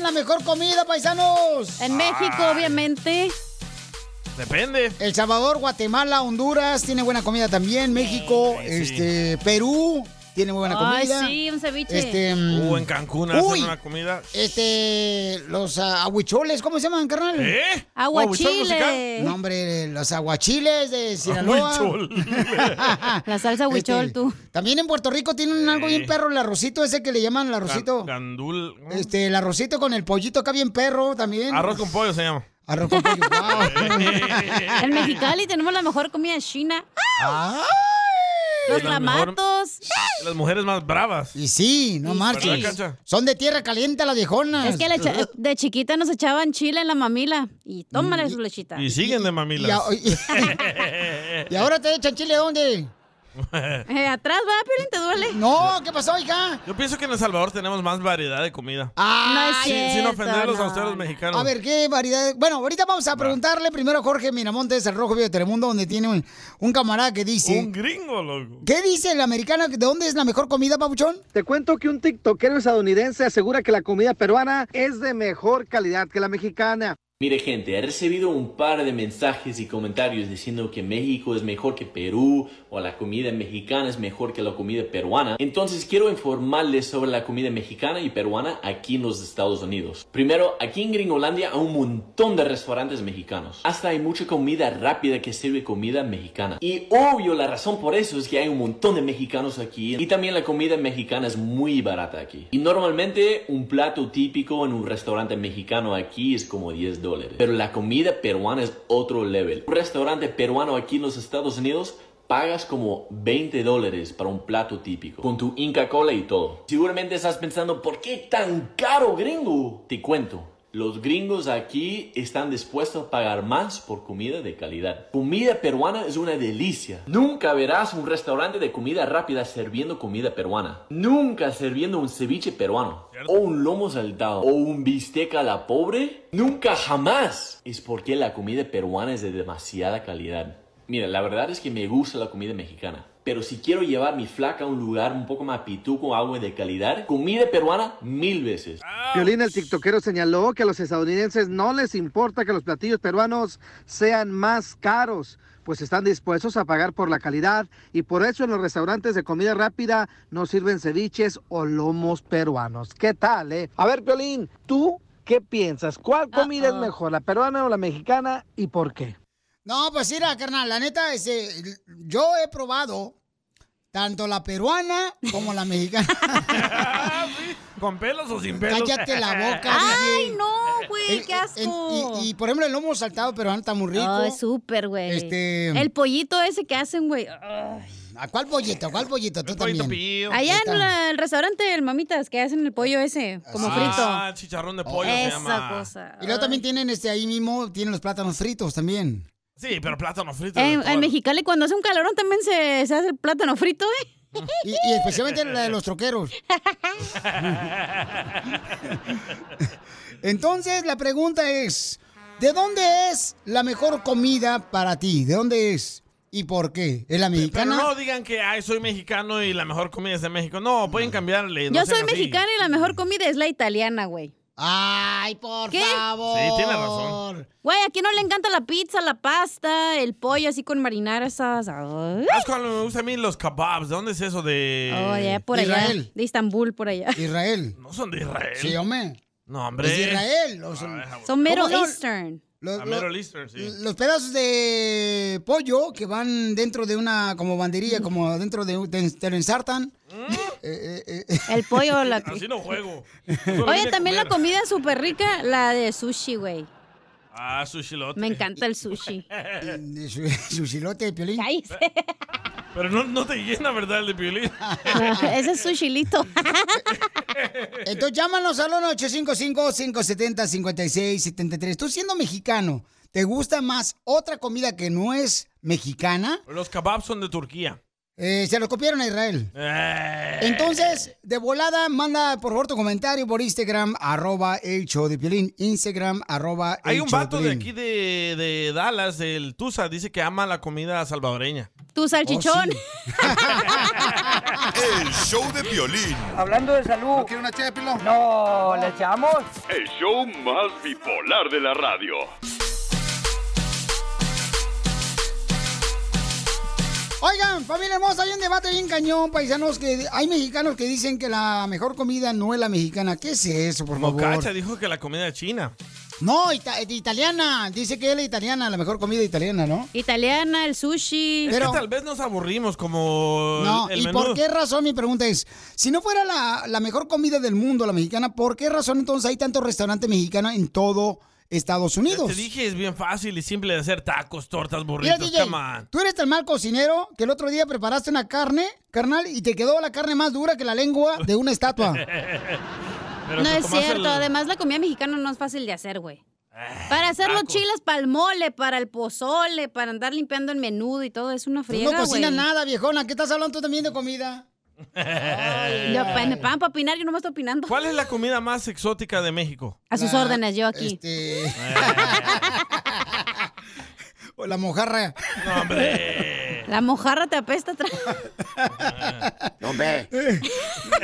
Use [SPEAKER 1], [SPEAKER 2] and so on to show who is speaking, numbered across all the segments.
[SPEAKER 1] la mejor comida, paisanos?
[SPEAKER 2] En México, obviamente.
[SPEAKER 3] Ah, Depende.
[SPEAKER 1] El Salvador, Guatemala, Honduras tiene buena comida también. México,
[SPEAKER 3] sí.
[SPEAKER 1] este, Perú tiene muy buena
[SPEAKER 2] Ay,
[SPEAKER 1] comida.
[SPEAKER 2] sí, un ceviche.
[SPEAKER 1] Este, mm,
[SPEAKER 3] Uh, en Cancún hacen
[SPEAKER 1] uy,
[SPEAKER 3] una comida.
[SPEAKER 1] este, los ah, aguicholes, ¿cómo se llaman, carnal?
[SPEAKER 3] ¿Eh? ¿Aguichol musical?
[SPEAKER 2] Aguachile.
[SPEAKER 1] No, hombre, los aguachiles de Sinaloa.
[SPEAKER 3] Aguichol.
[SPEAKER 2] La salsa huichol,
[SPEAKER 1] Este,
[SPEAKER 2] tú.
[SPEAKER 1] También en Puerto Rico tienen algo bien perro, el arrocito ese que le llaman el arrocito.
[SPEAKER 3] Gan- Gandul. ¿no?
[SPEAKER 1] Este, el arrocito con el pollito acá bien perro también.
[SPEAKER 3] Arroz con pollo se llama.
[SPEAKER 1] Arroz con pollo. wow.
[SPEAKER 2] En Mexicali tenemos la mejor comida china.
[SPEAKER 1] Ah,
[SPEAKER 2] Los
[SPEAKER 3] la mejor-
[SPEAKER 2] clamatos.
[SPEAKER 3] Las mujeres más bravas.
[SPEAKER 1] y sí, no marches.
[SPEAKER 3] ¿Verdad, Cacha?
[SPEAKER 1] Son de tierra caliente las viejonas.
[SPEAKER 2] Es que la cha- de chiquita nos echaban chile en la mamila. Y
[SPEAKER 1] Mm.
[SPEAKER 2] tómale su lechita.
[SPEAKER 3] Y siguen de
[SPEAKER 1] y,
[SPEAKER 3] mamilas.
[SPEAKER 1] a- y ahora te echan chile dónde?
[SPEAKER 2] Eh, atrás va, Piolín, te duele.
[SPEAKER 1] No, ¿qué pasó, hija?
[SPEAKER 3] Yo pienso que en El Salvador tenemos más variedad de comida.
[SPEAKER 1] Ah,
[SPEAKER 2] No es
[SPEAKER 3] Sin- sin
[SPEAKER 2] cierto,
[SPEAKER 3] ofenderlos
[SPEAKER 2] no,
[SPEAKER 3] a ustedes los
[SPEAKER 2] no.
[SPEAKER 3] mexicanos.
[SPEAKER 1] A ver, qué variedad. de- Bueno, ahorita vamos a preguntarle primero a Jorge Miramontes, el Rojo Vivo de Telemundo, donde tiene un, un camarada que dice.
[SPEAKER 3] Un gringo, loco.
[SPEAKER 1] ¿Qué dice el americano? ¿De dónde es la mejor comida, papuchón?
[SPEAKER 4] Te cuento que un tiktokero estadounidense asegura que la comida peruana es de mejor calidad que la mexicana.
[SPEAKER 5] Mire gente, he recibido un par de mensajes y comentarios diciendo que México es mejor que Perú o la comida mexicana es mejor que la comida peruana. Entonces quiero informarles sobre la comida mexicana y peruana aquí en los Estados Unidos. Primero, aquí en Gringolandia hay un montón de restaurantes mexicanos. Hasta hay mucha comida rápida que sirve comida mexicana. Y obvio, la razón por eso es que hay un montón de mexicanos aquí y también la comida mexicana es muy barata aquí. Y normalmente un plato típico en un restaurante mexicano aquí es como 10 dólares. Pero la comida peruana es otro level. Un restaurante peruano aquí en los Estados Unidos pagas como 20 dólares para un plato típico, con tu Inca Cola y todo. Seguramente estás pensando, ¿por qué tan caro gringo? Te cuento. Los gringos aquí están dispuestos a pagar más por comida de calidad. Comida peruana es una delicia. Nunca verás un restaurante de comida rápida sirviendo comida peruana. Nunca sirviendo un ceviche peruano. O un lomo saltado. O un bistec a la pobre. Nunca jamás. Es porque la comida peruana es de demasiada calidad. Mira, la verdad es que me gusta la comida mexicana. Pero si quiero llevar mi flaca a un lugar un poco más pituco, algo de calidad, comida peruana mil veces.
[SPEAKER 4] Violín, el tiktokero, señaló que a los estadounidenses no les importa que los platillos peruanos sean más caros, pues están dispuestos a pagar por la calidad y por eso en los restaurantes de comida rápida no sirven ceviches o lomos peruanos. ¿Qué tal, eh? A ver, Violín, ¿tú qué piensas? ¿Cuál comida es
[SPEAKER 2] Uh-oh.
[SPEAKER 4] mejor, la peruana o la mexicana y por qué?
[SPEAKER 1] No, pues mira, carnal, la neta, ese, yo he probado tanto la peruana como la mexicana.
[SPEAKER 3] ¿Con pelos o sin pelos?
[SPEAKER 1] Cállate la boca.
[SPEAKER 2] Ay,
[SPEAKER 1] DJ.
[SPEAKER 2] no, güey,
[SPEAKER 1] El-
[SPEAKER 2] qué
[SPEAKER 1] el-
[SPEAKER 2] asco.
[SPEAKER 1] y, y, por ejemplo, el lomo saltado peruano está muy rico.
[SPEAKER 2] Ay, súper, güey.
[SPEAKER 1] Este-
[SPEAKER 2] El pollito ese que hacen, güey. Ay.
[SPEAKER 1] ¿A cuál pollito? ¿A cuál pollito? Tú
[SPEAKER 3] Un poquito
[SPEAKER 1] también.
[SPEAKER 3] pillo.
[SPEAKER 2] Allá
[SPEAKER 1] está.
[SPEAKER 2] en la- el restaurante del Mamitas que hacen el pollo ese, como
[SPEAKER 3] Ah, chicharrón de pollo
[SPEAKER 2] frito.
[SPEAKER 3] se
[SPEAKER 2] Esa
[SPEAKER 3] llama.
[SPEAKER 2] cosa.
[SPEAKER 1] Y luego
[SPEAKER 2] Ay.
[SPEAKER 1] también tienen este ahí mismo, tienen los plátanos fritos también.
[SPEAKER 3] Sí, pero plátano frito. de
[SPEAKER 2] En,
[SPEAKER 3] todo.
[SPEAKER 2] en Mexicali cuando hace un calorón también se, se hace el plátano frito, ¿eh?
[SPEAKER 1] Y, y especialmente la de los troqueros. Entonces, la pregunta es, ¿de dónde es la mejor comida para ti? ¿De dónde es? ¿Y por qué? ¿Es la
[SPEAKER 3] Pero
[SPEAKER 1] mexicana?
[SPEAKER 3] no digan que ay, soy mexicano y la mejor comida es de México. No, pueden cambiarle. no
[SPEAKER 2] Yo
[SPEAKER 3] sean
[SPEAKER 2] soy
[SPEAKER 3] así.
[SPEAKER 2] mexicana y la mejor comida es la italiana, güey.
[SPEAKER 1] Ay, por
[SPEAKER 2] ¿Qué?
[SPEAKER 1] favor.
[SPEAKER 3] Sí, tiene razón.
[SPEAKER 2] Güey, ¿a quién no le encanta la pizza, la pasta, el pollo así con marinarasas? Ay.
[SPEAKER 3] ¿Sabes cuál me gusta a mí? Los kebabs. ¿De dónde es eso de...?
[SPEAKER 2] Oh, ya, por
[SPEAKER 1] Israel.
[SPEAKER 2] allá. De Istambul, por allá.
[SPEAKER 1] Israel.
[SPEAKER 3] No son de Israel.
[SPEAKER 1] Sí, hombre.
[SPEAKER 3] No, hombre.
[SPEAKER 1] Es de Israel. Los,
[SPEAKER 2] Son Middle
[SPEAKER 1] ¿Cómo no?
[SPEAKER 2] Eastern.
[SPEAKER 3] Ah,
[SPEAKER 1] los- Eh,
[SPEAKER 3] A
[SPEAKER 1] los-
[SPEAKER 3] Middle Eastern, sí.
[SPEAKER 1] los pedazos de pollo que van dentro de una como banderilla, como dentro de un- te, te lo ensartan. Eh, eh, eh,
[SPEAKER 2] El pollo, la...
[SPEAKER 3] Así no juego.
[SPEAKER 2] Oye, también la comida súper rica, la de sushi, güey.
[SPEAKER 3] Ah, sushi lote.
[SPEAKER 2] Me encanta el sushi.
[SPEAKER 1] de su, su chilote de piolín.
[SPEAKER 2] Cállese.
[SPEAKER 3] Pero no, no te llena, ¿verdad, el de piolín?
[SPEAKER 2] Ese es sushilito.
[SPEAKER 1] Entonces llámanos al 1-855-570-5673. Tú siendo mexicano, ¿te gusta más otra comida que no es mexicana?
[SPEAKER 3] Los kebabs son de Turquía. Eh.
[SPEAKER 1] Eh, se lo copiaron a Israel. Entonces, de volada, manda por favor tu comentario por Instagram, arroba el show de Piolín. Instagram, arroba el
[SPEAKER 3] Hay un
[SPEAKER 1] show
[SPEAKER 3] vato de
[SPEAKER 1] Piolín.
[SPEAKER 3] aquí de, de Dallas, el Tusa, dice que ama la comida salvadoreña.
[SPEAKER 6] Oh,
[SPEAKER 2] Tu salchichón.
[SPEAKER 7] Oh, El show de violín.
[SPEAKER 6] Hablando de salud. ¿No quiere una ché No, ¿le echamos?
[SPEAKER 8] El show más bipolar de la radio.
[SPEAKER 1] Oigan, familia hermosa, hay un debate bien cañón, paisanos, que hay mexicanos que dicen que la mejor comida no es la mexicana. ¿Qué es eso, por favor?
[SPEAKER 3] Mocacha dijo que la comida china.
[SPEAKER 1] No, ita- italiana. Dice que es la italiana, la mejor comida italiana, ¿no?
[SPEAKER 2] Italiana, el sushi.
[SPEAKER 3] Es que tal vez nos aburrimos como
[SPEAKER 1] No,
[SPEAKER 3] el
[SPEAKER 1] ¿y
[SPEAKER 3] menú.
[SPEAKER 1] por qué razón? Mi pregunta es, si no fuera la, la mejor comida del mundo, la mexicana, ¿por qué razón entonces hay tantos restaurantes mexicanos en todo Estados Unidos?
[SPEAKER 3] Te dije, es bien fácil y simple de hacer tacos, tortas,
[SPEAKER 1] Mira,
[SPEAKER 3] burritos,
[SPEAKER 1] DJ,
[SPEAKER 3] come on.
[SPEAKER 1] tú eres tan mal cocinero que el otro día preparaste una carne, carnal, y te quedó la carne más dura que la lengua de una estatua.
[SPEAKER 3] Pero
[SPEAKER 2] No
[SPEAKER 3] te
[SPEAKER 2] es
[SPEAKER 3] tomas
[SPEAKER 2] cierto,
[SPEAKER 3] el-
[SPEAKER 2] además la comida mexicana no es fácil de hacer, güey. Para hacer los chiles, para el mole, para el pozole, para andar limpiando el menudo y todo, es una
[SPEAKER 1] Tú
[SPEAKER 2] friega,
[SPEAKER 1] Pues no cocinas
[SPEAKER 2] güey.
[SPEAKER 1] nada, viejona. ¿Qué estás hablando tú también de comida?
[SPEAKER 2] Yo, pa- pues, me pagan para opinar, yo no me estoy opinando.
[SPEAKER 3] ¿Cuál es la comida más exótica de México? Eh,
[SPEAKER 2] A sus
[SPEAKER 1] La-
[SPEAKER 2] órdenes, yo aquí.
[SPEAKER 1] Ah, Este... o la mojarra.
[SPEAKER 3] No, hombre. Ah.
[SPEAKER 2] La mojarra te apesta atrás.
[SPEAKER 9] Hombre.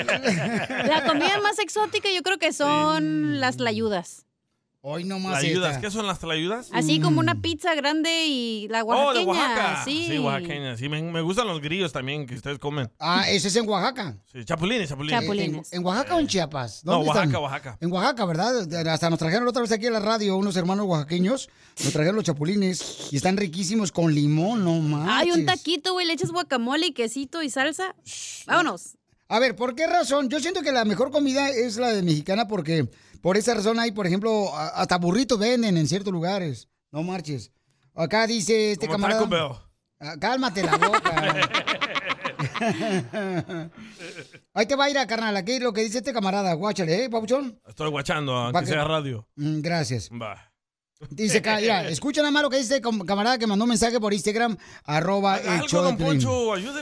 [SPEAKER 2] La comida más exótica yo creo que son las layudas.
[SPEAKER 1] Hoy nomás
[SPEAKER 3] ¿Tlayudas?
[SPEAKER 1] esta. Mm.
[SPEAKER 3] ¿Qué son las tlayudas?
[SPEAKER 2] Así como una pizza grande y la
[SPEAKER 3] Oh,
[SPEAKER 2] oaxaqueña.
[SPEAKER 3] de Oaxaca.
[SPEAKER 2] Sí.
[SPEAKER 3] oaxaqueña. Sí, me, me gustan los grillos también que ustedes comen.
[SPEAKER 1] Ah, ese es en Oaxaca.
[SPEAKER 3] Sí, chapulines, chapulines.
[SPEAKER 1] Eh, ¿En, en Oaxaca o en Chiapas?
[SPEAKER 3] No,
[SPEAKER 1] ¿Dónde
[SPEAKER 3] Oaxaca,
[SPEAKER 1] están?
[SPEAKER 3] Oaxaca.
[SPEAKER 1] En Oaxaca, ¿verdad? Hasta nos trajeron otra vez aquí a la radio unos hermanos oaxaqueños. Nos trajeron los chapulines y están riquísimos con limón, no manches.
[SPEAKER 2] Ay, un taquito, güey, le echas guacamole y quesito y salsa. Vámonos.
[SPEAKER 1] A ver, ¿por qué razón? Yo siento que la mejor comida es la de mexicana porque por esa razón hay, por ejemplo, a- hasta burritos venden en ciertos lugares. No marches. Acá dice este
[SPEAKER 3] Como
[SPEAKER 1] camarada.
[SPEAKER 3] Taco Bell.
[SPEAKER 1] Ah, Cálmate la boca. Ahí te va a ir a carnal, aquí lo que dice este camarada, guáchale, ¿eh, Papuchón?
[SPEAKER 3] Estoy guachando,
[SPEAKER 1] Va
[SPEAKER 3] aunque
[SPEAKER 1] que-
[SPEAKER 3] sea radio.
[SPEAKER 1] Mm, Gracias.
[SPEAKER 3] Va.
[SPEAKER 1] Dice acá, mira, escucha nada más lo que dice este com- camarada que mandó un mensaje por Instagram, arroba el show de Piolín.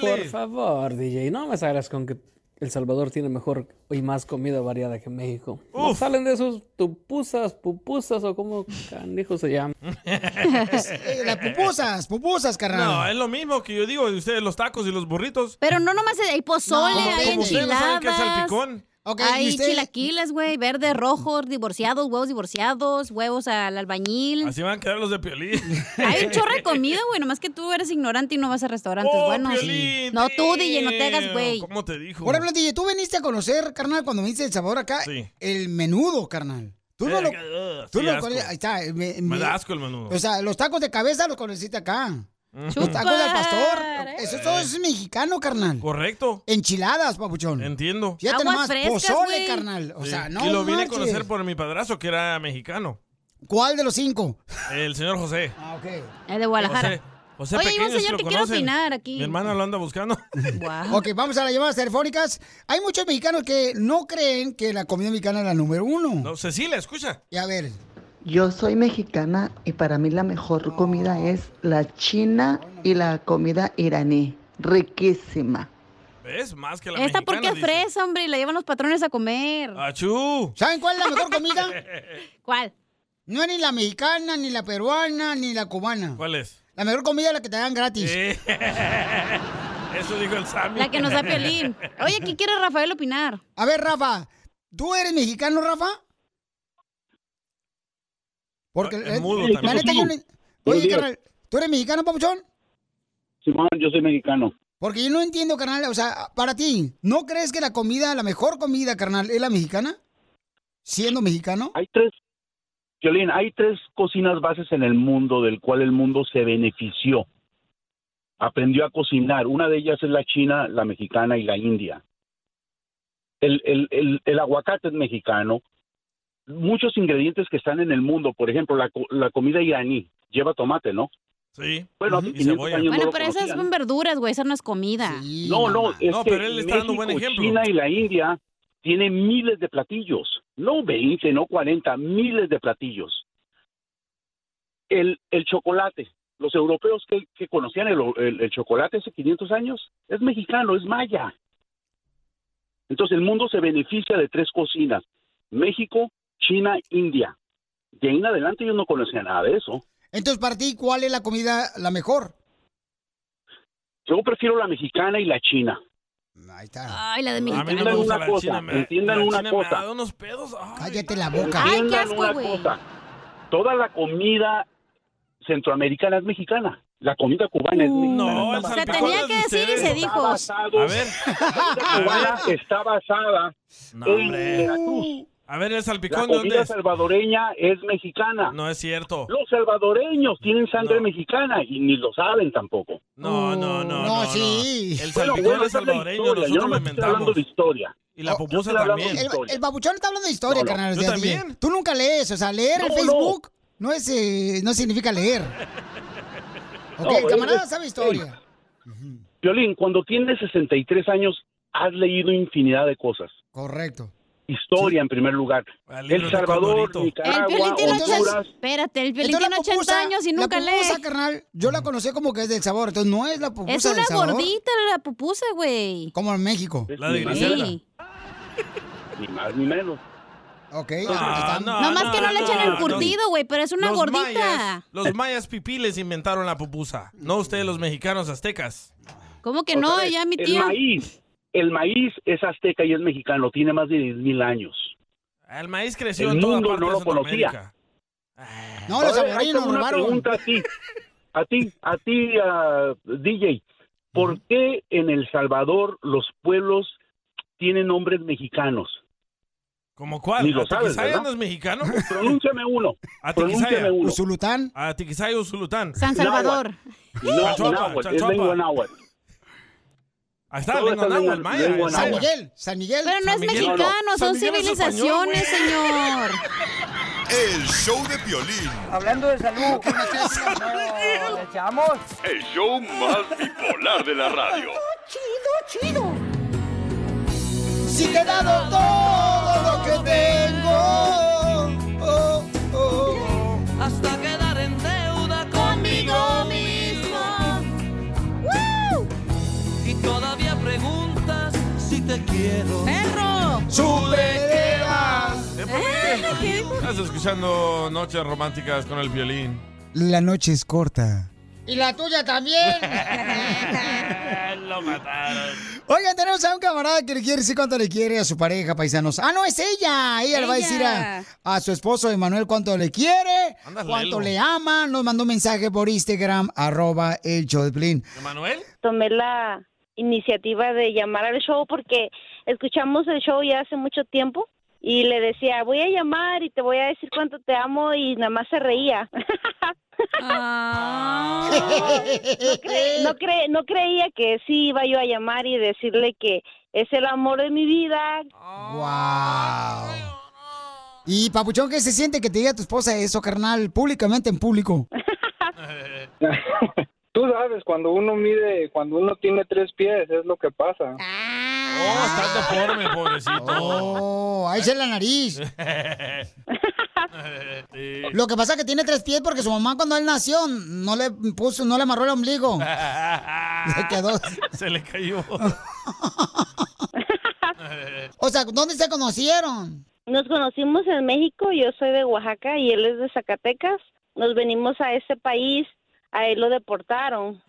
[SPEAKER 10] Por favor, DJ, no me salgas con que El Salvador tiene mejor y más comida variada que México. No salen de esos tupusas, pupusas o como canijos se llaman.
[SPEAKER 1] Eh, Las pupusas, pupusas, carnal.
[SPEAKER 3] No, es lo mismo que yo digo de ustedes, los tacos y los burritos.
[SPEAKER 2] Pero no nomás el- hay pozole,
[SPEAKER 3] No,
[SPEAKER 2] hay
[SPEAKER 3] como ustedes no saben
[SPEAKER 2] enchiladas.
[SPEAKER 3] qué es salpicón.
[SPEAKER 1] Ok, ¿y
[SPEAKER 2] hay
[SPEAKER 1] usted?
[SPEAKER 2] chilaquiles, güey, verde, rojo, divorciados, huevos divorciados, huevos al albañil.
[SPEAKER 3] Así van a quedar los de Piolín.
[SPEAKER 2] Hay un chorro de comida, güey, nomás que tú eres ignorante y no vas a restaurantes
[SPEAKER 3] Oh,
[SPEAKER 2] buenos.
[SPEAKER 3] Piolín,
[SPEAKER 2] no, tú, DJ, no te hagas,
[SPEAKER 3] damn.
[SPEAKER 2] güey.
[SPEAKER 3] ¿Cómo te dijo?
[SPEAKER 1] Por ejemplo, DJ, tú viniste a conocer, carnal, cuando viniste El Salvador acá,
[SPEAKER 3] Sí.
[SPEAKER 1] el menudo, carnal. Tú no lo...
[SPEAKER 3] Ugh,
[SPEAKER 1] Tú
[SPEAKER 3] sí,
[SPEAKER 1] no
[SPEAKER 3] asco.
[SPEAKER 1] Ahí está. eh, Me,
[SPEAKER 3] Me
[SPEAKER 1] me-
[SPEAKER 3] da asco el menudo.
[SPEAKER 1] O sea, los tacos de cabeza los conociste acá. Los tacos del pastor.
[SPEAKER 2] eh.
[SPEAKER 1] Eso todo es mexicano, carnal.
[SPEAKER 3] Correcto.
[SPEAKER 1] Enchiladas, papuchón.
[SPEAKER 3] Entiendo.
[SPEAKER 1] Fíjate
[SPEAKER 2] Aguas
[SPEAKER 1] nomás,
[SPEAKER 2] frescas,
[SPEAKER 1] pozole,
[SPEAKER 2] güey.
[SPEAKER 1] carnal. O
[SPEAKER 3] Sí.
[SPEAKER 1] sea, no
[SPEAKER 3] Y lo vine a
[SPEAKER 1] marches.
[SPEAKER 3] conocer por mi padrazo, que era mexicano.
[SPEAKER 1] ¿Cuál de los cinco?
[SPEAKER 3] El señor José.
[SPEAKER 1] Ah, ok.
[SPEAKER 2] Es de Guadalajara.
[SPEAKER 3] José, José
[SPEAKER 2] Oye, hay un
[SPEAKER 3] Pequeño, si
[SPEAKER 2] señor
[SPEAKER 3] lo
[SPEAKER 2] que quiere
[SPEAKER 3] conocen.
[SPEAKER 2] opinar aquí.
[SPEAKER 3] Mi hermana lo anda buscando.
[SPEAKER 2] Guau.
[SPEAKER 1] Ok, vamos a las llamadas telefónicas. Hay muchos mexicanos que no creen que la comida mexicana es la número uno.
[SPEAKER 3] No, Cecilia, escucha.
[SPEAKER 1] Y a ver,
[SPEAKER 11] Yo soy mexicana y para mí la mejor comida es la china y la comida iraní. Riquísima.
[SPEAKER 3] ¿Ves? Más que la
[SPEAKER 2] Esta
[SPEAKER 3] mexicana,
[SPEAKER 2] porque es
[SPEAKER 3] dice.
[SPEAKER 2] fresa, hombre, y la llevan los patrones a comer.
[SPEAKER 3] ¡Achú!
[SPEAKER 1] ¿saben cuál es la mejor comida?
[SPEAKER 2] ¿Cuál?
[SPEAKER 1] No es ni la mexicana, ni la peruana, ni la cubana.
[SPEAKER 3] ¿Cuál es?
[SPEAKER 1] La mejor comida es la que te dan gratis.
[SPEAKER 3] Eh, Eso dijo el Sammy.
[SPEAKER 2] La que nos da piolín. Oye, ¿qué quiere Rafael opinar?
[SPEAKER 1] A ver, Rafa, ¿tú eres mexicano, Rafa? Porque
[SPEAKER 3] Ah, es
[SPEAKER 1] eh,
[SPEAKER 3] mudo
[SPEAKER 1] la
[SPEAKER 3] también.
[SPEAKER 1] neta yo no-
[SPEAKER 12] Buenos
[SPEAKER 1] Oye,
[SPEAKER 12] días.
[SPEAKER 1] carnal, ¿tú eres mexicano, papuchón?
[SPEAKER 12] Simón, yo soy mexicano.
[SPEAKER 1] Porque yo no entiendo, carnal, o sea, para ti, ¿no crees que la comida, la mejor comida, carnal, es la mexicana? Siendo mexicano.
[SPEAKER 12] Hay tres, Violín, hay tres cocinas bases en el mundo del cual el mundo se benefició. Aprendió a cocinar. Una de ellas es la china, la mexicana y la india. El, el- el- el aguacate es mexicano. Muchos ingredientes que están en el mundo, por ejemplo, la, co- la comida iraní lleva tomate, ¿no?
[SPEAKER 3] Sí.
[SPEAKER 12] Bueno,
[SPEAKER 3] Ujú.
[SPEAKER 12] hace
[SPEAKER 3] Y
[SPEAKER 12] 500
[SPEAKER 3] cebolla.
[SPEAKER 12] años no
[SPEAKER 2] Bueno,
[SPEAKER 12] lo
[SPEAKER 2] pero esas
[SPEAKER 12] conocían.
[SPEAKER 2] son verduras, güey, esa no es comida.
[SPEAKER 12] No, no, es
[SPEAKER 3] No,
[SPEAKER 12] que
[SPEAKER 3] pero él está dando buen
[SPEAKER 12] México,
[SPEAKER 3] ejemplo.
[SPEAKER 12] China y la India tienen miles de platillos, no 20, no 40, miles de platillos. El, el chocolate, los europeos que, que conocían el, el- el chocolate hace 500 años es mexicano, es maya. Entonces el mundo se beneficia de tres cocinas, México, China, India. De ahí en adelante ellos no conocían nada de eso.
[SPEAKER 1] Entonces, para ti, ¿cuál es la comida la mejor?
[SPEAKER 12] Yo prefiero la mexicana y la china.
[SPEAKER 1] Ahí está.
[SPEAKER 2] Ay, la de mi
[SPEAKER 12] Entiendan una cosa, entiendan una cosa.
[SPEAKER 1] Cállate la boca.
[SPEAKER 12] Entiendan una cosa. Toda la comida centroamericana es mexicana. La comida cubana es mexicana.
[SPEAKER 3] Uh, No, el
[SPEAKER 12] Está
[SPEAKER 2] Se
[SPEAKER 12] basada-
[SPEAKER 2] tenía que decir y se dijo.
[SPEAKER 3] A ver,
[SPEAKER 12] La comida cubana está basada
[SPEAKER 3] Ah. No,
[SPEAKER 12] en
[SPEAKER 3] hombre.
[SPEAKER 12] Veracruz.
[SPEAKER 3] a ver el
[SPEAKER 12] La
[SPEAKER 3] salpicón, ¿de dónde
[SPEAKER 12] comida
[SPEAKER 3] es?
[SPEAKER 12] salvadoreña es mexicana.
[SPEAKER 3] No es cierto.
[SPEAKER 12] Los salvadoreños tienen sangre mexicana y ni lo saben tampoco.
[SPEAKER 3] No, no, no. No, sí.
[SPEAKER 12] Bueno,
[SPEAKER 3] El salpicón
[SPEAKER 12] bueno,
[SPEAKER 3] es
[SPEAKER 12] esa la
[SPEAKER 3] salvadoreño,
[SPEAKER 12] historia.
[SPEAKER 3] nosotros
[SPEAKER 12] Yo no
[SPEAKER 3] lo
[SPEAKER 12] me estoy hablando
[SPEAKER 3] inventamos.
[SPEAKER 12] de historia.
[SPEAKER 3] Y la
[SPEAKER 12] No, yo
[SPEAKER 3] pupusa
[SPEAKER 12] estoy hablando
[SPEAKER 3] también.
[SPEAKER 12] de
[SPEAKER 1] El,
[SPEAKER 12] historia.
[SPEAKER 1] el babuchón está hablando de
[SPEAKER 12] No,
[SPEAKER 1] historia,
[SPEAKER 12] no.
[SPEAKER 1] carnal.
[SPEAKER 12] Yo
[SPEAKER 1] de
[SPEAKER 12] también.
[SPEAKER 1] DJ. Tú nunca lees, o sea, leer
[SPEAKER 12] No,
[SPEAKER 1] el
[SPEAKER 12] no.
[SPEAKER 1] Facebook no, es, eh, no significa leer. Ok,
[SPEAKER 12] No,
[SPEAKER 1] el camarada
[SPEAKER 12] es-
[SPEAKER 1] sabe historia.
[SPEAKER 12] Violín, cuando tienes 63 años, has leído infinidad de cosas.
[SPEAKER 1] Correcto.
[SPEAKER 12] Historia en primer lugar. El Salvador,
[SPEAKER 2] El
[SPEAKER 12] Nicaragua,
[SPEAKER 2] violín tiene ochenta.
[SPEAKER 12] Honduras.
[SPEAKER 2] Espérate, el violín tiene 80 años y nunca
[SPEAKER 1] la pupusa,
[SPEAKER 2] lee.
[SPEAKER 1] carnal, yo la conocí como que es del sabor, entonces no es la pupusa
[SPEAKER 2] Es
[SPEAKER 1] del
[SPEAKER 2] una
[SPEAKER 1] sabor.
[SPEAKER 2] gordita la pupusa, güey.
[SPEAKER 1] Como en México.
[SPEAKER 12] La de Griselda. Ni más ni menos.
[SPEAKER 1] Ok.
[SPEAKER 2] No más que no le echen el
[SPEAKER 3] Ah, no.
[SPEAKER 2] curtido, güey, pero es una
[SPEAKER 3] los
[SPEAKER 2] gordita.
[SPEAKER 3] Mayas, los mayas pipiles inventaron la pupusa. No ustedes, los mexicanos aztecas.
[SPEAKER 2] ¿Cómo que
[SPEAKER 12] Otra
[SPEAKER 2] no?
[SPEAKER 12] vez,
[SPEAKER 2] Ya mi
[SPEAKER 12] El
[SPEAKER 2] tío.
[SPEAKER 12] maíz, el maíz es azteca y es mexicano, tiene más de 10.000 años.
[SPEAKER 3] El maíz creció
[SPEAKER 12] El
[SPEAKER 3] en toda
[SPEAKER 12] mundo
[SPEAKER 3] parte
[SPEAKER 12] no
[SPEAKER 3] de Ah.
[SPEAKER 12] lo conocía.
[SPEAKER 3] Centroamérica.
[SPEAKER 1] No, los
[SPEAKER 12] A ver, ahí
[SPEAKER 1] salvadoreños
[SPEAKER 12] tengo
[SPEAKER 1] nos
[SPEAKER 12] una
[SPEAKER 1] robaron.
[SPEAKER 12] pregunta a ti, a ti, a ti, a DJ. ¿Por qué en El Salvador los pueblos tienen nombres mexicanos?
[SPEAKER 3] ¿Como cuál?
[SPEAKER 12] Ni lo sabes,
[SPEAKER 3] ¿Atiquizaya
[SPEAKER 12] ¿verdad?
[SPEAKER 3] no es mexicano?
[SPEAKER 12] Pronúnciame uno.
[SPEAKER 3] ¿Atiquizaya?
[SPEAKER 12] Pronúnciame uno.
[SPEAKER 1] ¿Usulután?
[SPEAKER 3] ¿Atiquizaya Usulután?
[SPEAKER 2] San Salvador.
[SPEAKER 12] No,
[SPEAKER 3] Chachuapa,
[SPEAKER 12] náhuatl, es
[SPEAKER 3] chachuapa.
[SPEAKER 12] lengua náhuatl.
[SPEAKER 3] Ahí está,
[SPEAKER 12] Todo
[SPEAKER 3] lengua
[SPEAKER 12] está
[SPEAKER 3] náhuatl,
[SPEAKER 12] lengua-
[SPEAKER 3] maya.
[SPEAKER 12] lengua
[SPEAKER 3] esa.
[SPEAKER 1] San Miguel, San Miguel.
[SPEAKER 2] Pero no es mexicano, son civilizaciones, señor.
[SPEAKER 7] El show de Piolín.
[SPEAKER 6] Hablando de salud. No, ¿Le echamos?
[SPEAKER 8] El show más bipolar de la radio.
[SPEAKER 1] Chido, chido. Si te he dado todo lo que tengo. oh, oh.
[SPEAKER 9] Hasta quedar en deuda conmigo mismo. Y todavía preguntas si te quiero.
[SPEAKER 2] ¡Perro!
[SPEAKER 3] ¿Eh,
[SPEAKER 2] Ah,
[SPEAKER 3] por qué? Estás escuchando Noches Románticas con el violín.
[SPEAKER 1] La noche es corta.
[SPEAKER 9] Y la tuya también.
[SPEAKER 3] Lo mataron.
[SPEAKER 1] Oigan, tenemos a un camarada que le quiere decir cuánto le quiere a su pareja, paisanos. Ah, no, es ella. Ella, le va a decir a,
[SPEAKER 2] Ella.
[SPEAKER 1] a su esposo Emanuel cuánto le quiere,
[SPEAKER 3] Andas lelo.
[SPEAKER 1] cuánto le ama. Nos mandó un mensaje por Instagram, arroba el show de Piolín.
[SPEAKER 3] ¿Emanuel?
[SPEAKER 13] Tomé la iniciativa de llamar al show porque escuchamos el show ya hace mucho tiempo y le decía, voy a llamar y te voy a decir cuánto te amo y nada más se reía. no, cre- no cre- no creía que sí iba yo a llamar y decirle que es el amor de mi vida.
[SPEAKER 1] Wow. Y Papuchón, ¿qué se siente que te diga tu esposa eso, carnal, públicamente en público?
[SPEAKER 14] Tú sabes, cuando uno mide, cuando uno tiene tres pies, es lo que pasa.
[SPEAKER 3] Oh, estás deforme, pobrecito.
[SPEAKER 1] Oh, ahí se la nariz.
[SPEAKER 3] Sí.
[SPEAKER 1] Lo que pasa es que tiene tres pies porque su mamá cuando él nació no le puso, no le amarró el ombligo. Se quedó.
[SPEAKER 3] Se le cayó.
[SPEAKER 1] O sea, ¿dónde se conocieron?
[SPEAKER 13] Nos conocimos en México, yo soy de Oaxaca y él es de Zacatecas. Nos venimos a este país, a él lo deportaron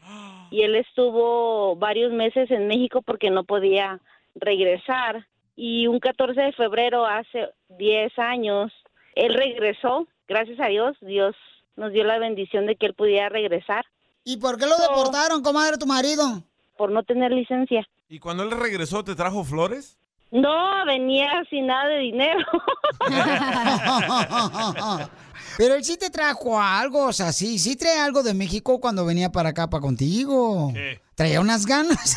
[SPEAKER 13] y él estuvo varios meses en México porque no podía regresar. Y un 14 de febrero, hace 10 años, él regresó, gracias a Dios, Dios nos dio la bendición de que él pudiera regresar.
[SPEAKER 1] ¿Y por qué lo deportaron, comadre, tu marido?
[SPEAKER 13] Por no tener licencia.
[SPEAKER 3] ¿Y cuando él regresó, te trajo flores?
[SPEAKER 13] No, venía sin nada de dinero.
[SPEAKER 1] Pero él sí te trajo algo, o sea, sí, sí trae algo de México cuando venía para acá, para contigo. Traía unas ganas.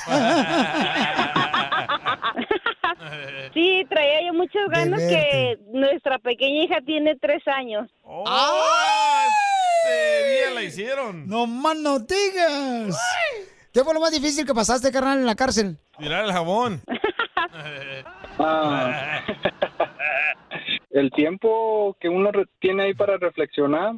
[SPEAKER 13] Sí, traía yo muchas ganas
[SPEAKER 1] verte.
[SPEAKER 13] que nuestra pequeña hija tiene tres años.
[SPEAKER 3] ¡Ah! Este día la hicieron.
[SPEAKER 1] no más no digas. ¿Qué fue lo más difícil que pasaste, carnal, en la cárcel?
[SPEAKER 3] Tirar el jabón.
[SPEAKER 14] Ah. el tiempo que uno re- tiene ahí para reflexionar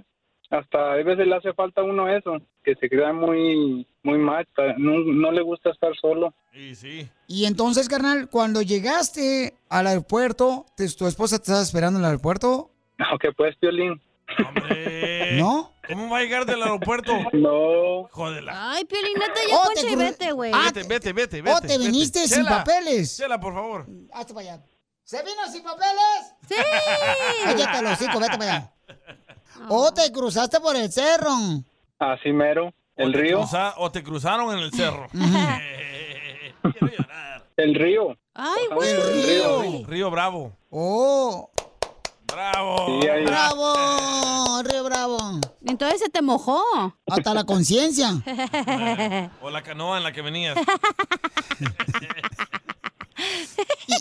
[SPEAKER 14] Hasta a veces le hace falta a uno eso, que se crea muy, muy macho, no, no le gusta estar solo.
[SPEAKER 3] Y sí.
[SPEAKER 1] Y entonces, carnal, cuando llegaste al aeropuerto, te- ¿tu esposa te estaba esperando en el aeropuerto?
[SPEAKER 14] Aunque pues, Piolín.
[SPEAKER 1] ¿No?
[SPEAKER 3] ¿Cómo va a llegar del aeropuerto?
[SPEAKER 14] No.
[SPEAKER 3] Jódela.
[SPEAKER 2] Ay, Piolín, neta, ya
[SPEAKER 1] Oh,
[SPEAKER 2] coche
[SPEAKER 1] te
[SPEAKER 2] y
[SPEAKER 1] cru-
[SPEAKER 2] vete, güey.
[SPEAKER 3] Ah, Vete, vete, vete, vete.
[SPEAKER 1] oh, te
[SPEAKER 3] vete.
[SPEAKER 1] viniste sin
[SPEAKER 3] Chela,
[SPEAKER 1] papeles.
[SPEAKER 3] Chela, por favor.
[SPEAKER 1] Hazte para allá. ¿Se vino sin papeles?
[SPEAKER 2] ¡Sí!
[SPEAKER 1] Cállate los hocico, vete para allá. O te cruzaste por el cerro.
[SPEAKER 14] Así mero. El
[SPEAKER 3] te
[SPEAKER 14] río.
[SPEAKER 3] cruza- o te cruzaron en el cerro.
[SPEAKER 14] El río.
[SPEAKER 2] Ay,
[SPEAKER 14] güey. El río.
[SPEAKER 3] Río Bravo.
[SPEAKER 1] ¡Oh!
[SPEAKER 3] ¡Bravo!
[SPEAKER 14] Sí, ahí.
[SPEAKER 1] ¡Bravo! ¡Río Bravo!
[SPEAKER 2] Entonces se te mojó.
[SPEAKER 1] Hasta la conciencia.
[SPEAKER 3] O la canoa en la que venías.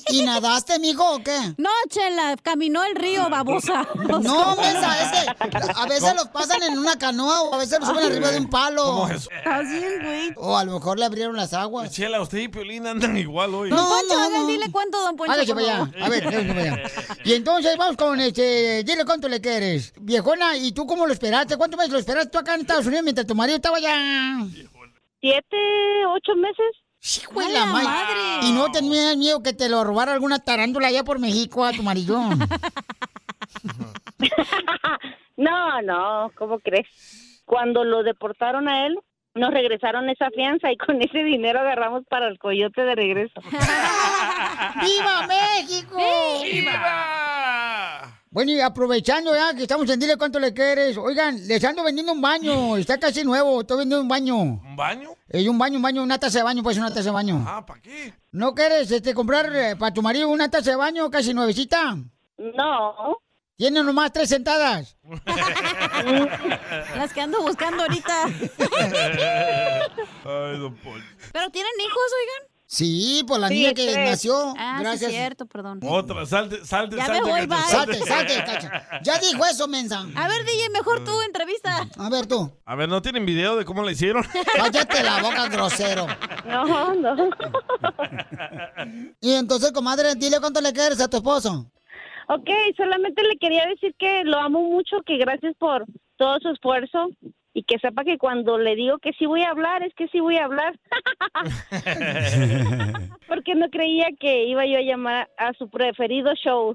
[SPEAKER 1] ¿Y, y nadaste, mijo, o qué?
[SPEAKER 2] No, Chela, caminó el río, babosa.
[SPEAKER 1] No, mesa, es que a veces los pasan en una canoa o a veces los suben arriba de un palo.
[SPEAKER 3] Ah, ¿Cómo es eso?
[SPEAKER 2] güey.
[SPEAKER 1] O a lo mejor le abrieron las aguas.
[SPEAKER 3] Chela, usted y Piolín andan igual hoy.
[SPEAKER 1] Don No, Poncho, no,
[SPEAKER 2] Hagan, dile cuánto, don Poncho.
[SPEAKER 1] Hágase
[SPEAKER 2] por
[SPEAKER 1] para allá.
[SPEAKER 2] favor.
[SPEAKER 1] A ver, hágase para allá. Y entonces vamos con este. Dile cuánto le quieres. Viejona, ¿y tú cómo lo esperaste? ¿Cuánto meses lo esperaste tú acá en Estados Unidos mientras tu marido estaba allá?
[SPEAKER 13] Siete, ocho meses.
[SPEAKER 1] Hijo de la ma- ¿Y no tenías miedo que te lo robara alguna tarándula allá por México a tu marido?
[SPEAKER 13] No, no, ¿cómo crees? Cuando lo deportaron a él, nos regresaron esa fianza y con ese dinero agarramos para el coyote de regreso.
[SPEAKER 1] ¡Viva México! Bueno, y aprovechando ya que estamos en Dile cuánto le quieres. Oigan, les ando vendiendo un baño. Está casi nuevo. Estoy vendiendo un baño.
[SPEAKER 3] ¿Un baño?
[SPEAKER 1] Eh, un baño, un baño, una taza de baño, pues una taza de baño.
[SPEAKER 3] Ah, ¿para qué?
[SPEAKER 1] ¿No quieres este, comprar eh, para tu marido una taza de baño casi nuevecita?
[SPEAKER 13] No.
[SPEAKER 1] Tiene nomás tres sentadas.
[SPEAKER 2] Las que ando buscando ahorita.
[SPEAKER 3] Ay, don Poncho.
[SPEAKER 2] ¿Pero tienen hijos, oigan?
[SPEAKER 1] Sí, por la
[SPEAKER 2] Sí,
[SPEAKER 1] niña que
[SPEAKER 2] tres.
[SPEAKER 1] nació.
[SPEAKER 2] Ah, sí,
[SPEAKER 1] gracias.
[SPEAKER 2] cierto, perdón.
[SPEAKER 3] Otra, salte, salte,
[SPEAKER 2] Ya me
[SPEAKER 3] salte.
[SPEAKER 2] voy,
[SPEAKER 3] cacha,
[SPEAKER 2] bye.
[SPEAKER 1] Salte, salte, cacha. Ya dijo eso, mensa.
[SPEAKER 2] A ver, DJ, mejor tú, entrevista.
[SPEAKER 1] A ver, tú.
[SPEAKER 3] A ver, ¿no tienen video de cómo le hicieron?
[SPEAKER 1] Cállate la boca, grosero.
[SPEAKER 13] No, no.
[SPEAKER 1] Y entonces, comadre, dile cuánto le quieres a tu esposo.
[SPEAKER 13] Ok, solamente le quería decir que lo amo mucho, que gracias por todo su esfuerzo y que sepa que cuando le digo que sí voy a hablar, es que sí voy a hablar, porque no creía que iba yo a llamar a su preferido show.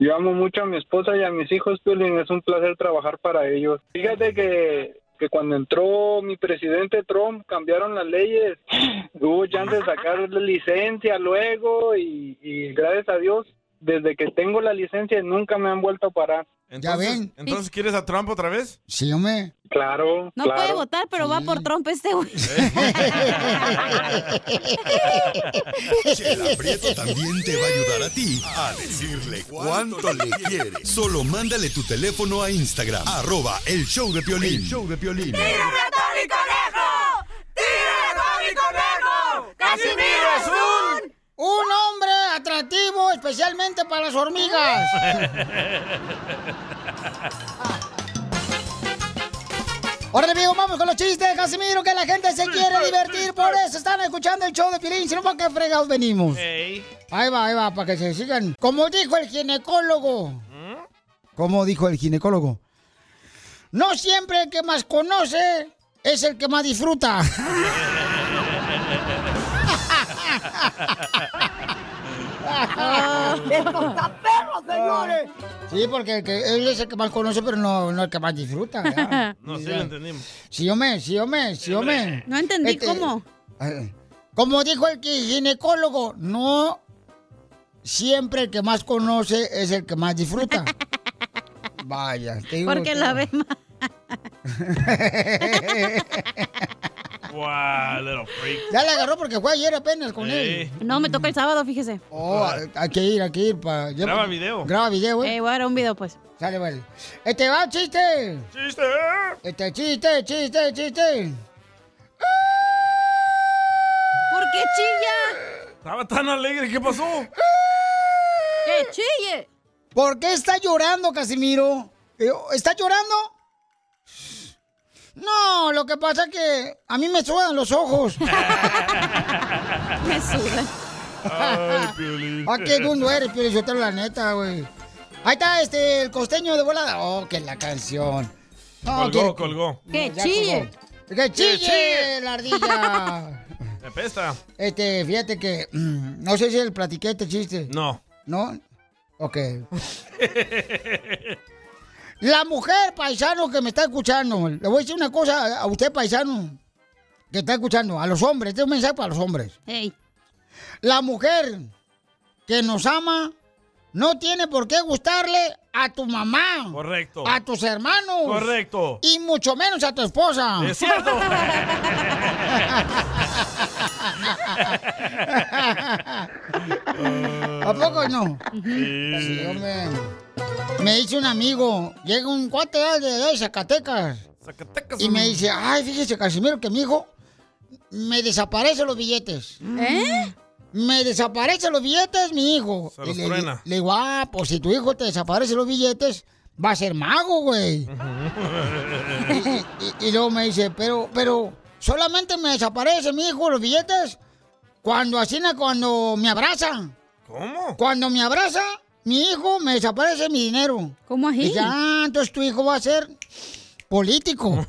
[SPEAKER 14] Yo amo mucho a mi esposa y a mis hijos, Piolín. Es un placer trabajar para ellos. Fíjate que, que cuando entró mi presidente Trump, cambiaron las leyes. Hubo chance de sacar la licencia luego y, y gracias a Dios, desde que tengo la licencia nunca me han vuelto a parar.
[SPEAKER 3] Entonces,
[SPEAKER 1] ven.
[SPEAKER 3] ¿Entonces quieres a Trump otra vez?
[SPEAKER 1] Sí, hombre.
[SPEAKER 14] Claro,
[SPEAKER 2] No
[SPEAKER 14] claro.
[SPEAKER 2] puede votar, pero va por Trump este güey.
[SPEAKER 7] Chela Prieto también te va a ayudar a ti a decirle cuánto le quiere. Solo mándale tu teléfono a Instagram, arroba el show de Piolín. show de Piolín.
[SPEAKER 9] ¡Casimiro es un-
[SPEAKER 1] Un hombre atractivo especialmente para las hormigas. Ahora, amigo, vamos con los chistes, Casimiro, que la gente se quiere divertir. Por eso están escuchando el show de Piolín. Si no, ¿para qué fregados venimos? Ahí va, ahí va, para que se sigan. Como dijo el ginecólogo. Como dijo el ginecólogo. No siempre el que más conoce es el que más disfruta.
[SPEAKER 9] ¡Esto está perro, señores!
[SPEAKER 1] Sí, porque el que- él es el que más conoce, pero no, no el que más disfruta. ¿verdad?
[SPEAKER 3] No, sí, lo entendimos.
[SPEAKER 1] Sí, hombre, sí, hombre, sí, hombre. Este,
[SPEAKER 2] No entendí cómo.
[SPEAKER 1] eh, Como dijo el que- ginecólogo, no siempre el que más conoce es el que más disfruta. Vaya, te digo.
[SPEAKER 2] Porque
[SPEAKER 1] te-
[SPEAKER 2] la ve más.
[SPEAKER 3] Wow, little freak.
[SPEAKER 1] Ya la agarró porque fue ayer apenas con él.
[SPEAKER 2] No, me toca el sábado, fíjese.
[SPEAKER 1] Oh, hay- hay que ir, hay que ir para.
[SPEAKER 3] Graba video.
[SPEAKER 1] Graba video, eh.
[SPEAKER 2] Eh, voy a dar un video, pues.
[SPEAKER 1] Sale, vale. Este va, chiste.
[SPEAKER 3] Chiste.
[SPEAKER 1] Este chiste, chiste, chiste.
[SPEAKER 2] ¿Por qué chilla?
[SPEAKER 3] Estaba tan alegre, ¿qué pasó?
[SPEAKER 2] ¡Que chille!
[SPEAKER 1] ¿Por qué está llorando, Casimiro? Eh, ¿Está llorando? No, lo que pasa es que a mí me sudan los ojos.
[SPEAKER 2] Me sudan.
[SPEAKER 1] Ah, ¿A qué dundo eres, Pio Lizotero, la neta, güey? Ahí está este, el costeño de volada. Oh, que la canción.
[SPEAKER 3] colgó,
[SPEAKER 1] quiere-
[SPEAKER 3] colgó.
[SPEAKER 1] No, ya colgó. Que chille
[SPEAKER 3] chille!
[SPEAKER 1] la ardilla.
[SPEAKER 3] Me apesta.
[SPEAKER 1] Este, fíjate que. mm, no sé si el platiqué este chiste.
[SPEAKER 3] No.
[SPEAKER 1] ¿No? Ok. La mujer, paisano, que me está escuchando. Le voy a decir una cosa a usted, paisano, que está escuchando. A los hombres. Este es un mensaje para los hombres. La mujer que nos ama no tiene por qué gustarle a tu mamá.
[SPEAKER 3] Correcto.
[SPEAKER 1] A tus hermanos.
[SPEAKER 3] Correcto.
[SPEAKER 1] Y mucho menos a tu esposa.
[SPEAKER 3] ¡Es cierto!
[SPEAKER 2] Ah,
[SPEAKER 1] ¿A poco no? Sí, hombre. Me dice un amigo, llega un cuate de, de Zacatecas. Y me dice, ay, fíjese, Casimiro, que mi hijo me desaparecen los billetes.
[SPEAKER 9] ¿Eh?
[SPEAKER 1] Me desaparecen los billetes, mi hijo.
[SPEAKER 9] Se los
[SPEAKER 1] Y le,
[SPEAKER 9] truena.
[SPEAKER 1] le digo, ah, pues si tu hijo te desaparece los billetes, va a ser mago, güey. Y, y luego me dice, pero, pero, solamente me desaparece mi hijo los billetes cuando así, cuando me abraza. ¿Cómo? Cuando me abraza, mi hijo me desaparece mi dinero. ¿Cómo así? Y ya, ah, entonces tu hijo va a ser político.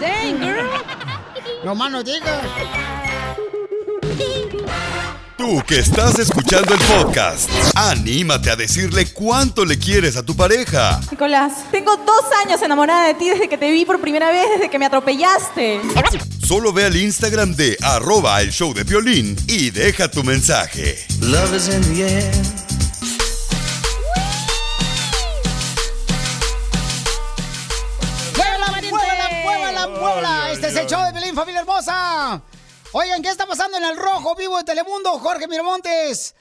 [SPEAKER 9] Dang, girl.
[SPEAKER 1] No más no digas.
[SPEAKER 7] Tú que estás escuchando el podcast, anímate a decirle cuánto le quieres a tu pareja.
[SPEAKER 15] Nicolás, tengo dos años enamorada de ti desde que te vi por primera vez, desde que me atropellaste.
[SPEAKER 7] Solo ve al Instagram de arroba el show de violín y deja tu mensaje.
[SPEAKER 1] ¡Muévela, muévela, muévela, muévela! Este es el show de Belín, familia hermosa. Oigan, ¿qué está pasando en el Rojo Vivo de Telemundo, Jorge Miramontes?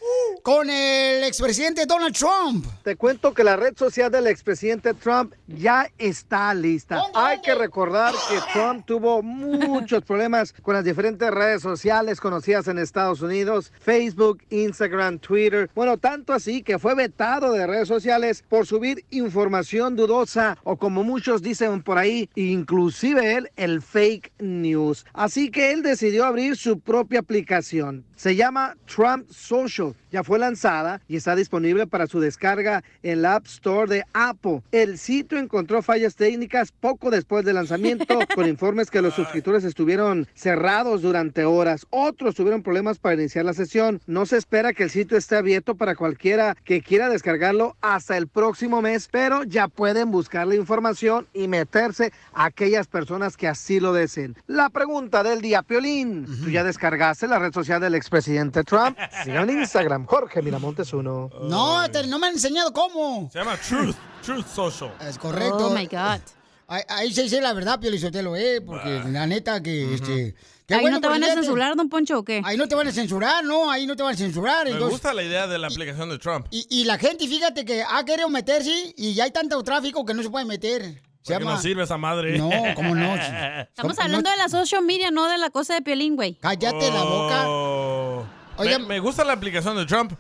[SPEAKER 1] Con el expresidente Donald Trump.
[SPEAKER 4] Te cuento que la red social del expresidente Trump ya está lista. Hay que recordar que Trump tuvo muchos problemas con las diferentes redes sociales conocidas en Estados Unidos, Facebook, Instagram, Twitter. Bueno, tanto así que fue vetado de redes sociales por subir información dudosa o como muchos dicen por ahí, inclusive él, el fake news. Así que él decidió abrir su propia aplicación. Se llama Trump Social. Ya fue lanzada y está disponible para su descarga en la App Store de Apple. El sitio encontró fallas técnicas poco después del lanzamiento, con informes que los suscriptores estuvieron cerrados durante horas. Otros tuvieron problemas para iniciar la sesión. No se espera que el sitio esté abierto para cualquiera que quiera descargarlo hasta el próximo mes, pero ya pueden buscar la información y meterse a aquellas personas que así lo deseen. La pregunta del día, Piolín. ¿Tú ya descargaste la red social del expresidente Trump? Síganme en Instagram, Jorge Miramontes 1.
[SPEAKER 1] No, este, no me han enseñado cómo.
[SPEAKER 3] Se llama Truth, Truth Social.
[SPEAKER 1] Es correcto.
[SPEAKER 3] Oh, my
[SPEAKER 1] God. Ahí, ahí se dice la verdad, Pio Lizotelo, ¿eh? Porque la neta que, este... qué
[SPEAKER 2] Ahí
[SPEAKER 1] bueno
[SPEAKER 2] no te van a
[SPEAKER 1] presidente.
[SPEAKER 2] censurar, don Poncho, ¿o qué?
[SPEAKER 1] Ahí no te van a censurar, no, ahí no te van a censurar.
[SPEAKER 3] Me
[SPEAKER 1] entonces-
[SPEAKER 3] gusta la idea de la aplicación de Trump.
[SPEAKER 1] Y, y la gente, fíjate que ha querido meterse y ya hay tanto tráfico que no se puede meter. Se
[SPEAKER 3] Porque no sirve esa madre.
[SPEAKER 1] No, cómo no.
[SPEAKER 2] Estamos hablando de la social media, no de la cosa de Piolín, güey.
[SPEAKER 1] Cállate
[SPEAKER 3] Oh.
[SPEAKER 1] la
[SPEAKER 3] boca. me, me gusta la aplicación de Trump.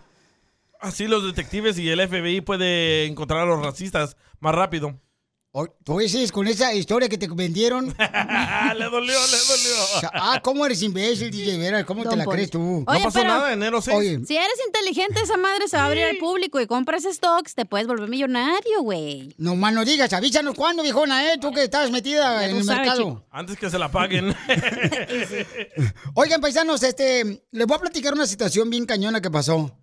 [SPEAKER 3] Así los detectives y el FBI puede encontrar a los racistas más rápido.
[SPEAKER 1] Tú dices con esa historia que te vendieron.
[SPEAKER 3] Ah, le dolió, le dolió.
[SPEAKER 1] ah, cómo eres imbécil, DJ Vera, cómo te
[SPEAKER 2] Don
[SPEAKER 1] la
[SPEAKER 2] Poncho.
[SPEAKER 1] crees tú.
[SPEAKER 2] Oye, pero-
[SPEAKER 1] Oye,
[SPEAKER 2] Si eres inteligente, esa madre se va a abrir al público y compras stocks, te puedes volver millonario, güey.
[SPEAKER 1] no más no digas, avísanos cuándo, viejona, eh, tú que estás metida en el mercado.
[SPEAKER 3] Antes que se la paguen.
[SPEAKER 1] Oigan, paisanos, este, les voy a platicar una situación bien cañona que pasó.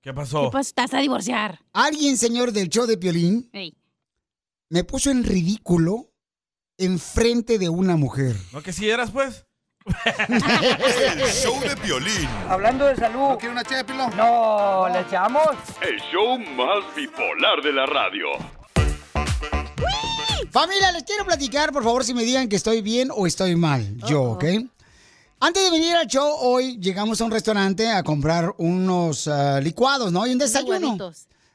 [SPEAKER 3] ¿Qué pasó?
[SPEAKER 2] pues,
[SPEAKER 1] estás a divorciar. Alguien, señor del show de Piolín,
[SPEAKER 2] Ey.
[SPEAKER 1] me puso en ridículo enfrente de una mujer.
[SPEAKER 3] ¿No que si eras, pues?
[SPEAKER 7] El show de violín.
[SPEAKER 6] Hablando de salud. ¿No quiere una ché No, ¿le echamos?
[SPEAKER 8] El show más bipolar de la radio.
[SPEAKER 1] Familia, les quiero platicar, por favor, si me digan que estoy bien o estoy mal. Yo, ¿ok? Antes de venir al show, hoy llegamos a un restaurante a comprar unos ah, licuados, ¿no? Y un desayuno.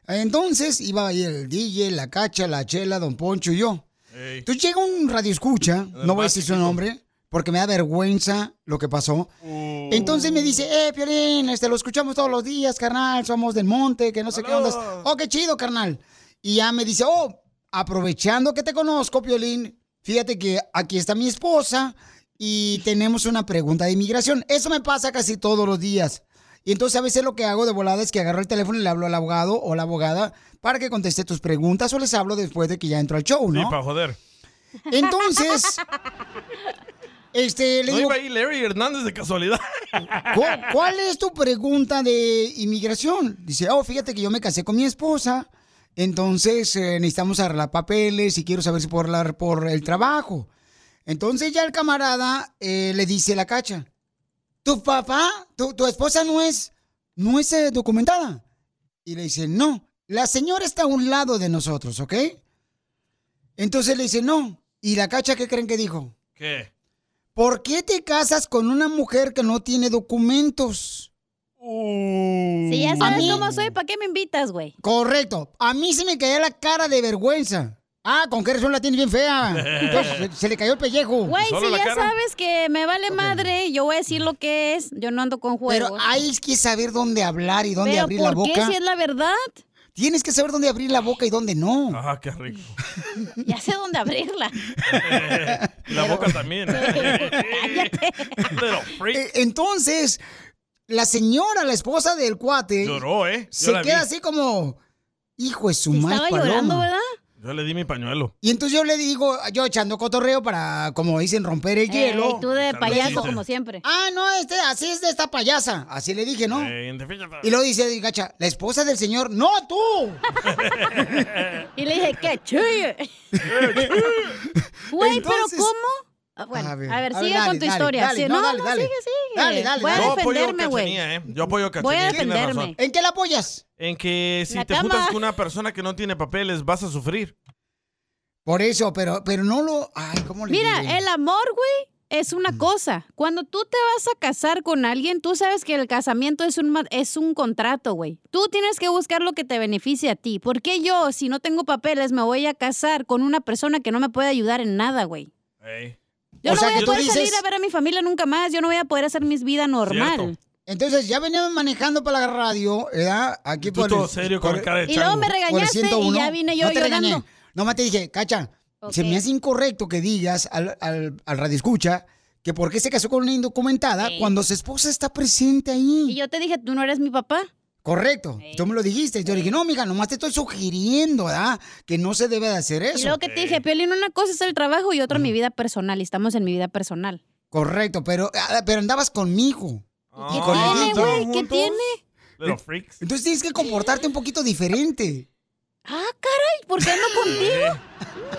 [SPEAKER 1] Entonces iba a ir el DJ, la cacha, la chela, don Poncho y yo. Entonces llega un radio escucha, no voy a decir su nombre, porque me da vergüenza lo que pasó. Entonces me dice, eh, Piolín, este, lo escuchamos todos los días, carnal, somos del monte, que no sé qué ondas. Oh, qué chido, carnal. Y ya me dice, oh, aprovechando que te conozco, Piolín, fíjate que aquí está mi esposa y tenemos una pregunta de inmigración. Eso me pasa casi todos los días. Y entonces a veces lo que hago de volada es que agarro el teléfono y le hablo al abogado o la abogada para que conteste tus preguntas o les hablo después de que ya entro al show, ¿no?
[SPEAKER 3] Sí, para joder.
[SPEAKER 1] Entonces, este, le
[SPEAKER 3] No
[SPEAKER 1] digo,
[SPEAKER 3] iba ahí Larry Hernández de casualidad.
[SPEAKER 1] ¿cu- ¿cuál es tu pregunta de inmigración? Dice, oh, fíjate que yo me casé con mi esposa, entonces eh, necesitamos arreglar papeles y quiero saber si puedo hablar por el trabajo. Entonces ya el camarada eh, le dice la cacha, tu papá, tu, tu esposa no es, no es eh, documentada. Y le dice, no, la señora está a un lado de nosotros, ¿ok? Entonces le dice, no. ¿Y la cacha qué creen que dijo?
[SPEAKER 3] ¿Qué?
[SPEAKER 1] ¿Por qué te casas con una mujer que no tiene documentos?
[SPEAKER 2] Si ya
[SPEAKER 1] A
[SPEAKER 2] sabes
[SPEAKER 1] mí-
[SPEAKER 2] cómo soy, ¿para qué me invitas, güey?
[SPEAKER 1] Correcto. A mí se me caía la cara de vergüenza. Ah, con qué razón la tienes bien fea. Entonces, se, se le cayó el pellejo.
[SPEAKER 3] Pues
[SPEAKER 2] Güey, si ya sabes que me vale madre, yo voy a decir lo que es, yo no ando con juegos.
[SPEAKER 1] Pero hay que saber dónde hablar y dónde
[SPEAKER 2] ¿Pero
[SPEAKER 1] abrir la
[SPEAKER 2] por qué?
[SPEAKER 1] boca.
[SPEAKER 2] Si es la verdad.
[SPEAKER 1] Tienes que saber dónde abrir la boca y dónde no.
[SPEAKER 3] Ah, qué rico.
[SPEAKER 2] Ya sé dónde abrirla.
[SPEAKER 3] Y la boca también.
[SPEAKER 1] Eh, Entonces, la señora, la esposa del cuate.
[SPEAKER 3] Lloró, ¿eh? Yo
[SPEAKER 1] se
[SPEAKER 3] la vi.
[SPEAKER 1] queda así como. Hijo de su madre.
[SPEAKER 2] Estaba llorando,
[SPEAKER 1] paloma".
[SPEAKER 2] ¿verdad?
[SPEAKER 3] Yo le di mi pañuelo.
[SPEAKER 1] Y entonces yo le digo, yo echando cotorreo para, como dicen, romper el
[SPEAKER 2] Ey,
[SPEAKER 1] hielo.
[SPEAKER 2] tú de payaso,
[SPEAKER 1] dice.
[SPEAKER 2] como siempre.
[SPEAKER 1] Ah, no, este, así es de esta payasa. Así le dije, ¿no? Y luego dice, gacha, la esposa del señor, no, tú.
[SPEAKER 2] y le dije, qué chulo. Güey, pero ¿cómo? Ah, Bueno, a ver,
[SPEAKER 1] a ver,
[SPEAKER 2] sigue
[SPEAKER 1] dale,
[SPEAKER 2] con tu
[SPEAKER 1] dale,
[SPEAKER 2] historia.
[SPEAKER 1] dale,
[SPEAKER 2] Sí,
[SPEAKER 1] no,
[SPEAKER 2] no,
[SPEAKER 1] dale,
[SPEAKER 2] no,
[SPEAKER 1] dale.
[SPEAKER 2] sigue, sigue.
[SPEAKER 1] Dale, dale,
[SPEAKER 2] Voy a
[SPEAKER 3] pues,
[SPEAKER 1] dale.
[SPEAKER 3] Yo apoyo
[SPEAKER 2] defenderme, güey.
[SPEAKER 3] Cachanía, ¿eh? Yo apoyo
[SPEAKER 2] Voy a
[SPEAKER 3] Cachanía, tiene
[SPEAKER 2] defenderme.
[SPEAKER 3] razón.
[SPEAKER 1] ¿En qué la apoyas?
[SPEAKER 3] En que si
[SPEAKER 2] La
[SPEAKER 3] te
[SPEAKER 2] cama.
[SPEAKER 3] juntas con una persona que no tiene papeles, vas a sufrir.
[SPEAKER 1] Por eso, pero, pero no lo. Ay, ¿cómo le digo?
[SPEAKER 2] Mira, el amor, güey, es una cosa. Cuando tú te vas a casar con alguien, tú sabes que el casamiento es un, ma- es un contrato, güey. Tú tienes que buscar lo que te beneficie a ti. ¿Por qué yo, si no tengo papeles, me voy a casar con una persona que no me puede ayudar en nada, güey? Yo
[SPEAKER 1] O
[SPEAKER 2] no
[SPEAKER 1] sea,
[SPEAKER 2] voy
[SPEAKER 1] que
[SPEAKER 2] a
[SPEAKER 1] tú
[SPEAKER 2] poder salir
[SPEAKER 1] dices-
[SPEAKER 2] a ver a mi familia nunca más. Yo no voy a poder hacer mis vida normal.
[SPEAKER 1] Entonces ya veníamos manejando para la radio, ¿verdad? Aquí
[SPEAKER 3] Tú todo serio con cara de Y luego chango. me
[SPEAKER 1] por el
[SPEAKER 2] regañaste y
[SPEAKER 1] 101.
[SPEAKER 2] ya vine yo
[SPEAKER 1] no te
[SPEAKER 2] llorando.
[SPEAKER 1] regañé. Nomás te dije, cacha, se me hace incorrecto que digas al, al, al radio escucha que por qué se casó con una indocumentada cuando su esposa está presente ahí.
[SPEAKER 2] Y yo te dije, tú no eres mi papá.
[SPEAKER 1] Correcto, tú me lo dijiste. Yo le dije, no, mija, nomás te estoy sugiriendo, ¿verdad? Que no se debe de hacer eso.
[SPEAKER 2] Y luego que te dije, Piolín, una cosa es el trabajo y otra mi vida personal. Y estamos en mi vida personal.
[SPEAKER 1] Correcto, pero, ah, pero andabas conmigo.
[SPEAKER 2] ¿Qué tiene, güey? Ah, ¿Qué tiene?
[SPEAKER 3] Little freaks.
[SPEAKER 1] Entonces tienes que comportarte un poquito diferente.
[SPEAKER 2] Ah, caray, ¿por qué no contigo?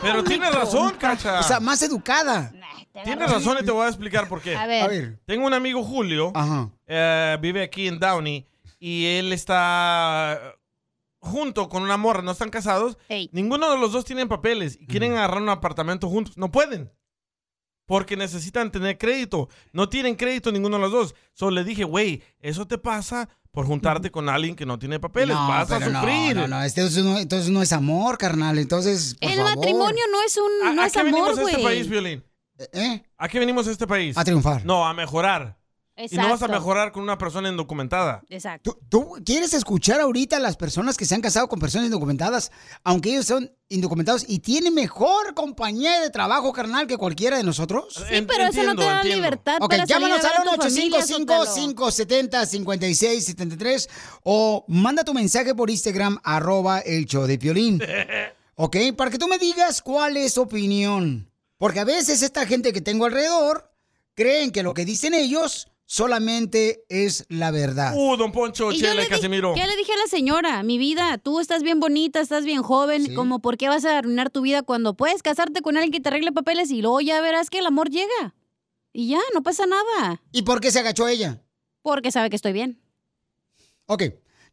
[SPEAKER 3] Pero tiene razón, Cacha.
[SPEAKER 1] O sea, más educada.
[SPEAKER 3] Tienes razón y te voy a explicar por qué.
[SPEAKER 1] A ver. A ver.
[SPEAKER 3] Tengo un amigo Julio, eh, vive aquí en Downey, y él está junto con una morra, no están casados. Ninguno de los dos tienen papeles y quieren agarrar un apartamento juntos. No pueden. Porque necesitan tener crédito. No tienen crédito ninguno de los dos. Solo le dije, güey, eso te pasa por juntarte con alguien que no tiene papeles.
[SPEAKER 1] No,
[SPEAKER 3] Vas a
[SPEAKER 1] pero no,
[SPEAKER 3] sufrir.
[SPEAKER 1] No, no, este es uno- entonces no es amor, carnal. Entonces, por
[SPEAKER 2] El
[SPEAKER 1] favor.
[SPEAKER 2] matrimonio no es un no
[SPEAKER 3] Ah, ¿A
[SPEAKER 2] es
[SPEAKER 3] qué venimos
[SPEAKER 2] amor,
[SPEAKER 3] a
[SPEAKER 2] güey.
[SPEAKER 3] este país, Violín? ¿A qué venimos a este país?
[SPEAKER 1] eh, A triunfar.
[SPEAKER 3] No, a mejorar. Y no vas a
[SPEAKER 2] Exacto.
[SPEAKER 3] mejorar con una persona indocumentada.
[SPEAKER 2] Exacto.
[SPEAKER 1] ¿Tú quieres escuchar ahorita a las personas que se han casado con personas indocumentadas, aunque ellos son indocumentados y tienen mejor compañía de trabajo, carnal, que cualquiera de nosotros?
[SPEAKER 2] Sí, pero eso no te da libertad
[SPEAKER 1] Ok,
[SPEAKER 2] para salir a
[SPEAKER 1] llámanos
[SPEAKER 2] ver a
[SPEAKER 1] al
[SPEAKER 2] tu familia,
[SPEAKER 1] 1-855-570-5673 o manda tu mensaje por Instagram, arroba el show de Piolín. Ok, para que tú me digas cuál es su opinión. Porque a veces esta gente que tengo alrededor creen que lo que dicen ellos solamente es la verdad.
[SPEAKER 3] Uh, don Poncho,
[SPEAKER 2] Y yo
[SPEAKER 3] Chela
[SPEAKER 2] le
[SPEAKER 3] y
[SPEAKER 2] di-
[SPEAKER 3] Casimiro.
[SPEAKER 2] Ya le dije a la señora, mi vida, tú estás bien bonita, estás bien joven, como por qué vas a arruinar tu vida cuando puedes casarte con alguien que te arregle papeles y luego ya verás que el amor llega. Y ya, no pasa nada.
[SPEAKER 1] ¿Y por qué se agachó ella?
[SPEAKER 2] Porque sabe que estoy bien.
[SPEAKER 1] Ok.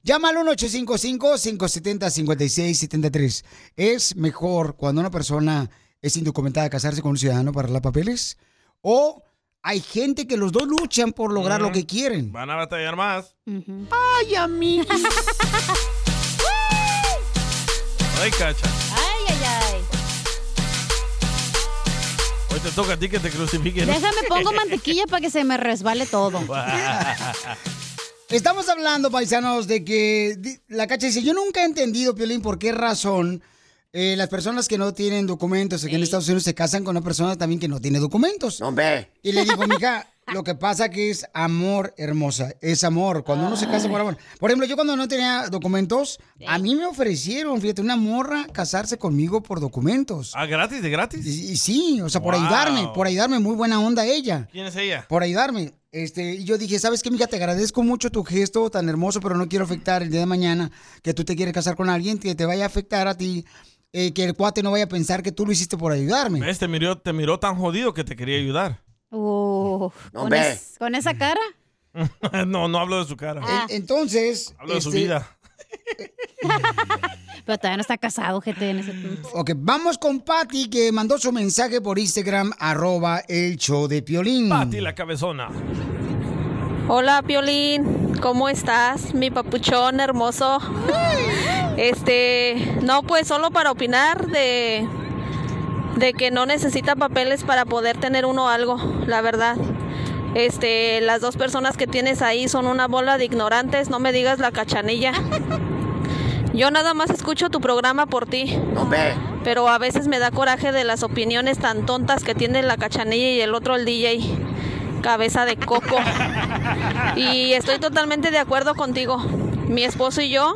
[SPEAKER 1] Llama al 1-855-570-5673. ¿Es mejor cuando una persona es indocumentada casarse con un ciudadano para arreglar papeles? ¿O hay gente que los dos luchan por lograr
[SPEAKER 2] Mm.
[SPEAKER 1] lo que quieren?
[SPEAKER 3] Van a batallar más.
[SPEAKER 1] ¡Ay, a mí!
[SPEAKER 3] Ay, cacha.
[SPEAKER 2] Ay, ay, ay.
[SPEAKER 3] Hoy te toca a ti que te crucifiquen.
[SPEAKER 2] Déjame pongo mantequilla para que se me resbale todo.
[SPEAKER 1] Estamos hablando, paisanos, de que di- la cacha dice, yo nunca he entendido, Piolín, por qué razón eh, las personas que no tienen documentos aquí en Estados Unidos se casan con una persona también que no tiene documentos.
[SPEAKER 6] Hombre.
[SPEAKER 1] Y le digo, mija, Lo que pasa que es amor, hermosa. Es amor. Cuando uno se casa por amor. Por ejemplo, yo cuando no tenía documentos, a mí me ofrecieron, fíjate, una morra casarse conmigo por documentos.
[SPEAKER 3] Ah, gratis, de gratis.
[SPEAKER 1] Y, y sí, o sea, por
[SPEAKER 3] Wow.
[SPEAKER 1] ayudarme, por ayudarme, muy buena onda ella.
[SPEAKER 3] ¿Quién es ella?
[SPEAKER 1] Por ayudarme. Este, y yo dije, ¿sabes qué, mija? Te agradezco mucho tu gesto tan hermoso, pero no quiero afectar el día de mañana que tú te quieres casar con alguien que te vaya a afectar a ti, eh, que el cuate no vaya a pensar que tú lo hiciste por ayudarme.
[SPEAKER 3] ¿Ves? Te miró, te miró tan jodido que te quería ayudar.
[SPEAKER 2] Oh,
[SPEAKER 3] No,
[SPEAKER 2] con,
[SPEAKER 3] ve.
[SPEAKER 2] es- con esa cara.
[SPEAKER 3] no, no hablo de su cara.
[SPEAKER 1] En- Entonces.
[SPEAKER 3] Hablo de su
[SPEAKER 1] Ah, este,
[SPEAKER 3] vida.
[SPEAKER 2] Pero todavía no está casado, gente. En ese...
[SPEAKER 1] Ok, vamos con Patty que mandó su mensaje por Instagram, arroba el show de Piolín.
[SPEAKER 3] Y la cabezona.
[SPEAKER 16] Hola Piolín, ¿cómo estás? Mi papuchón hermoso. Este, no, pues solo para opinar de, de que no necesita papeles para poder tener uno algo, la verdad. Este, las dos personas que tienes ahí son una bola de ignorantes, no me digas la cachanilla. Yo nada más escucho tu programa por ti. Pero a veces me da coraje de las opiniones tan tontas que tiene la cachanilla y el otro el DJ. Cabeza de coco. Y estoy totalmente de acuerdo contigo. Mi esposo y yo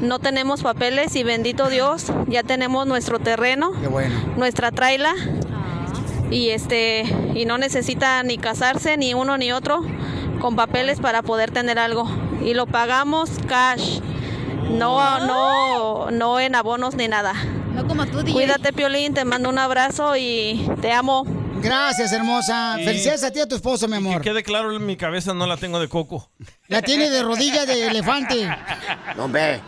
[SPEAKER 16] no tenemos papeles y bendito Dios, ya tenemos nuestro terreno,
[SPEAKER 1] Qué bueno.
[SPEAKER 16] nuestra traila. Y este y no necesita ni casarse ni uno ni otro con papeles para poder tener algo y lo pagamos cash. No no no en abonos ni nada.
[SPEAKER 2] No como tú
[SPEAKER 16] Cuídate Piolín, te mando un abrazo y te amo.
[SPEAKER 1] Gracias, hermosa.
[SPEAKER 3] Sí.
[SPEAKER 1] Ah, Felicidades a ti y a tu esposo, mi
[SPEAKER 3] Que
[SPEAKER 1] amor.
[SPEAKER 3] quede claro, en mi cabeza no la tengo de coco.
[SPEAKER 1] La tiene de rodilla de elefante.
[SPEAKER 3] No ve.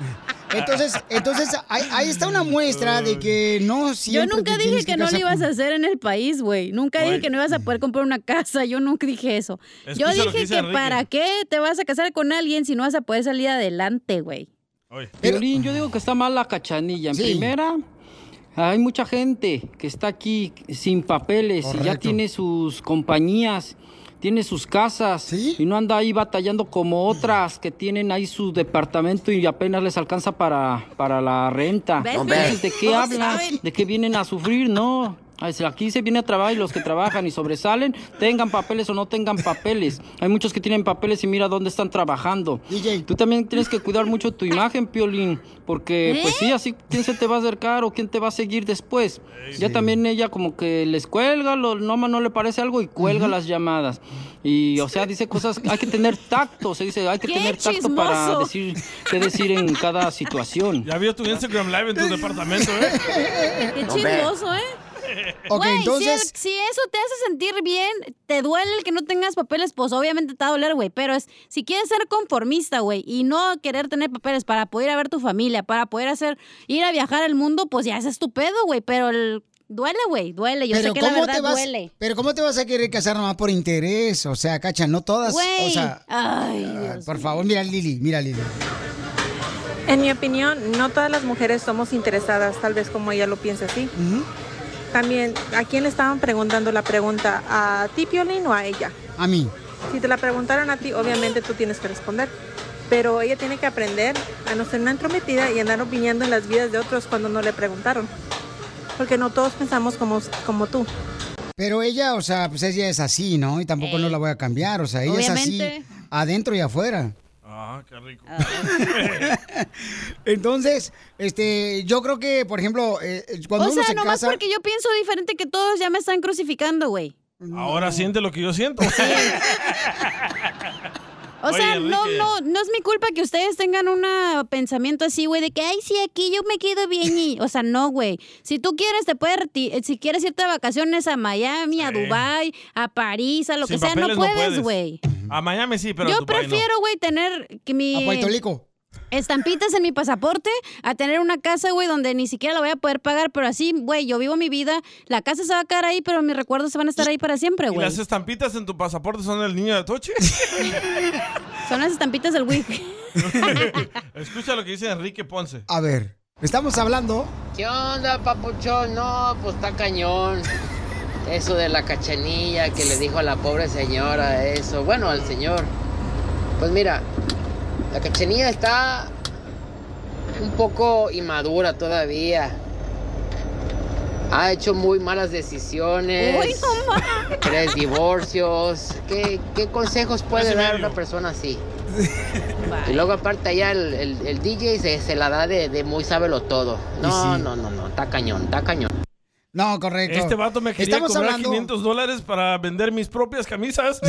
[SPEAKER 1] Entonces, entonces ahí, ahí está una muestra de que no
[SPEAKER 2] Yo
[SPEAKER 1] siempre
[SPEAKER 2] nunca
[SPEAKER 1] te
[SPEAKER 2] dije
[SPEAKER 1] tienes
[SPEAKER 2] que, no
[SPEAKER 1] casar
[SPEAKER 2] lo ibas
[SPEAKER 1] con-
[SPEAKER 2] a hacer en el país, güey. Nunca
[SPEAKER 1] Güey.
[SPEAKER 2] dije que no ibas a poder comprar una casa. Yo nunca dije eso.
[SPEAKER 1] Escucha lo
[SPEAKER 2] Yo
[SPEAKER 1] que
[SPEAKER 2] dije
[SPEAKER 1] dice
[SPEAKER 2] que
[SPEAKER 1] Enrique.
[SPEAKER 2] para qué te vas a casar con alguien si no vas a poder salir adelante, güey.
[SPEAKER 17] Piolín, Eh, yo digo que está mal la cachanilla. En
[SPEAKER 2] Sí.
[SPEAKER 17] primera, hay mucha gente que está aquí sin papeles y ya
[SPEAKER 18] Correcto.
[SPEAKER 17] tiene sus compañías, tiene sus casas y no anda ahí batallando como otras que tienen ahí su departamento y apenas les alcanza para, para la renta.
[SPEAKER 18] ¿Ves,
[SPEAKER 17] Entonces, ¿de
[SPEAKER 18] Piolín?
[SPEAKER 17] qué
[SPEAKER 18] No
[SPEAKER 17] hablan?
[SPEAKER 18] saben.
[SPEAKER 17] ¿De qué vienen a sufrir? No. Aquí se viene a trabajar y los que trabajan y sobresalen, tengan papeles o no tengan papeles. Hay muchos que tienen papeles y mira dónde están trabajando. Tú también tienes que cuidar mucho tu imagen, Piolín, porque
[SPEAKER 3] ¿Eh?
[SPEAKER 17] pues sí, así quién se te va a acercar o quién te va a seguir después. Ya también ella como que les cuelga, lo, no, ma- no le parece algo y cuelga las llamadas. Y o sea, dice cosas, hay que tener tacto, se dice, hay que
[SPEAKER 3] ¡Qué
[SPEAKER 17] tener tacto para
[SPEAKER 3] chismoso!
[SPEAKER 17] decir qué decir en cada situación.
[SPEAKER 3] Ya vio tu Instagram Live en tu departamento, ¿eh?
[SPEAKER 2] Qué
[SPEAKER 17] No, ve.
[SPEAKER 2] chismoso, ¿eh?
[SPEAKER 1] Ok,
[SPEAKER 2] Güey, si
[SPEAKER 1] entonces-
[SPEAKER 2] el- si, eso te hace sentir bien, te duele el que no tengas papeles, pues obviamente te va a doler, güey. Pero es, si quieres ser conformista, güey, y no querer tener papeles para poder ir a ver tu familia, para poder hacer, ir a viajar al mundo, pues ya ese es tu pedo, güey. Pero el- duele, güey, duele. Yo sé que la verdad
[SPEAKER 1] te vas,
[SPEAKER 2] duele.
[SPEAKER 1] pero ¿cómo te vas a querer casar nomás por interés? O sea, cacha, no todas.
[SPEAKER 16] Güey.
[SPEAKER 1] O sea,
[SPEAKER 2] Ay,
[SPEAKER 1] ah,
[SPEAKER 16] Dios
[SPEAKER 1] por favor, mira a Lili, mira a Lili.
[SPEAKER 16] En mi opinión, no todas las mujeres somos interesadas, tal vez como ella lo piensa así. También, ¿a quién le estaban preguntando la pregunta? ¿A ti, Piolín, o a ella?
[SPEAKER 1] A mí.
[SPEAKER 16] Si te la preguntaron a ti, obviamente tú tienes que responder. Pero ella tiene que aprender a no ser una entrometida y andar opinando en las vidas de otros cuando no le preguntaron. Porque no todos pensamos como, como tú.
[SPEAKER 1] Pero ella, o sea, pues ella es así, ¿no? Y tampoco no la voy a cambiar. O sea, ella es
[SPEAKER 16] Obviamente.
[SPEAKER 1] así adentro y afuera.
[SPEAKER 3] Ah, qué rico.
[SPEAKER 2] Ah.
[SPEAKER 1] Entonces, este, yo creo que, por ejemplo, eh, eh, cuando
[SPEAKER 2] o sea,
[SPEAKER 1] uno se
[SPEAKER 2] nomás
[SPEAKER 1] casa.
[SPEAKER 2] porque yo pienso diferente que todos ya me están crucificando, güey.
[SPEAKER 3] Ahora siente lo que yo siento.
[SPEAKER 2] O sea,
[SPEAKER 3] Oye,
[SPEAKER 2] no,
[SPEAKER 3] Enrique.
[SPEAKER 2] no, no es mi culpa que ustedes tengan un pensamiento así, güey, de que, ay, sí, aquí yo me quedo bien y... O sea, no, güey. Si tú quieres, te puedes... reti- eh, Si quieres irte de vacaciones a Miami, a
[SPEAKER 3] Sí.
[SPEAKER 2] Dubai, a París, a lo
[SPEAKER 3] Sin
[SPEAKER 2] que sea, no
[SPEAKER 3] papeles no
[SPEAKER 2] puedes,
[SPEAKER 3] puedes.
[SPEAKER 2] güey.
[SPEAKER 3] A Miami sí, pero a
[SPEAKER 2] Yo
[SPEAKER 3] Dubái no.
[SPEAKER 2] prefiero, güey, tener que mi...
[SPEAKER 1] A Puerto Rico.
[SPEAKER 2] Estampitas en mi pasaporte, a tener una casa, güey, donde ni siquiera la voy a poder pagar, pero así, güey, yo vivo mi vida, la casa se va a quedar ahí, pero mis recuerdos se van a estar ahí para siempre,
[SPEAKER 3] ¿Y
[SPEAKER 2] güey.
[SPEAKER 3] las estampitas en tu pasaporte son del niño de Toche?
[SPEAKER 2] Son las estampitas del wiki.
[SPEAKER 3] Escucha lo que dice Enrique Ponce.
[SPEAKER 1] A ver, estamos hablando.
[SPEAKER 19] ¿Qué onda, papuchón? No, pues está cañón. Eso de la cachanilla que le dijo a la pobre señora, eso. Bueno, al señor. Pues mira, la cachanilla está un poco inmadura todavía. Ha hecho muy malas decisiones.
[SPEAKER 9] Uy,
[SPEAKER 19] Tres divorcios. ¿Qué, qué consejos puede dar una persona así? Y luego aparte allá el, el- el DJ se, se la da de, de muy sábelo todo. No, no, no, no, está cañón, está cañón.
[SPEAKER 1] No, correcto.
[SPEAKER 3] Este vato me quería
[SPEAKER 1] Estamos
[SPEAKER 3] cobrar
[SPEAKER 1] hablando-
[SPEAKER 3] 500 dólares para vender mis propias camisas.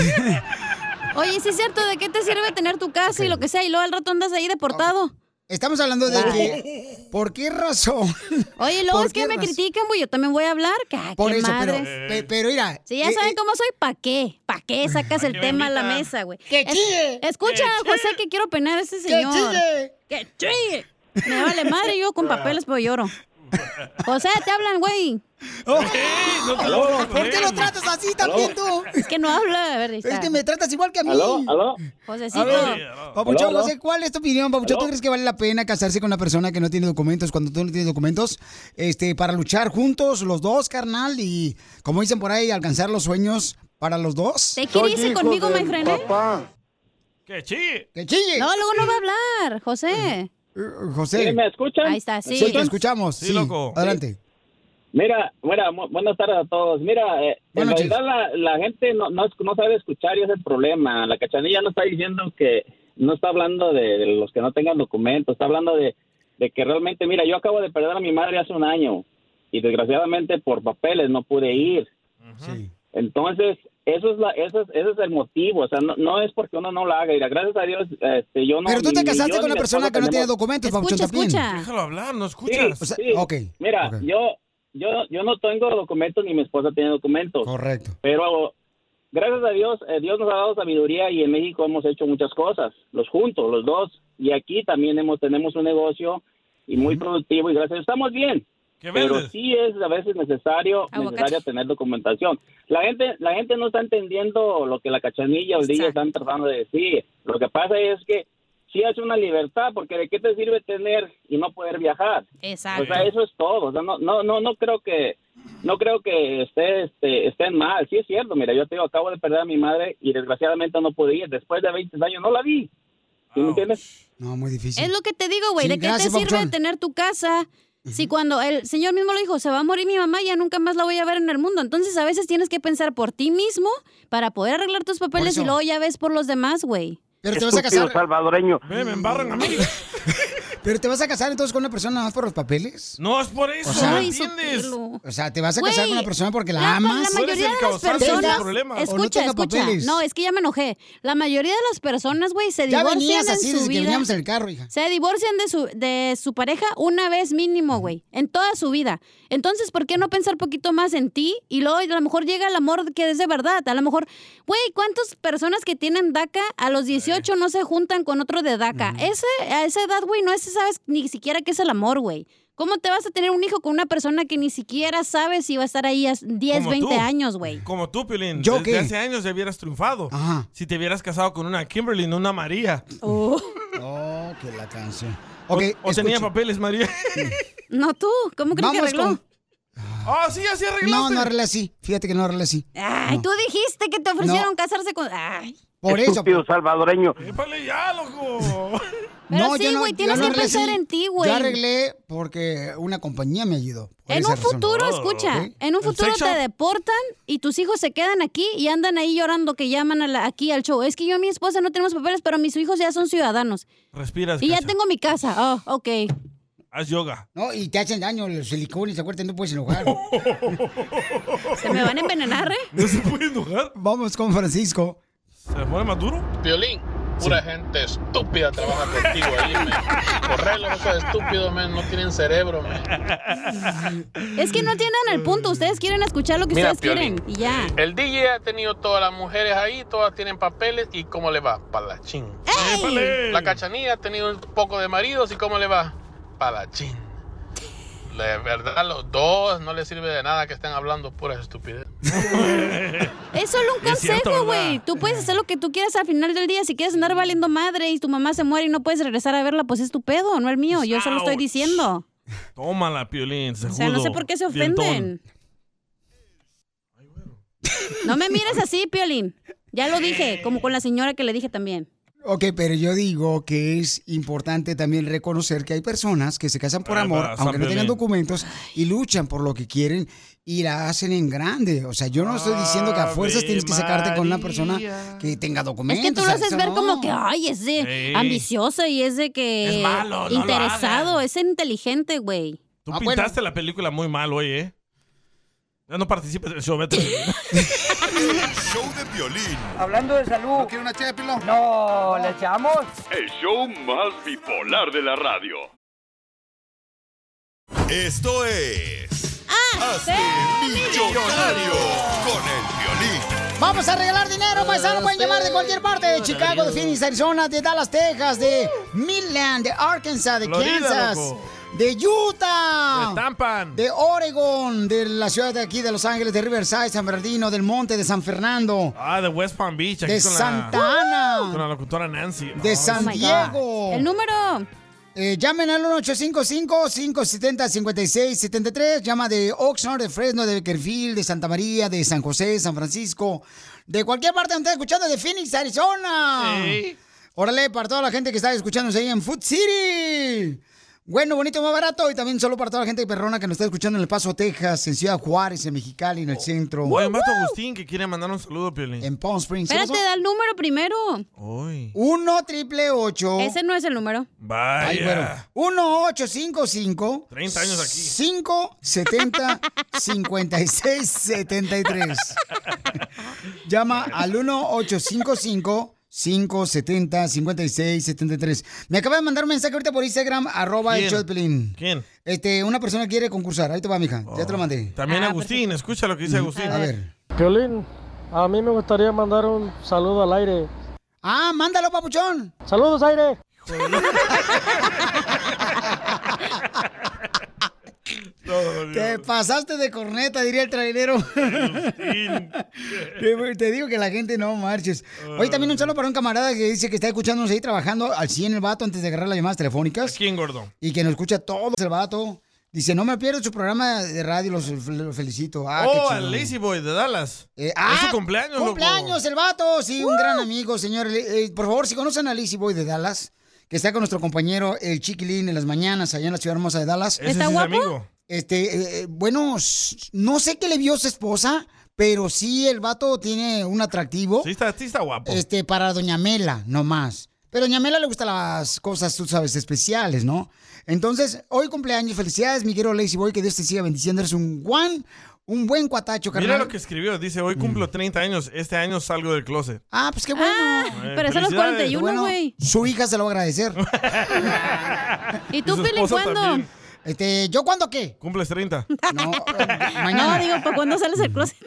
[SPEAKER 2] Oye, sí es cierto, ¿de qué te sirve tener tu casa y lo que sea? Y luego al rato andas ahí deportado.
[SPEAKER 1] Estamos hablando
[SPEAKER 2] Ah.
[SPEAKER 1] de que, ¿por qué razón?
[SPEAKER 2] Oye, luego
[SPEAKER 1] ¿Por
[SPEAKER 2] es que
[SPEAKER 1] qué
[SPEAKER 2] me
[SPEAKER 1] razón?
[SPEAKER 2] critican, güey, yo también voy a hablar. que, ay,
[SPEAKER 1] Por
[SPEAKER 2] qué
[SPEAKER 1] eso, pero,
[SPEAKER 2] madres.
[SPEAKER 1] pe- pero mira.
[SPEAKER 2] Si ya
[SPEAKER 1] eh,
[SPEAKER 2] saben
[SPEAKER 1] eh,
[SPEAKER 2] cómo soy, ¿pa' qué? ¿Pa' qué sacas el tema a la mesa, güey?
[SPEAKER 1] ¡Que
[SPEAKER 2] Es-
[SPEAKER 1] chille!
[SPEAKER 2] Escucha,
[SPEAKER 1] ¡Que
[SPEAKER 2] José, que quiero penar a ese Este señor.
[SPEAKER 1] chille!
[SPEAKER 2] ¡Que chille! Me vale madre, yo con papeles pero lloro. José, te hablan, güey.
[SPEAKER 3] Ah,
[SPEAKER 1] ¿Por qué lo tratas así también tú?
[SPEAKER 2] Es que no habla, a ver, ahí
[SPEAKER 1] Es
[SPEAKER 2] está.
[SPEAKER 1] que me tratas igual que a mí.
[SPEAKER 2] ¿Aló?
[SPEAKER 18] ¿Aló?
[SPEAKER 2] Josecito.
[SPEAKER 1] A ver, Papuchón,
[SPEAKER 18] Aló, aló.
[SPEAKER 1] José, ¿cuál es tu opinión, Papuchón? pues, ¿Tú
[SPEAKER 18] Aló.
[SPEAKER 1] crees que vale la pena casarse con una persona que no tiene documentos cuando tú no tienes documentos? Este, para luchar juntos los dos, carnal, y como dicen por ahí, alcanzar los sueños para los dos.
[SPEAKER 2] ¿Te quiere irse conmigo, my friend, eh?
[SPEAKER 3] ¡Que chille!
[SPEAKER 1] ¡Que chille!
[SPEAKER 2] No, luego no va a hablar, José.
[SPEAKER 1] José.
[SPEAKER 18] Sí, ¿me escuchan?
[SPEAKER 2] Ahí está, sí.
[SPEAKER 1] Sí, te escuchamos.
[SPEAKER 18] Sí,
[SPEAKER 1] Sí,
[SPEAKER 18] loco.
[SPEAKER 1] Adelante.
[SPEAKER 18] Mira, mira, mu- buenas tardes a todos. Mira, eh, en
[SPEAKER 1] Buenas noches.
[SPEAKER 18] realidad la, la gente no, no, es- no sabe escuchar y ese es el problema. La cachanilla no está diciendo que, no está hablando de, de los que no tengan documentos, está hablando de, de que realmente, mira, yo acabo de perder a mi madre hace un año y desgraciadamente por papeles no pude ir. Entonces, eso es, la, eso es, ese es el motivo, o sea, no, no es porque uno no lo haga. Mira, gracias a Dios, este, yo no...
[SPEAKER 1] Pero tú
[SPEAKER 18] ni-
[SPEAKER 1] te
[SPEAKER 18] ni yo
[SPEAKER 1] casaste
[SPEAKER 18] ni
[SPEAKER 1] con una
[SPEAKER 18] mi
[SPEAKER 1] persona
[SPEAKER 18] esposa
[SPEAKER 1] que no tiene
[SPEAKER 18] tenemos-
[SPEAKER 1] documentos, Papuchón, también.
[SPEAKER 3] Déjalo hablar, no escuchas.
[SPEAKER 18] Sí, sí. Mira,
[SPEAKER 1] ok.
[SPEAKER 18] yo, yo, yo no tengo documentos ni mi esposa tiene documentos.
[SPEAKER 1] Correcto.
[SPEAKER 18] Pero gracias a Dios, eh, Dios nos ha dado sabiduría y en México hemos hecho muchas cosas, los juntos, los dos. Y aquí también hemos, tenemos un negocio y muy productivo y gracias a Dios estamos bien.
[SPEAKER 3] ¿Qué
[SPEAKER 18] Pero
[SPEAKER 3] vendes?
[SPEAKER 18] sí es a veces necesario, necesario tener documentación. La gente, la gente no está entendiendo lo que la cachanilla o el DJ están tratando de decir. Lo que pasa es que sí es una libertad, porque ¿de qué te sirve tener y no poder viajar?
[SPEAKER 2] Exacto.
[SPEAKER 18] O sea, eso es todo. O sea, no, no, no, no creo que no creo que esté, este, estén mal. Sí es cierto. Mira, yo te digo, acabo de perder a mi madre y desgraciadamente no pude ir. Después de 20 años no la vi. ¿Sí me entiendes?
[SPEAKER 1] No, muy difícil.
[SPEAKER 2] Es lo que te digo, güey.
[SPEAKER 18] Sí,
[SPEAKER 2] ¿De qué
[SPEAKER 18] gracias,
[SPEAKER 2] te sirve
[SPEAKER 18] papuchón.
[SPEAKER 2] tener tu casa? Si cuando el señor mismo lo dijo, se va a morir mi mamá, ya nunca más la voy a ver en el mundo. Entonces a veces tienes que pensar por ti mismo para poder arreglar tus papeles y luego ya ves por los demás, güey.
[SPEAKER 1] Pero te vas a casar.
[SPEAKER 18] salvadoreño.
[SPEAKER 3] me embarran a mí.
[SPEAKER 1] Pero te vas a casar entonces con una persona nada más por los papeles.
[SPEAKER 3] No, es por eso,
[SPEAKER 1] O sea,
[SPEAKER 3] ¿me
[SPEAKER 1] Ay,
[SPEAKER 3] entiendes?
[SPEAKER 1] O sea, te vas a casar
[SPEAKER 2] Güey,
[SPEAKER 1] con una persona porque la,
[SPEAKER 2] La- la
[SPEAKER 1] amas.
[SPEAKER 2] mayoría de las personas. Escucha, escucha. No, es que ya me enojé. La mayoría de las personas, güey, se
[SPEAKER 1] Ya
[SPEAKER 2] divorcian
[SPEAKER 1] venías
[SPEAKER 2] en
[SPEAKER 1] así
[SPEAKER 2] su
[SPEAKER 1] desde que
[SPEAKER 2] vida.
[SPEAKER 1] veníamos en el carro, hija.
[SPEAKER 2] Se divorcian de su, de su pareja una vez mínimo, güey, en toda su vida. Entonces, ¿por qué no pensar poquito más en ti? Y luego a lo mejor llega el amor que es de verdad. A lo mejor, güey, ¿cuántas personas que tienen DACA a los 18 no se juntan con otro de DACA? Ese, a esa edad, güey, no se sabes ni siquiera qué es el amor, güey. ¿Cómo te vas a tener un hijo con una persona que ni siquiera sabes si va a estar ahí a 10,
[SPEAKER 3] Como
[SPEAKER 2] 20
[SPEAKER 3] tú.
[SPEAKER 2] años, güey?
[SPEAKER 3] Como tú, Pilín.
[SPEAKER 1] ¿Yo
[SPEAKER 3] Desde
[SPEAKER 1] qué?
[SPEAKER 3] hace años ya hubieras triunfado. Si te hubieras casado con una Kimberly, no una María.
[SPEAKER 1] Oh, que la canción.
[SPEAKER 3] O-
[SPEAKER 1] Ok,
[SPEAKER 3] o, tenía
[SPEAKER 1] escucha.
[SPEAKER 3] papeles, María.
[SPEAKER 2] No tú, ¿cómo crees que
[SPEAKER 1] Vamos
[SPEAKER 2] arregló?
[SPEAKER 1] con-
[SPEAKER 3] Ah, sí, así arreglaste.
[SPEAKER 1] No, no arreglé así. Fíjate que no arreglé así.
[SPEAKER 2] Ay,
[SPEAKER 1] No.
[SPEAKER 2] tú dijiste que te ofrecieron casarse con... Ay.
[SPEAKER 1] Por eso.
[SPEAKER 18] salvadoreño.
[SPEAKER 3] ya, loco!
[SPEAKER 2] Pero sí, güey, tienes que
[SPEAKER 1] arreglé
[SPEAKER 2] pensar en ti, güey.
[SPEAKER 1] Yo arreglé porque una compañía me ayudó. por
[SPEAKER 2] En
[SPEAKER 1] esa
[SPEAKER 2] un
[SPEAKER 1] razón.
[SPEAKER 3] Oh,
[SPEAKER 2] futuro, escucha,
[SPEAKER 1] ¿Ok?
[SPEAKER 2] en un futuro te deportan y tus hijos se quedan aquí y andan ahí llorando que llaman a la- aquí al show. Es que yo y mi esposa no tenemos papeles, pero mis hijos ya son ciudadanos.
[SPEAKER 3] Respiras,
[SPEAKER 2] Y ya
[SPEAKER 3] Cacha.
[SPEAKER 2] tengo mi casa. Ah, ok.
[SPEAKER 3] Haz yoga.
[SPEAKER 1] No, y te hacen daño los silicones, acuérdate, no puedes enojar.
[SPEAKER 2] Se me van a envenenar, ¿eh?
[SPEAKER 3] ¿No se puede enojar?
[SPEAKER 1] Vamos con Francisco.
[SPEAKER 3] ¿Se le pone más duro?
[SPEAKER 20] Violín, pura gente estúpida trabaja contigo ahí, men. Correlo, esos estúpidos, men, no tienen cerebro, men.
[SPEAKER 2] Es que no entiendan el punto. Ustedes quieren escuchar lo que
[SPEAKER 20] Mira,
[SPEAKER 2] ustedes quieren. Y ya.
[SPEAKER 20] El DJ ha tenido todas las mujeres ahí, todas tienen papeles, ¿y cómo le va? Palachín.
[SPEAKER 2] ¡Ey!
[SPEAKER 20] La cachanilla ha tenido un poco de maridos, ¿y cómo le va? Palachín. De verdad, los dos no les sirve de nada que estén hablando pura estupidez.
[SPEAKER 2] Es solo un
[SPEAKER 20] Y es cierto,
[SPEAKER 2] consejo,
[SPEAKER 20] ¿verdad?
[SPEAKER 2] güey. Tú puedes hacer lo que tú quieras al final del día. Si quieres andar valiendo madre y tu mamá se muere y no puedes regresar a verla, pues es tu pedo, no el mío. Yo solo estoy
[SPEAKER 3] Ouch.
[SPEAKER 2] diciendo.
[SPEAKER 3] Tómala, Piolín.
[SPEAKER 2] O sea, no sé
[SPEAKER 3] sejudo,
[SPEAKER 2] por qué se
[SPEAKER 3] dientón.
[SPEAKER 2] ofenden. No me mires así, Piolín. Ya lo dije, como con la señora que le dije también.
[SPEAKER 1] Ok, pero yo digo que es importante también reconocer que hay personas que se casan por
[SPEAKER 21] Ahí
[SPEAKER 1] amor,
[SPEAKER 21] Ah, va, San
[SPEAKER 1] aunque no tengan
[SPEAKER 21] Piolín.
[SPEAKER 1] documentos, y luchan por lo que quieren y la hacen en grande. O sea, yo no estoy diciendo que a
[SPEAKER 21] Ah,
[SPEAKER 1] fuerzas
[SPEAKER 2] Ave
[SPEAKER 1] tienes que sacarte con una persona que tenga
[SPEAKER 2] Es
[SPEAKER 1] documentos.
[SPEAKER 2] que tú
[SPEAKER 1] o
[SPEAKER 2] lo
[SPEAKER 1] sea,
[SPEAKER 2] haces
[SPEAKER 1] eso
[SPEAKER 2] ver
[SPEAKER 1] no.
[SPEAKER 2] como que, ay, es de
[SPEAKER 1] Sí.
[SPEAKER 2] ambicioso y es de que...
[SPEAKER 3] Es malo, no lo
[SPEAKER 2] interesado, es inteligente, güey.
[SPEAKER 3] Tú
[SPEAKER 2] Ah, bueno.
[SPEAKER 3] pintaste la película muy mal hoy, ¿eh? Ya no participes del show, vete.
[SPEAKER 7] Show de violín.
[SPEAKER 6] Hablando de salud. ¿No quiere una ché de pilón? No, ¿le echamos?
[SPEAKER 8] El show más bipolar de la radio.
[SPEAKER 7] Esto es.
[SPEAKER 2] Ah,
[SPEAKER 3] Ah,
[SPEAKER 7] Hazte millonario con el violín.
[SPEAKER 1] Vamos a regalar dinero, paisano. Pueden llamar de cualquier parte. De Chicago, de Phoenix, Arizona, de Dallas, Texas, de Midland, de Arkansas, de
[SPEAKER 3] Uh. Florida,
[SPEAKER 1] Kansas.
[SPEAKER 3] loco.
[SPEAKER 1] De Utah.
[SPEAKER 3] De Tampan.
[SPEAKER 1] De Oregon. De la ciudad de aquí, de Los Ángeles, de Riverside, San Bernardino, del Monte, de San Fernando.
[SPEAKER 3] Ah, de West Palm Beach.
[SPEAKER 1] De
[SPEAKER 3] con la-
[SPEAKER 1] Santa Ana.
[SPEAKER 3] Con la locutora Nancy.
[SPEAKER 1] De
[SPEAKER 3] Ay,
[SPEAKER 1] San
[SPEAKER 3] my God.
[SPEAKER 1] Diego.
[SPEAKER 2] Oh El
[SPEAKER 1] número. llamen al 1-855-570-5673. Llama de Oxnard, de Fresno, de Beckerfield, de Santa María, de San José, San Francisco. De cualquier parte donde estén escuchando, de Phoenix, Arizona.
[SPEAKER 9] Sí.
[SPEAKER 1] Órale, para toda la gente que está escuchándose ahí en Food City. Bueno, bonito, más barato. Y también solo para toda la gente perrona que nos está escuchando en El Paso, Texas, en Ciudad Juárez, en Mexicali, en el centro.
[SPEAKER 3] Oye, un vato Agustín que quiere mandar un saludo, Piolín.
[SPEAKER 1] En Palm Springs. ¿Qué
[SPEAKER 2] Espérate,
[SPEAKER 1] pasó?
[SPEAKER 2] da el número primero.
[SPEAKER 1] 1 triple 8.
[SPEAKER 2] Ese no es el número.
[SPEAKER 3] Vaya.
[SPEAKER 1] Ay, bueno.
[SPEAKER 3] Ah.
[SPEAKER 1] 1855
[SPEAKER 3] 30 años aquí.
[SPEAKER 1] 570 5673. Llama al 1855 570 5673. Me acaba de mandar un mensaje ahorita por Instagram arroba el
[SPEAKER 3] ¿Quién?
[SPEAKER 1] show de Piolín.
[SPEAKER 3] ¿Quién?
[SPEAKER 1] Este, una persona quiere concursar. Ahí te va, mija. Ya te lo mandé.
[SPEAKER 3] También Agustín, escucha lo que dice Agustín.
[SPEAKER 1] A ver.
[SPEAKER 22] Violín, a mí me gustaría mandar un saludo al aire.
[SPEAKER 1] Ah, mándalo, papuchón.
[SPEAKER 22] Saludos, aire.
[SPEAKER 1] Te pasaste de corneta, diría el trailero. te, te digo que la gente no marches. Oye, también un saludo para un camarada que dice que está escuchándonos ahí trabajando al 100 el vato antes de agarrar las llamadas telefónicas.
[SPEAKER 3] ¿Quién, gordo?
[SPEAKER 1] Y que nos escucha todo el vato. Dice, no me pierdo su programa de radio, los, los felicito. Ah, qué
[SPEAKER 3] oh,
[SPEAKER 1] chido.
[SPEAKER 3] al Lazy Boy de Dallas.
[SPEAKER 1] Ah,
[SPEAKER 3] es su cumpleaños, loco.
[SPEAKER 1] Cumpleaños, el vato. Sí, un gran amigo, señor. Eh, por favor, si conocen a Lizzy Boy de Dallas, que está con nuestro compañero el Chiquilín en las mañanas allá en la ciudad hermosa de Dallas.
[SPEAKER 3] Ese ¿Está sí es guapo? amigo.
[SPEAKER 1] Este, eh, eh, bueno, s- no sé qué le vio su esposa, pero sí el vato tiene un atractivo.
[SPEAKER 3] Sí está, sí está guapo.
[SPEAKER 1] Este, para Doña Mela, nomás. Pero a Doña Mela le gustan las cosas, tú sabes, especiales, ¿no? Entonces, hoy cumpleaños, felicidades, mi querido Lazy Boy, que Dios te siga bendiciendo. Eres un guan, un buen cuatacho, carnal. Mm.
[SPEAKER 3] Mira lo que escribió. Dice, hoy cumplo 30 años. Este año salgo del closet.
[SPEAKER 1] Ah, pues qué bueno.
[SPEAKER 3] pero es a los felicidades. 41, güey.
[SPEAKER 1] su hija se lo va a agradecer.
[SPEAKER 2] ¿Y
[SPEAKER 3] tú, Y su Piolín, esposa cuándo? también.
[SPEAKER 1] Este, ¿yo cuándo qué?
[SPEAKER 3] Cumples 30.
[SPEAKER 1] No,
[SPEAKER 2] No, digo, ¿para cuándo sales del closet?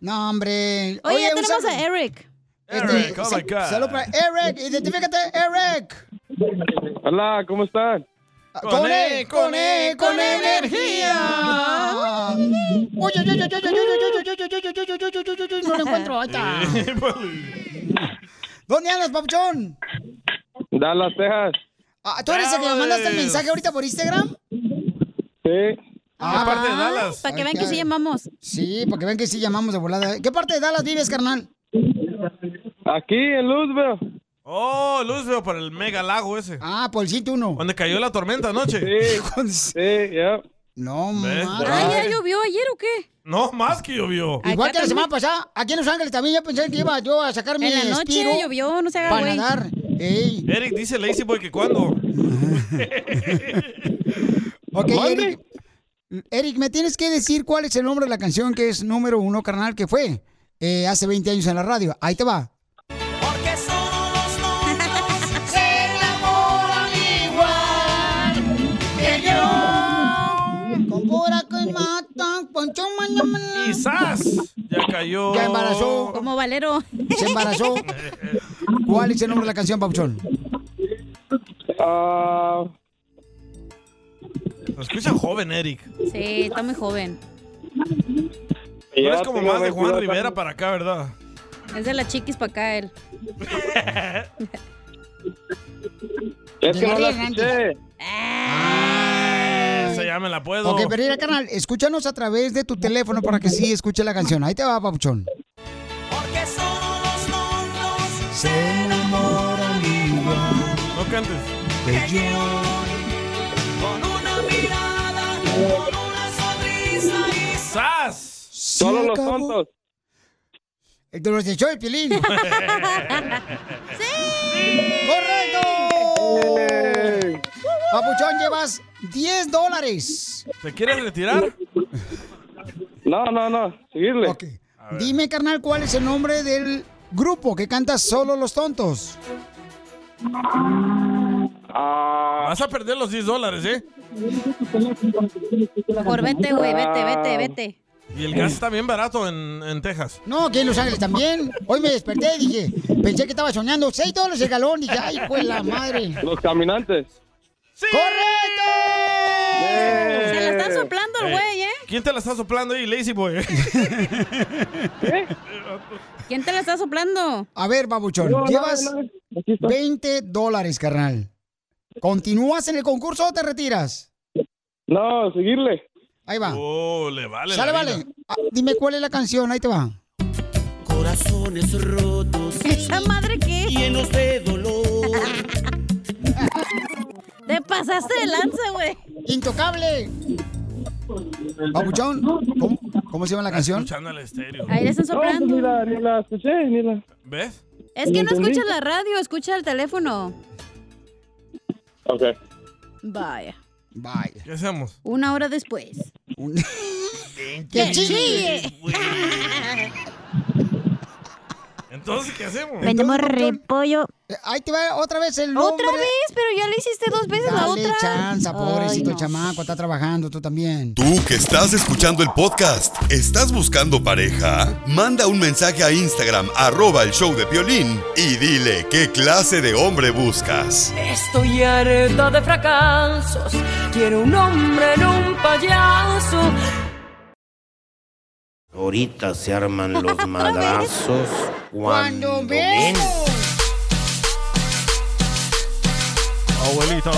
[SPEAKER 1] No, hombre.
[SPEAKER 2] Oye, ya
[SPEAKER 1] un
[SPEAKER 2] tenemos
[SPEAKER 1] saludo.
[SPEAKER 2] a Eric.
[SPEAKER 3] Eric, oh my
[SPEAKER 1] sal-
[SPEAKER 3] God.
[SPEAKER 1] Saludo para Eric, identifícate, Eric.
[SPEAKER 23] Hola, ¿cómo están?
[SPEAKER 1] Con E, con E, con energía. Oye, oye, oye, oye, oye, oye, oye, oye, oye, oye, oye, oye, oye, oye, no lo encuentro, ahí está.
[SPEAKER 3] pues.
[SPEAKER 1] ¿Dónde andas, papuchón?
[SPEAKER 23] Dallas, Texas.
[SPEAKER 1] Ah, ¿Tú eres el que me mandaste el mensaje ahorita por Instagram?
[SPEAKER 23] Sí.
[SPEAKER 1] Ah,
[SPEAKER 2] parte de Dallas. para que vean que sí
[SPEAKER 1] llamamos. Sí, para que vean que sí llamamos de volada. ¿Qué parte de Dallas vives, carnal?
[SPEAKER 23] Aquí en Luzbel.
[SPEAKER 3] Oh, Luzbel, por el mega lago ese.
[SPEAKER 1] Ah, por el sitio uno.
[SPEAKER 3] Donde cayó la tormenta anoche.
[SPEAKER 1] Sí,
[SPEAKER 23] sí, ya.
[SPEAKER 1] No,
[SPEAKER 2] Ah, ¿ya llovió ayer o qué?
[SPEAKER 3] No, más que llovió.
[SPEAKER 1] Igual que la semana pasada, aquí en Los Ángeles también ya pensé que iba yo a sacar mi
[SPEAKER 2] En la noche
[SPEAKER 1] espiro
[SPEAKER 2] llovió, no se haga
[SPEAKER 1] para
[SPEAKER 2] güey.
[SPEAKER 1] nadar. Ey.
[SPEAKER 3] Eric dice Lazy Boy que cuando.
[SPEAKER 1] Ok, Eric. Eric, me tienes que decir cuál es el nombre de la canción que es número uno, carnal, que fue eh, hace 20 años en la radio. Ahí te va.
[SPEAKER 9] Porque solo los tontos se enamoran igual que yo.
[SPEAKER 1] Con pura que matan, poncho mañana.
[SPEAKER 3] Quizás ya cayó.
[SPEAKER 1] Ya embarazó.
[SPEAKER 2] Como Valero.
[SPEAKER 1] Se embarazó. ¿Cuál es el nombre de la canción, Pauchón?
[SPEAKER 23] Ah,
[SPEAKER 3] Lo escucha joven, Eric.
[SPEAKER 2] Sí, está muy joven.
[SPEAKER 3] No
[SPEAKER 23] Ya
[SPEAKER 3] es como
[SPEAKER 23] tengo
[SPEAKER 3] más de Juan
[SPEAKER 23] 22
[SPEAKER 3] Rivera
[SPEAKER 23] años.
[SPEAKER 3] para acá, ¿verdad?
[SPEAKER 2] Es de las chiquis para acá él.
[SPEAKER 23] es que no la
[SPEAKER 1] Llegaría
[SPEAKER 23] escuché.
[SPEAKER 3] Ah, Esa ya me la puedo.
[SPEAKER 1] Ok, pero mira, carnal, escúchanos a través de tu teléfono para que sí escuche la canción. Ahí te va, Pauchón.
[SPEAKER 9] Porque solo los tontos se enamoran
[SPEAKER 3] cantes.
[SPEAKER 9] ¡Sas!
[SPEAKER 1] Solo los tontos. El de los echó el pilín. ¡Correcto! Papuchón, llevas 10 dólares.
[SPEAKER 3] ¿Te quieres retirar?
[SPEAKER 23] No, no, no, seguirle.
[SPEAKER 1] Dime, carnal, ¿cuál es el nombre del grupo que canta Solo los Tontos?
[SPEAKER 23] Ah.
[SPEAKER 3] Vas a perder los 10 dólares, ¿eh?
[SPEAKER 2] Por vete, güey, vete,
[SPEAKER 1] Ah.
[SPEAKER 2] vete, vete.
[SPEAKER 3] Y el gas está bien barato en, en Texas.
[SPEAKER 1] No, aquí en Los Ángeles también. Hoy me desperté y dije, pensé que estaba soñando. 6 dólares el galón. Y dije, ay, pues la madre.
[SPEAKER 23] Los caminantes.
[SPEAKER 3] ¡Correcto!
[SPEAKER 2] Se la está soplando el güey, ¿eh?
[SPEAKER 3] ¿Quién te la está soplando ahí, Lazy Boy?
[SPEAKER 2] ¿Quién te la está soplando?
[SPEAKER 1] A ver, babuchón,
[SPEAKER 2] No, no,
[SPEAKER 1] llevas
[SPEAKER 2] no,
[SPEAKER 1] 20 dólares, carnal. ¿Continúas en el concurso o te retiras?
[SPEAKER 23] No, seguirle.
[SPEAKER 1] Ahí va.
[SPEAKER 3] Oh, le vale. la
[SPEAKER 1] Sale,
[SPEAKER 3] vida.
[SPEAKER 1] vale. Ah, dime cuál es la canción, ahí te va.
[SPEAKER 9] Corazones rotos.
[SPEAKER 2] ¿Esa madre qué?
[SPEAKER 9] Llenos de dolor.
[SPEAKER 2] Te pasaste de lanza, güey.
[SPEAKER 1] Intocable. Babuchón, ¿cómo, cómo se llama la canción?
[SPEAKER 3] Escuchando el estéreo.
[SPEAKER 2] Ahí le están soplando.
[SPEAKER 23] No, ni la, ni la escuché, ni la.
[SPEAKER 3] ¿Ves?
[SPEAKER 2] Es que no
[SPEAKER 23] ¿Entendí?
[SPEAKER 2] escuchas la radio, escucha el teléfono.
[SPEAKER 23] Ok.
[SPEAKER 2] Vaya.
[SPEAKER 1] Vaya.
[SPEAKER 3] ¿Qué hacemos?
[SPEAKER 2] Una hora después.
[SPEAKER 3] ¡Que
[SPEAKER 2] ¡Que
[SPEAKER 3] chille!
[SPEAKER 2] chille!
[SPEAKER 3] Entonces, ¿qué hacemos?
[SPEAKER 2] Vendemos repollo.
[SPEAKER 1] eh, Ahí te va otra vez el nombre.
[SPEAKER 2] ¿Otra vez? Pero ya lo hiciste dos veces la
[SPEAKER 1] Dale
[SPEAKER 2] otra.
[SPEAKER 1] chanza,
[SPEAKER 2] Ay,
[SPEAKER 1] pobrecito
[SPEAKER 2] no.
[SPEAKER 1] chamaco, está trabajando tú también.
[SPEAKER 7] Tú que estás escuchando el podcast, ¿estás buscando pareja? Manda un mensaje a Instagram, arroba el show de Piolín, y dile qué clase de hombre buscas.
[SPEAKER 9] Estoy harta de fracasos. Quiero un hombre en un payaso.
[SPEAKER 5] Ahorita se arman los madrazos cuando ven.
[SPEAKER 3] Abuelito.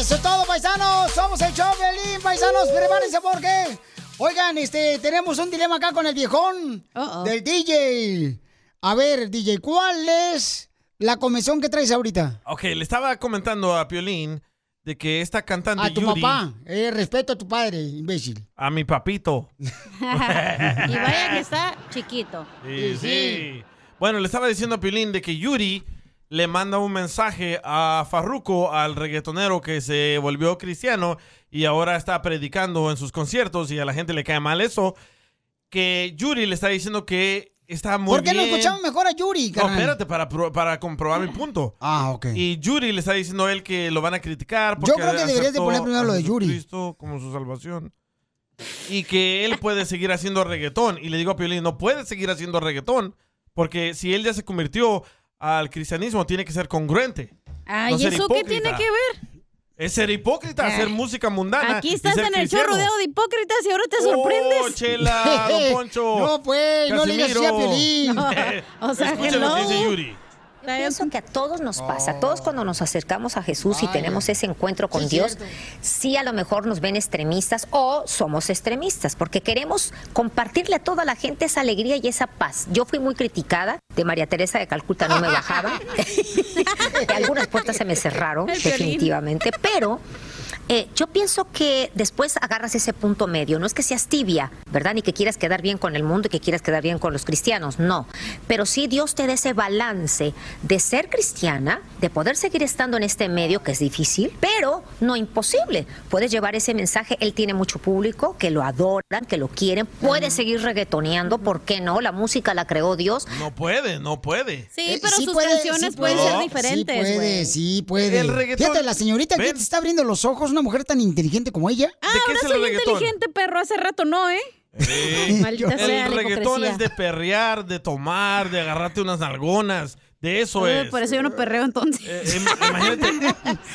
[SPEAKER 1] Eso es todo, paisanos. Somos el show Belín, paisanos.
[SPEAKER 2] Uh.
[SPEAKER 1] Prepárense porque. Oigan, este, tenemos un dilema acá con el viejón del DJ. A ver, DJ, ¿cuál es la comisión que traes ahorita?
[SPEAKER 3] Ok, le estaba comentando a Piolín de que esta cantante
[SPEAKER 1] A tu
[SPEAKER 3] Yuri- Ah,
[SPEAKER 1] papá. Eh, respeto a tu padre, imbécil.
[SPEAKER 3] A mi papito.
[SPEAKER 2] y vaya que está chiquito.
[SPEAKER 3] Sí, sí. Bueno, le estaba diciendo a Pilín de que Yuri le manda un mensaje a Farruko, al reggaetonero que se volvió cristiano y ahora está predicando en sus conciertos y a la gente le cae mal eso, que Yuri le está diciendo que está muy
[SPEAKER 1] ¿Por qué no
[SPEAKER 3] bien.
[SPEAKER 1] escuchamos mejor a Yuri,
[SPEAKER 3] No,
[SPEAKER 1] carnal?
[SPEAKER 3] espérate, para, pro- para comprobar mi punto.
[SPEAKER 1] Ah, ok.
[SPEAKER 3] Y Yuri le está diciendo a él que lo van a criticar.
[SPEAKER 1] Yo
[SPEAKER 3] porque
[SPEAKER 1] creo que deberías de
[SPEAKER 3] aceptó
[SPEAKER 1] poner primero
[SPEAKER 3] a
[SPEAKER 1] lo de Yuri.
[SPEAKER 3] Jesucristo como su salvación. Y que él puede seguir haciendo reggaetón. Y le digo a Piolín, no puede seguir haciendo reggaetón. Porque si él ya se convirtió al cristianismo, tiene que ser congruente.
[SPEAKER 2] Ay,
[SPEAKER 3] No ser
[SPEAKER 2] ¿eso qué
[SPEAKER 3] hipócrita.
[SPEAKER 2] tiene que ver?
[SPEAKER 3] Es ser hipócrita, hacer música mundana.
[SPEAKER 2] Eh, Aquí
[SPEAKER 3] y
[SPEAKER 2] estás
[SPEAKER 3] ser
[SPEAKER 2] en el show
[SPEAKER 3] cristiano.
[SPEAKER 2] rodeado de hipócritas y ahora te sorprendes.
[SPEAKER 3] ¡Oh, chela, don Poncho!
[SPEAKER 1] No, pues, no le digas así a
[SPEAKER 3] Casimiro.
[SPEAKER 1] Piolín.
[SPEAKER 2] O sea,
[SPEAKER 3] Escuchen lo que
[SPEAKER 2] hello.
[SPEAKER 3] dice Yuri.
[SPEAKER 10] Yo pienso que a todos nos pasa,
[SPEAKER 1] Oh.
[SPEAKER 10] a todos cuando nos acercamos a Jesús y
[SPEAKER 21] Vaya.
[SPEAKER 10] tenemos ese encuentro con
[SPEAKER 21] Sí,
[SPEAKER 10] Dios,
[SPEAKER 21] cierto.
[SPEAKER 10] sí a lo mejor nos ven extremistas o somos extremistas, porque queremos compartirle a toda la gente esa alegría y esa paz. Yo fui muy criticada, de María Teresa de Calcuta no me bajaba, Y algunas puertas se me cerraron,
[SPEAKER 21] El Piolín.
[SPEAKER 10] definitivamente, pero... eh, yo pienso que después agarras ese punto medio. No es que seas tibia, ¿verdad? Ni que quieras quedar bien con el mundo y que quieras quedar bien con los cristianos. No. Pero sí Dios te da ese balance de ser cristiana, de poder seguir estando en este medio que es difícil, pero no imposible. Puedes llevar ese mensaje. Él tiene mucho público que lo adoran, que lo quieren. Puedes seguir reggaetoneando. ¿Por qué no? La música la creó Dios.
[SPEAKER 3] No puede, no puede.
[SPEAKER 2] Sí, pero sus canciones pueden ser diferentes,
[SPEAKER 1] Sí puede,
[SPEAKER 2] güey.
[SPEAKER 1] sí puede.
[SPEAKER 2] El reggaetón-
[SPEAKER 1] Fíjate, la señorita que te está abriendo los ojos, una mujer tan inteligente como ella.
[SPEAKER 2] Ah, Ahora soy inteligente, perro. Hace rato no, ¿eh? Maldita sea
[SPEAKER 3] El
[SPEAKER 2] la
[SPEAKER 3] reggaetón
[SPEAKER 2] hipocresía.
[SPEAKER 3] es de perrear, de tomar, de agarrarte unas nalgonas. De eso
[SPEAKER 2] Ay,
[SPEAKER 3] es.
[SPEAKER 2] Eh,
[SPEAKER 3] Eh,
[SPEAKER 2] Por eso yo no pues. perreo entonces.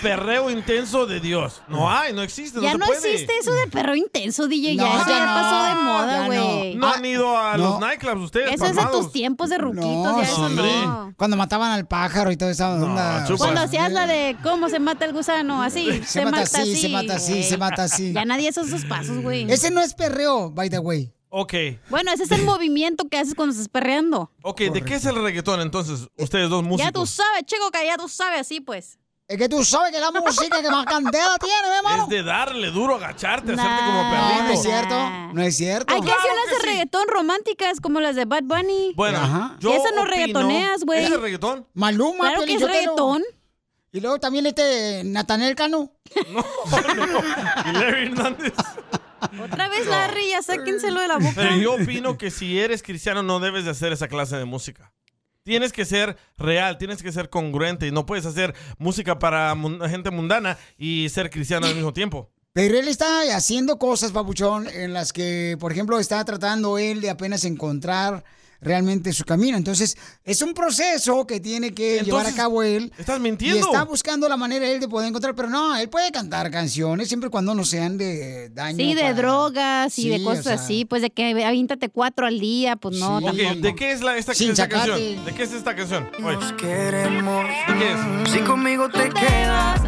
[SPEAKER 3] Perreo intenso de Dios. No hay, no existe, no
[SPEAKER 2] ya
[SPEAKER 3] se
[SPEAKER 2] no
[SPEAKER 3] puede.
[SPEAKER 2] existe eso de perreo intenso, DJ.
[SPEAKER 3] No,
[SPEAKER 2] ya eso
[SPEAKER 3] ya
[SPEAKER 2] ya,
[SPEAKER 3] no,
[SPEAKER 2] pasó de
[SPEAKER 3] ya
[SPEAKER 2] moda, güey. Ah,
[SPEAKER 3] No han ido a
[SPEAKER 1] No.
[SPEAKER 3] los nightclubs ustedes,
[SPEAKER 2] Eso es de
[SPEAKER 3] palmados.
[SPEAKER 2] tus tiempos de ruquitos,
[SPEAKER 1] No,
[SPEAKER 2] ya eso
[SPEAKER 1] sí.
[SPEAKER 2] no.
[SPEAKER 1] Cuando mataban al pájaro y toda esa onda.
[SPEAKER 3] chupas.
[SPEAKER 2] Cuando hacías la de cómo se mata el gusano, así.
[SPEAKER 1] Se mata así, se mata así,
[SPEAKER 2] Ey.
[SPEAKER 1] se mata así.
[SPEAKER 2] Ya nadie hace esos pasos, güey.
[SPEAKER 1] Ese no es perreo, by the way.
[SPEAKER 3] Ok.
[SPEAKER 2] Bueno, ese es el movimiento que haces cuando estás perreando.
[SPEAKER 3] Ok, ¿de qué es el reggaetón entonces? Ustedes dos
[SPEAKER 2] Ya tú
[SPEAKER 3] músicos.
[SPEAKER 2] sabes, chico, que ya tú sabes así, pues.
[SPEAKER 1] Es que tú sabes que la música que más candela tiene, ¿eh,
[SPEAKER 3] Es de darle duro, agacharte, hacerte como perrito.
[SPEAKER 1] No es cierto, no es cierto.
[SPEAKER 2] Hay canciones de reggaetón románticas como las de Bad Bunny.
[SPEAKER 3] Bueno, yo
[SPEAKER 2] Esa no
[SPEAKER 3] opino-
[SPEAKER 2] reggaetoneas, güey.
[SPEAKER 3] ¿Ese es reggaetón?
[SPEAKER 1] Maluma,
[SPEAKER 2] Claro que
[SPEAKER 1] Piolín
[SPEAKER 2] es
[SPEAKER 1] Sotelo.
[SPEAKER 2] reggaetón.
[SPEAKER 1] Y luego también este Natanel Cano.
[SPEAKER 3] Y Larry Hernández.
[SPEAKER 2] Otra vez, Larry, ya sáquenselo de la boca.
[SPEAKER 3] Pero yo opino que si eres cristiano no debes de hacer esa clase de música. Tienes que ser real, tienes que ser congruente y no puedes hacer música para mun- gente mundana y ser cristiano al mismo tiempo.
[SPEAKER 1] Pero él está haciendo cosas, papuchón, en las que, por ejemplo, está tratando él de apenas encontrar realmente su camino. Entonces, es un proceso que tiene que llevar a
[SPEAKER 3] Entonces,
[SPEAKER 1] cabo él.
[SPEAKER 3] estás mintiendo.
[SPEAKER 1] Y está buscando la manera él de poder encontrar, pero no, él puede cantar canciones siempre y cuando no sean de daño.
[SPEAKER 2] Sí, de
[SPEAKER 1] para-
[SPEAKER 2] drogas y de
[SPEAKER 1] Sí,
[SPEAKER 2] cosas
[SPEAKER 1] o sea.
[SPEAKER 2] así, pues de que avíntate cuatro al día, pues no,
[SPEAKER 3] Ok,
[SPEAKER 2] tampoco.
[SPEAKER 3] ¿de qué es la, esta,
[SPEAKER 2] Sin
[SPEAKER 3] esta
[SPEAKER 2] sacate.
[SPEAKER 3] canción? ¿De qué es esta canción? Oye.
[SPEAKER 11] ¿De
[SPEAKER 3] qué es?
[SPEAKER 11] Si conmigo te quedas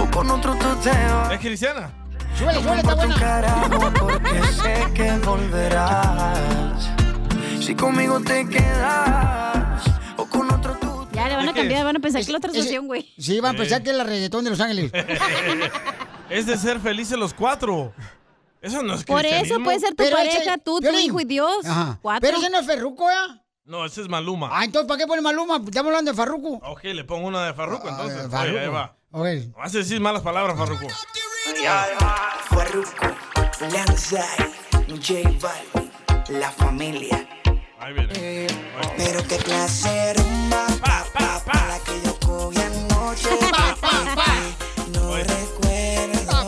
[SPEAKER 11] o con otro tú te vas.
[SPEAKER 3] ¿Es cristiana?
[SPEAKER 1] Súbele, súbele, está buena.
[SPEAKER 11] Carajo, porque sé que volverás. Si conmigo te quedas o con otro tú
[SPEAKER 2] Ya le van a cambiar, van a pensar que la otra sesión, güey.
[SPEAKER 1] Sí, van a
[SPEAKER 3] Sí.
[SPEAKER 1] pensar pues que es la reggaetón de Los Ángeles.
[SPEAKER 3] es de ser felices los cuatro. Eso no es
[SPEAKER 2] Por eso
[SPEAKER 3] cristianismo.
[SPEAKER 2] puede ser tu
[SPEAKER 1] Pero ese-
[SPEAKER 2] pareja, tú, tu
[SPEAKER 1] Piolín.
[SPEAKER 2] hijo y Dios.
[SPEAKER 1] Ajá.
[SPEAKER 2] Cuatro.
[SPEAKER 1] Pero ese no es Ferruco, ¿eh?
[SPEAKER 3] No, ese es Maluma.
[SPEAKER 1] Ah, entonces, ¿para qué pone Maluma? Estamos hablando de Farruco.
[SPEAKER 3] Ok, le pongo una de Farruko entonces. Oye,
[SPEAKER 1] Ah, Farruko.
[SPEAKER 3] ahí va.
[SPEAKER 1] Ok.
[SPEAKER 3] Vas a decir malas palabras, Farruko.
[SPEAKER 11] Farruko, Lanzai, J Balvin, la familia.
[SPEAKER 3] Ahí viene.
[SPEAKER 11] Pero qué clase rumba, pa, pa, pa, la que yo cogí anoche. Pa, pa, pa. No recuerdo lo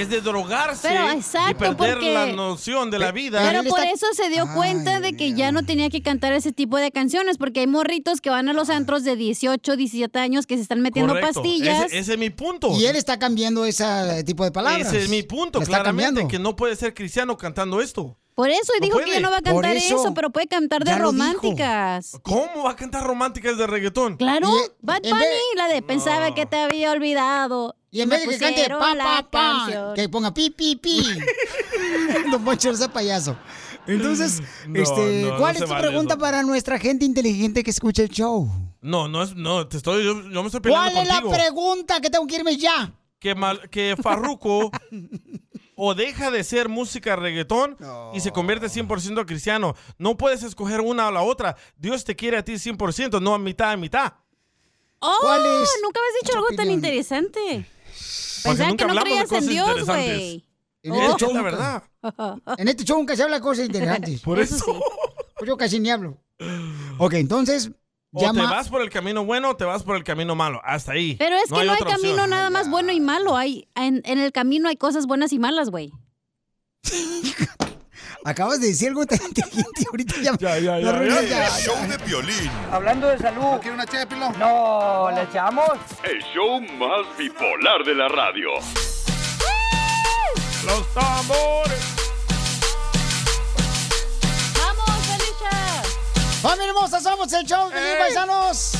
[SPEAKER 3] Es de drogarse
[SPEAKER 2] Pero,
[SPEAKER 3] y
[SPEAKER 2] exacto,
[SPEAKER 3] perder
[SPEAKER 2] porque-
[SPEAKER 3] la noción de la vida.
[SPEAKER 2] Pero por eso se dio cuenta de que ya no tenía que cantar ese tipo de canciones, porque hay morritos que van a los antros de 18, 17 años que se están metiendo
[SPEAKER 3] Correcto.
[SPEAKER 2] pastillas.
[SPEAKER 3] Ese, ese es mi punto.
[SPEAKER 1] Y él está cambiando ese Este tipo de palabras.
[SPEAKER 3] Ese es mi punto,
[SPEAKER 1] La está
[SPEAKER 3] claramente,
[SPEAKER 1] cambiando.
[SPEAKER 3] que no puede ser cristiano cantando esto.
[SPEAKER 2] Por eso, y
[SPEAKER 3] No
[SPEAKER 2] dijo que
[SPEAKER 3] puede.
[SPEAKER 2] ya no va a
[SPEAKER 3] Por
[SPEAKER 2] cantar
[SPEAKER 3] eso.
[SPEAKER 2] eso, pero puede cantar de
[SPEAKER 3] Ya lo dijo.
[SPEAKER 2] románticas.
[SPEAKER 3] ¿Cómo va a cantar románticas de reggaetón?
[SPEAKER 2] Claro, Bad Bunny, la de pensaba que te había olvidado.
[SPEAKER 1] Y en vez de
[SPEAKER 2] Me
[SPEAKER 1] que cante
[SPEAKER 2] pusieron
[SPEAKER 1] pa,
[SPEAKER 2] la
[SPEAKER 1] pa, pa,
[SPEAKER 2] canción.
[SPEAKER 1] que ponga pi, pi, pi. Don Poncho, no sea payaso. Entonces,
[SPEAKER 3] Mm, No,
[SPEAKER 1] este,
[SPEAKER 3] no, no
[SPEAKER 1] ¿cuál es
[SPEAKER 3] se
[SPEAKER 1] tu
[SPEAKER 3] vale
[SPEAKER 1] pregunta
[SPEAKER 3] eso.
[SPEAKER 1] para nuestra gente inteligente que escucha el show?
[SPEAKER 3] No, no es, no, te estoy, yo, yo me estoy
[SPEAKER 1] ¿Cuál
[SPEAKER 3] peleando
[SPEAKER 1] es la
[SPEAKER 3] contigo.
[SPEAKER 1] pregunta que tengo que irme ya?
[SPEAKER 3] que, mal- que Farruko o deja de ser música reggaetón y se convierte 100% cristiano. No puedes escoger una o la otra. Dios te quiere a ti 100%, no a mitad a mitad.
[SPEAKER 2] ¡Oh!
[SPEAKER 3] ¿Cuál es
[SPEAKER 2] Nunca habías dicho algo tan interesante.
[SPEAKER 3] Porque
[SPEAKER 2] Pensaba
[SPEAKER 3] nunca
[SPEAKER 2] que no
[SPEAKER 3] hablamos de
[SPEAKER 2] creías en
[SPEAKER 3] cosas
[SPEAKER 2] Dios,
[SPEAKER 3] interesantes.
[SPEAKER 2] güey.
[SPEAKER 1] En
[SPEAKER 2] Oh.
[SPEAKER 1] este show
[SPEAKER 3] La
[SPEAKER 1] nunca-
[SPEAKER 3] verdad.
[SPEAKER 1] En este show nunca se habla de cosas interesantes.
[SPEAKER 3] Por Eso eso. sí.
[SPEAKER 1] Pues yo casi ni hablo. Ok, entonces,
[SPEAKER 3] O
[SPEAKER 1] llama...
[SPEAKER 3] te vas por el camino bueno o te vas por el camino malo. Hasta ahí.
[SPEAKER 2] Pero es que no hay
[SPEAKER 3] otra
[SPEAKER 2] camino
[SPEAKER 3] opción.
[SPEAKER 2] nada más bueno y malo. Hay, en, en el camino hay cosas buenas y malas, güey.
[SPEAKER 1] Acabas de decir algo tan inteligente ahorita ya.
[SPEAKER 3] ya,
[SPEAKER 1] me arruinaste.
[SPEAKER 7] El show de Piolín.
[SPEAKER 6] Hablando de salud. ¿No quiere una ché de pilón? No, ¿le echamos?
[SPEAKER 8] El show más bipolar de la radio.
[SPEAKER 3] Los tambores.
[SPEAKER 2] ¡Vamos, Alicia!
[SPEAKER 1] ¡Familia hermosa, somos el show, de
[SPEAKER 2] ¡Ey!
[SPEAKER 1] paisanos!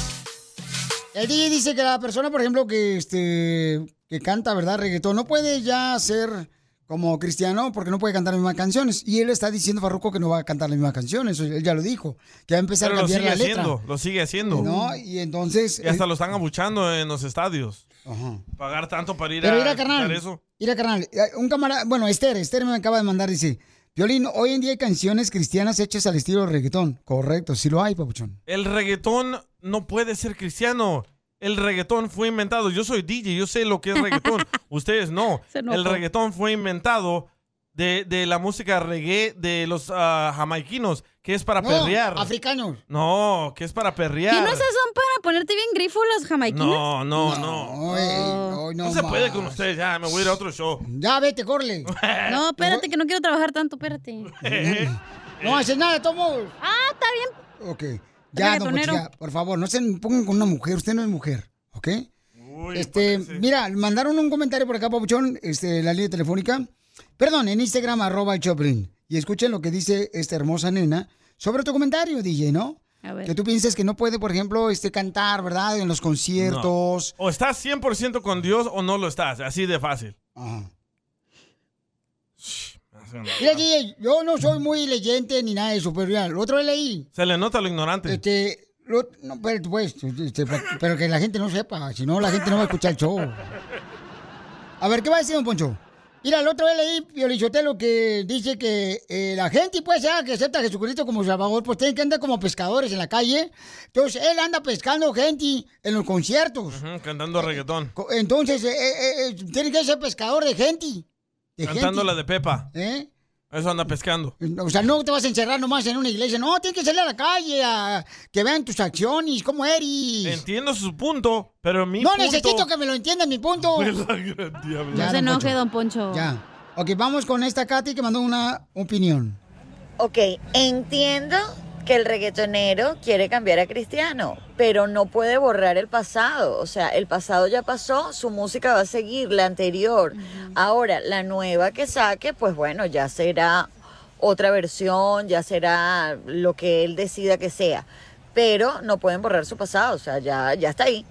[SPEAKER 1] El DJ dice que la persona, por ejemplo, que este que canta, ¿verdad? Reggaetón, no puede ya ser como cristiano porque no puede cantar las mismas canciones. Y él está diciendo, Farruco, que no va a cantar las mismas canciones. Él ya lo dijo. Que va a empezar
[SPEAKER 3] Pero
[SPEAKER 1] a
[SPEAKER 3] lo
[SPEAKER 1] cambiar
[SPEAKER 3] sigue
[SPEAKER 1] la letra.
[SPEAKER 3] haciendo, lo sigue haciendo.
[SPEAKER 1] No, y entonces...
[SPEAKER 3] Y hasta
[SPEAKER 1] eh,
[SPEAKER 3] lo están abuchando en los estadios.
[SPEAKER 1] Ajá.
[SPEAKER 3] Pagar tanto para ir
[SPEAKER 1] Pero
[SPEAKER 3] a
[SPEAKER 1] mira,
[SPEAKER 3] cantar
[SPEAKER 1] carnal.
[SPEAKER 3] eso.
[SPEAKER 1] Mira, carnal. eh, Un camarada. Bueno, Esther, Esther me acaba de mandar, dice. Violín, hoy en día hay canciones cristianas hechas al estilo reggaetón. Correcto, sí lo hay, papuchón.
[SPEAKER 3] El reggaetón no puede ser cristiano. El reggaetón fue inventado. Yo soy DJ, yo sé lo que es reggaetón. Ustedes no.
[SPEAKER 12] Se enojó.
[SPEAKER 3] El reggaetón fue inventado de, de la música reggae de los ah, jamaiquinos, que es para
[SPEAKER 2] No,
[SPEAKER 3] perrear.
[SPEAKER 1] africanos.
[SPEAKER 3] No, que es para perrear.
[SPEAKER 2] ¿Y no esas son para ponerte bien grifo las jamaiquinas?
[SPEAKER 3] No, no, no.
[SPEAKER 1] No,
[SPEAKER 3] No se puede con ustedes, ya, me voy a ir a otro show.
[SPEAKER 1] Ya, vete, corle.
[SPEAKER 2] No, espérate, que no quiero trabajar tanto, espérate.
[SPEAKER 1] No haces nada, tomo.
[SPEAKER 2] Ah, está bien.
[SPEAKER 1] Ok. Ya, don Poncho,
[SPEAKER 2] Reggaetonero.
[SPEAKER 1] ya, por favor, no se pongan con una mujer. Usted no es mujer, ¿ok? este, mira, mandaron un comentario por acá, Papuchón, este, la línea telefónica. Perdón, en Instagram, arroba el Choplin. Y escuchen lo que dice esta hermosa nena sobre tu comentario, DJ, ¿no?
[SPEAKER 2] A ver.
[SPEAKER 1] Que tú pienses que no puede, por ejemplo, este, cantar, ¿verdad? En los conciertos.
[SPEAKER 3] O estás 100% con Dios o no lo estás, así de fácil.
[SPEAKER 1] Ajá.
[SPEAKER 3] Shh, me hace información.
[SPEAKER 1] Mira, DJ, yo no soy muy leyente ni nada de eso, pero mira, lo otro leí.
[SPEAKER 3] Se le nota lo ignorante.
[SPEAKER 1] Este, lo- no, pero, pues, este, pero que la gente no sepa, si no la gente no va a escuchar el show. A ver, ¿qué va a decir, don Poncho? Mira, el otro día leí, Piolichotelo, que dice que eh, la gente, pues, ya que acepta a Jesucristo como Salvador, pues tienen que andar como pescadores en la calle. Entonces, él anda pescando gente en los conciertos.
[SPEAKER 3] Ujú, Cantando reggaetón.
[SPEAKER 1] Co- Entonces, eh, eh, eh, tienen que ser pescador de gente. De
[SPEAKER 3] Cantando
[SPEAKER 1] gente.
[SPEAKER 3] la de Pepa.
[SPEAKER 1] ¿Eh?
[SPEAKER 3] Eso anda pescando.
[SPEAKER 1] O sea, no te vas a encerrar nomás en una iglesia. No, tienes que salir a la calle a que vean tus acciones, cómo eres.
[SPEAKER 3] Entiendo su punto, pero Eh, mi
[SPEAKER 1] no
[SPEAKER 3] punto...
[SPEAKER 1] necesito que me lo entiendan, mi punto.
[SPEAKER 3] Fue la gran diabla.
[SPEAKER 1] Ya,
[SPEAKER 2] se
[SPEAKER 1] don
[SPEAKER 2] enoje,
[SPEAKER 1] Poncho.
[SPEAKER 2] don Poncho.
[SPEAKER 1] Ya. Ok, vamos con esta Katy que mandó una opinión.
[SPEAKER 24] Ok, entiendo que el reggaetonero quiere cambiar a cristiano, pero no puede borrar el pasado. O sea, el pasado ya pasó, su música va a seguir, la anterior. Ahora, la nueva que saque, pues bueno, ya será otra versión, ya será lo que él decida que sea. Pero no pueden borrar su pasado, o sea, ya, ya está ahí.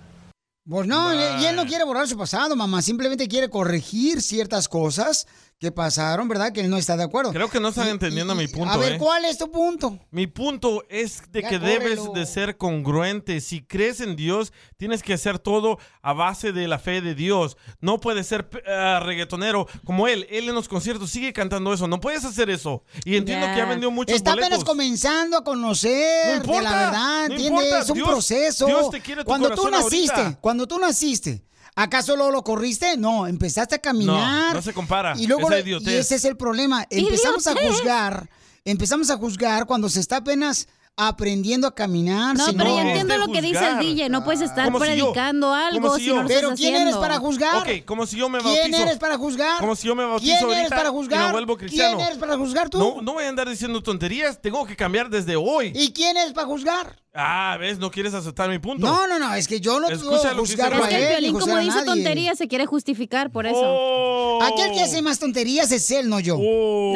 [SPEAKER 1] Pues no, y él no quiere borrar su pasado, mamá. Simplemente quiere corregir ciertas cosas que pasaron, ¿verdad? Que él no está de acuerdo.
[SPEAKER 3] Creo que no están entendiendo mi punto,
[SPEAKER 1] A ver,
[SPEAKER 3] ¿eh?
[SPEAKER 1] ¿cuál es tu punto?
[SPEAKER 3] Mi punto es de
[SPEAKER 1] Ya
[SPEAKER 3] que
[SPEAKER 1] córrelo.
[SPEAKER 3] debes de ser congruente. Si crees en Dios, tienes que hacer todo a base de la fe de Dios. No puedes ser p- ah, reggaetonero como él. Él en los conciertos sigue cantando eso. No puedes hacer eso. Y entiendo que ha vendido muchos
[SPEAKER 1] Está
[SPEAKER 3] boletos.
[SPEAKER 1] apenas comenzando a conocer
[SPEAKER 3] No
[SPEAKER 1] de
[SPEAKER 3] importa,
[SPEAKER 1] la verdad,
[SPEAKER 3] no
[SPEAKER 1] ¿entiendes?
[SPEAKER 3] importa.
[SPEAKER 1] Es un
[SPEAKER 3] Dios-
[SPEAKER 1] proceso.
[SPEAKER 3] Dios te quiere tu
[SPEAKER 1] cuando tú
[SPEAKER 3] corazón
[SPEAKER 1] naciste,
[SPEAKER 3] ahorita.
[SPEAKER 1] cuando tú naciste, ¿acaso luego lo corriste? No, empezaste a caminar.
[SPEAKER 3] No, no se compara.
[SPEAKER 1] Y luego
[SPEAKER 3] Esa
[SPEAKER 1] lo-
[SPEAKER 3] idiotez.
[SPEAKER 1] y ese es el problema. Empezamos a
[SPEAKER 2] Idiotez.
[SPEAKER 1] juzgar, empezamos a juzgar cuando se está apenas aprendiendo a caminar.
[SPEAKER 2] No, pero
[SPEAKER 1] señor.
[SPEAKER 2] yo entiendo lo que dice el DJ. No pues, puedes estar
[SPEAKER 1] Como si yo,
[SPEAKER 2] predicando algo
[SPEAKER 1] como
[SPEAKER 2] si,
[SPEAKER 1] si
[SPEAKER 2] no
[SPEAKER 1] yo.
[SPEAKER 2] lo
[SPEAKER 1] Pero
[SPEAKER 2] estás
[SPEAKER 1] ¿quién eres
[SPEAKER 2] haciendo.
[SPEAKER 1] para juzgar?
[SPEAKER 3] Ok, como si yo me bautizo.
[SPEAKER 1] ¿Quién eres para juzgar?
[SPEAKER 3] Como si yo me bautizo
[SPEAKER 1] ¿Quién eres
[SPEAKER 3] ahorita
[SPEAKER 1] para juzgar?
[SPEAKER 3] y me vuelvo cristiano.
[SPEAKER 1] ¿Quién eres para juzgar tú?
[SPEAKER 3] No, no voy a andar diciendo tonterías. Tengo que cambiar desde hoy.
[SPEAKER 1] ¿Y quién eres para juzgar?
[SPEAKER 3] Ah, ¿ves? No quieres aceptar mi punto.
[SPEAKER 1] No, no, no, es que yo no puedo
[SPEAKER 3] Escucha lo que dice
[SPEAKER 1] juzgarlo
[SPEAKER 3] Raúl.
[SPEAKER 1] a él.
[SPEAKER 2] El violín,
[SPEAKER 1] ni
[SPEAKER 2] como
[SPEAKER 1] juzgar a
[SPEAKER 2] dice
[SPEAKER 1] nadie.
[SPEAKER 2] tonterías, se quiere justificar por eso.
[SPEAKER 1] Oh. Aquel que hace más tonterías es él, no yo.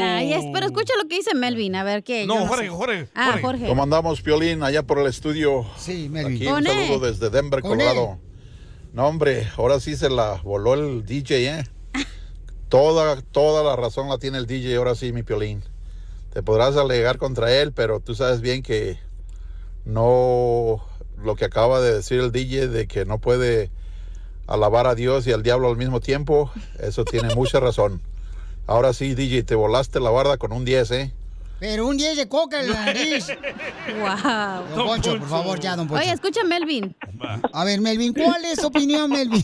[SPEAKER 2] Ay, es- pero escucha lo que dice Melvin, a ver qué. Yo sé. Ah, Jorge.
[SPEAKER 25] ¿Cómo andamos, Piolín, allá por el estudio?
[SPEAKER 1] Sí,
[SPEAKER 25] Aquí
[SPEAKER 2] Con
[SPEAKER 25] un
[SPEAKER 2] él.
[SPEAKER 25] saludo desde Denver,
[SPEAKER 2] Con
[SPEAKER 25] Colorado. No, hombre, ahora sí se la voló el DJ, ¿eh? Toda, toda la razón la tiene el DJ, ahora sí, mi Piolín. Te podrás alegar contra él, pero tú sabes bien que no lo que acaba de decir el DJ de que no puede alabar a Dios y al diablo al mismo tiempo, eso tiene mucha razón. Ahora sí, DJ, te volaste la barda con un 10, ¿eh?
[SPEAKER 1] Pero un 10 de coca en la nariz.
[SPEAKER 2] Wow.
[SPEAKER 1] Don Poncho, por favor, ya, don Poncho.
[SPEAKER 2] Oye, escucha a Melvin.
[SPEAKER 1] A ver, Melvin, ¿cuál es tu opinión, Melvin?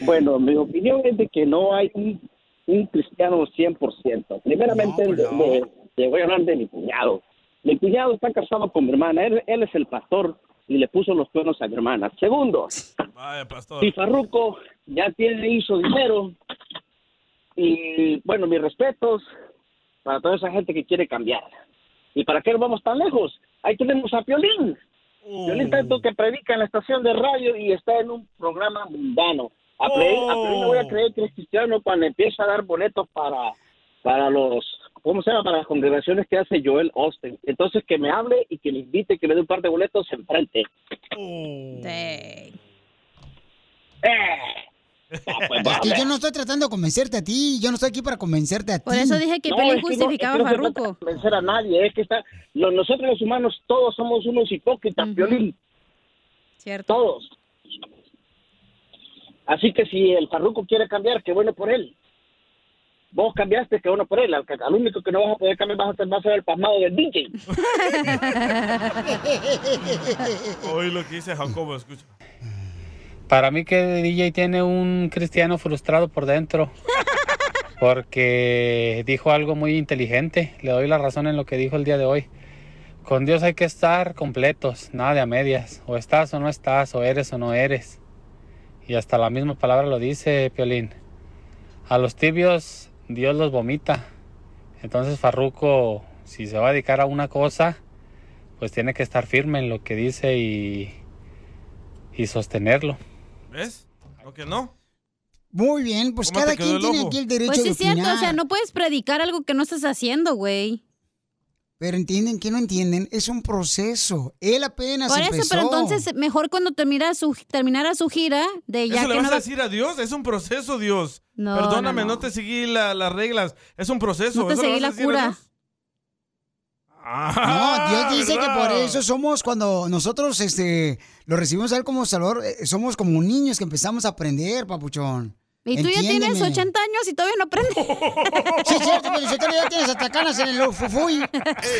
[SPEAKER 21] Bueno, mi opinión es de que no hay un, un cristiano 100%. Primeramente,
[SPEAKER 18] No, pues no.
[SPEAKER 21] de- te voy a hablar de mi cuñado. Mi cuñado está casado con mi hermana. Él, él es el pastor y le puso los cuernos a mi hermana. Segundo,
[SPEAKER 3] Vaya, pastor.
[SPEAKER 21] si Farruco ya tiene, hizo dinero. Y bueno, mis respetos para toda esa gente que quiere cambiar. ¿Y para qué nos vamos tan lejos? Ahí tenemos a Piolín.
[SPEAKER 2] Oh.
[SPEAKER 21] Piolín tanto que predica en la estación de radio y está en un programa mundano. A Piolín, a
[SPEAKER 18] Oh.
[SPEAKER 21] Piolín le
[SPEAKER 3] Oh.
[SPEAKER 21] voy a creer que es cristiano cuando empieza a dar boletos para, para los, ¿cómo se llama? Para las congregaciones que hace Joel Austin. Entonces que me hable y que me invite, que me dé un par de boletos enfrente.
[SPEAKER 2] Eh.
[SPEAKER 1] Pues Es que yo no estoy tratando de convencerte a ti. Yo no estoy aquí para convencerte a ti.
[SPEAKER 21] No, es no- es que no se trata de convencer a nadie, es que está, lo- nosotros los humanos todos somos unos hipócritas, Piolín.
[SPEAKER 2] Cierto.
[SPEAKER 21] Todos. Así que si el Farruco quiere cambiar, qué bueno por él. Vos cambiaste, qué bueno por él. Al, al único que no vas a poder cambiar vas a, vas a ser el pasmado del DJ.
[SPEAKER 3] Hoy lo que dice Jacobo, escucha.
[SPEAKER 26] Para mí que el DJ tiene un cristiano frustrado por dentro. Porque dijo algo muy inteligente. Le doy la razón en lo que dijo el día de hoy. Con Dios hay que estar completos, nada de a medias. O estás o no estás, o eres o no eres. Y hasta la misma palabra lo dice Piolín. A los tibios Dios los vomita. Entonces Farruco, si se va a dedicar a una cosa, pues tiene que estar firme en lo que dice y, y sostenerlo.
[SPEAKER 3] ¿Ves? Lo que no.
[SPEAKER 1] Muy bien, pues
[SPEAKER 3] ¿Cómo te
[SPEAKER 1] cada
[SPEAKER 3] quedó
[SPEAKER 1] quien
[SPEAKER 3] el
[SPEAKER 1] tiene
[SPEAKER 3] ojo?
[SPEAKER 1] aquí el derecho
[SPEAKER 2] Pues sí
[SPEAKER 1] de
[SPEAKER 2] es cierto,
[SPEAKER 1] opinar.
[SPEAKER 2] o sea, no puedes predicar algo que no estás haciendo, güey.
[SPEAKER 1] Pero entienden que no entienden, es un proceso. Él apenas
[SPEAKER 2] Por eso,
[SPEAKER 1] empezó.
[SPEAKER 2] pero entonces mejor cuando terminara su, terminara su gira de ya
[SPEAKER 3] Eso le
[SPEAKER 2] que
[SPEAKER 3] vas
[SPEAKER 2] no
[SPEAKER 3] a
[SPEAKER 2] va-
[SPEAKER 3] decir a Dios, es un proceso, Dios.
[SPEAKER 2] No,
[SPEAKER 3] Perdóname,
[SPEAKER 2] no,
[SPEAKER 3] no,
[SPEAKER 2] no.
[SPEAKER 3] te seguí la- las reglas. Es un proceso.
[SPEAKER 2] no te
[SPEAKER 3] ¿Eso le
[SPEAKER 2] seguí
[SPEAKER 3] vas a
[SPEAKER 2] la
[SPEAKER 3] decir a
[SPEAKER 2] cura.
[SPEAKER 3] Dios?
[SPEAKER 1] No, Dios dice
[SPEAKER 3] Ah, ¿verdad?
[SPEAKER 1] que por eso somos cuando nosotros este lo recibimos a él como Salvador, eh, somos como niños que empezamos a aprender, papuchón.
[SPEAKER 2] Y tú ya tienes
[SPEAKER 1] Entiéndeme.
[SPEAKER 2] 80 años y todavía no aprendes.
[SPEAKER 1] Sí, es cierto, pero si tú ya tienes hasta canas en el fufuy.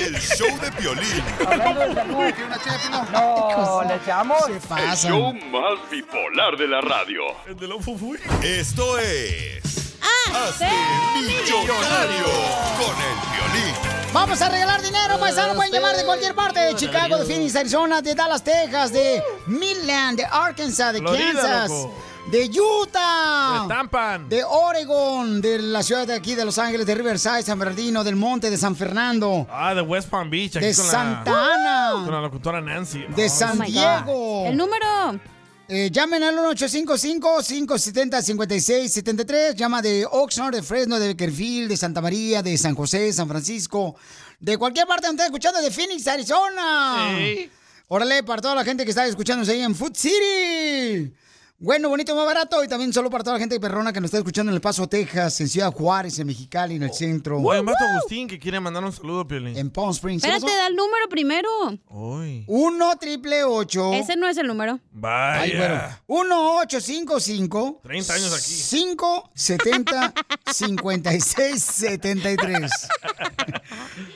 [SPEAKER 7] El show de Piolín.
[SPEAKER 6] Hablando de salud, ¿quiere una chela de pino? No, ¿le echamos? Se
[SPEAKER 8] El show más bipolar de la radio.
[SPEAKER 7] Esto es.
[SPEAKER 11] Ah,
[SPEAKER 7] Hazte millonario con el violín.
[SPEAKER 1] Vamos a regalar dinero, paisano. Pueden llamar de cualquier parte. De Chicago, de Phoenix, Arizona, de Dallas, Texas, de Midland, de Arkansas, de
[SPEAKER 3] Uh. Florida,
[SPEAKER 1] Kansas,
[SPEAKER 3] loco.
[SPEAKER 1] de Utah.
[SPEAKER 3] De
[SPEAKER 1] De Oregon, de la ciudad de aquí, de Los Ángeles, de Riverside, San Bernardino, del Monte, de San Fernando,
[SPEAKER 3] Ah, de West Palm Beach. aquí
[SPEAKER 1] de
[SPEAKER 3] con la-
[SPEAKER 1] Santa Ana.
[SPEAKER 3] Con la locutora Nancy.
[SPEAKER 1] de San
[SPEAKER 3] my God.
[SPEAKER 1] Diego.
[SPEAKER 2] Oh El
[SPEAKER 1] número. llamen al 1855-570-5673. Llama de Oxnard, de Fresno, de Beckerfield, de Santa María, de San José, San Francisco. De cualquier parte donde estén escuchando, de Phoenix, Arizona.
[SPEAKER 11] Sí.
[SPEAKER 1] Órale, para toda la gente que está escuchándose ahí en Food City. Bueno, bonito, más barato. Y también solo para toda la gente perrona que nos está escuchando en El Paso, Texas, en Ciudad Juárez, en Mexicali, en el centro.
[SPEAKER 3] Oye, un vato Agustín que quiere mandar un saludo, Piolín.
[SPEAKER 1] En Palm Springs.
[SPEAKER 2] Espérate, da el número primero.
[SPEAKER 3] Uy.
[SPEAKER 1] 1 triple 8.
[SPEAKER 2] Ese no es el número.
[SPEAKER 3] Vaya.
[SPEAKER 1] Ay, bueno. 1855
[SPEAKER 3] 30 años aquí.
[SPEAKER 1] 570 5673.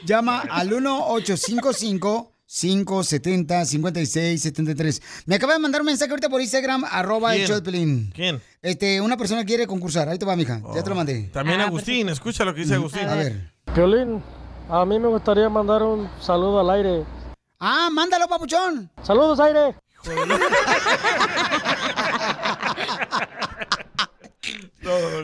[SPEAKER 1] Llama al 1855 570 5673. Me acaba de mandar un mensaje ahorita por Instagram arroba el
[SPEAKER 3] ¿Quién?
[SPEAKER 1] Choplin.
[SPEAKER 3] ¿Quién?
[SPEAKER 1] Este, una persona quiere concursar. Ahí te va, mija. Ya te lo mandé.
[SPEAKER 3] También
[SPEAKER 2] Ah,
[SPEAKER 3] Agustín, escucha lo que dice Agustín.
[SPEAKER 1] A ver.
[SPEAKER 22] Piolín, a mí me gustaría mandar un saludo al aire.
[SPEAKER 1] Ah, mándalo, papuchón.
[SPEAKER 22] Saludos, aire.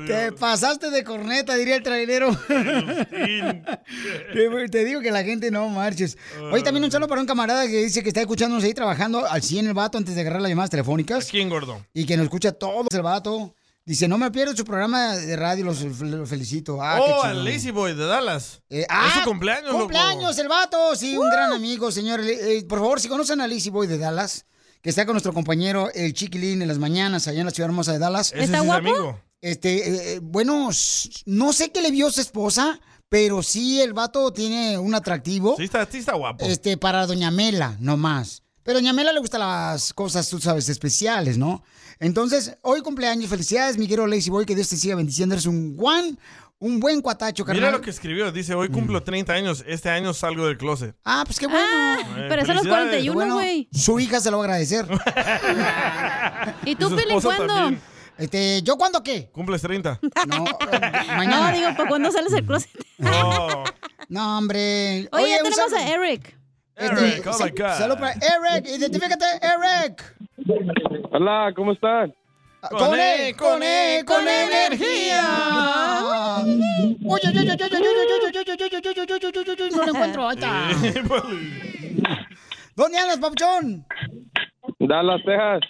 [SPEAKER 1] Te pasaste de corneta, diría el trailero. Te- Te digo que la gente no marches. Hoy también un saludo para un camarada que dice que está escuchándonos ahí trabajando al 100 el vato antes de agarrar las llamadas telefónicas.
[SPEAKER 3] ¿Quién, gordo?
[SPEAKER 1] Y que nos escucha todo el vato. Dice, no me pierdo su programa de radio, los, los felicito. Ah, qué
[SPEAKER 3] oh,
[SPEAKER 1] chido.
[SPEAKER 3] al Lazy Boy de Dallas.
[SPEAKER 1] ah,
[SPEAKER 3] es su cumpleaños, loco.
[SPEAKER 1] Cumpleaños, el vato. Sí, un gran amigo, señor. Eh, por favor, si conocen a Lizzy Boy de Dallas, que está con nuestro compañero el Chiquilín en las mañanas allá en la ciudad hermosa de Dallas.
[SPEAKER 3] Ese ¿Está sí es guapo? amigo.
[SPEAKER 1] Este, eh, eh, bueno, s- no sé qué le vio su esposa, pero sí el vato tiene un atractivo.
[SPEAKER 3] Sí está, sí está guapo.
[SPEAKER 1] Este, para Doña Mela, nomás. Pero a Doña Mela le gustan las cosas, tú sabes, especiales, ¿no? Entonces, hoy cumpleaños, felicidades, mi querido Lazy Boy, que Dios te siga bendiciendo. Eres un guan, un buen cuatacho, carnal. Mm.
[SPEAKER 3] Mira lo que escribió. Dice, hoy cumplo 30 años. Este año salgo del closet.
[SPEAKER 1] Ah, pues qué bueno.
[SPEAKER 3] Eh, pero es a los felicidades. 41,
[SPEAKER 1] Bueno,
[SPEAKER 3] güey.
[SPEAKER 1] su hija se lo va a agradecer.
[SPEAKER 2] ¿Y
[SPEAKER 3] tú, Y su Piolín, esposa cuándo? también.
[SPEAKER 1] Este, ¿yo cuándo qué?
[SPEAKER 3] Cumples 30.
[SPEAKER 1] No, mañana.
[SPEAKER 2] Ah, No, digo, ¿para cuándo sales del closet?
[SPEAKER 3] Oh.
[SPEAKER 1] No, hombre.
[SPEAKER 2] Oye, ya
[SPEAKER 1] un
[SPEAKER 2] tenemos
[SPEAKER 1] saludo-
[SPEAKER 2] a Eric.
[SPEAKER 1] Este,
[SPEAKER 2] oh
[SPEAKER 1] sa-
[SPEAKER 2] my God.
[SPEAKER 1] Saludo para Eric. Identifícate, Eric.
[SPEAKER 23] Hola, ¿cómo están?
[SPEAKER 1] Con E, con E, con energía. Oye, oye, oye, oye, oye, oye, oye, oye, oye, oye, oye, oye, oye, no lo encuentro. Ahí está. ¿Dónde andas, papuchón?
[SPEAKER 23] Dallas, Texas.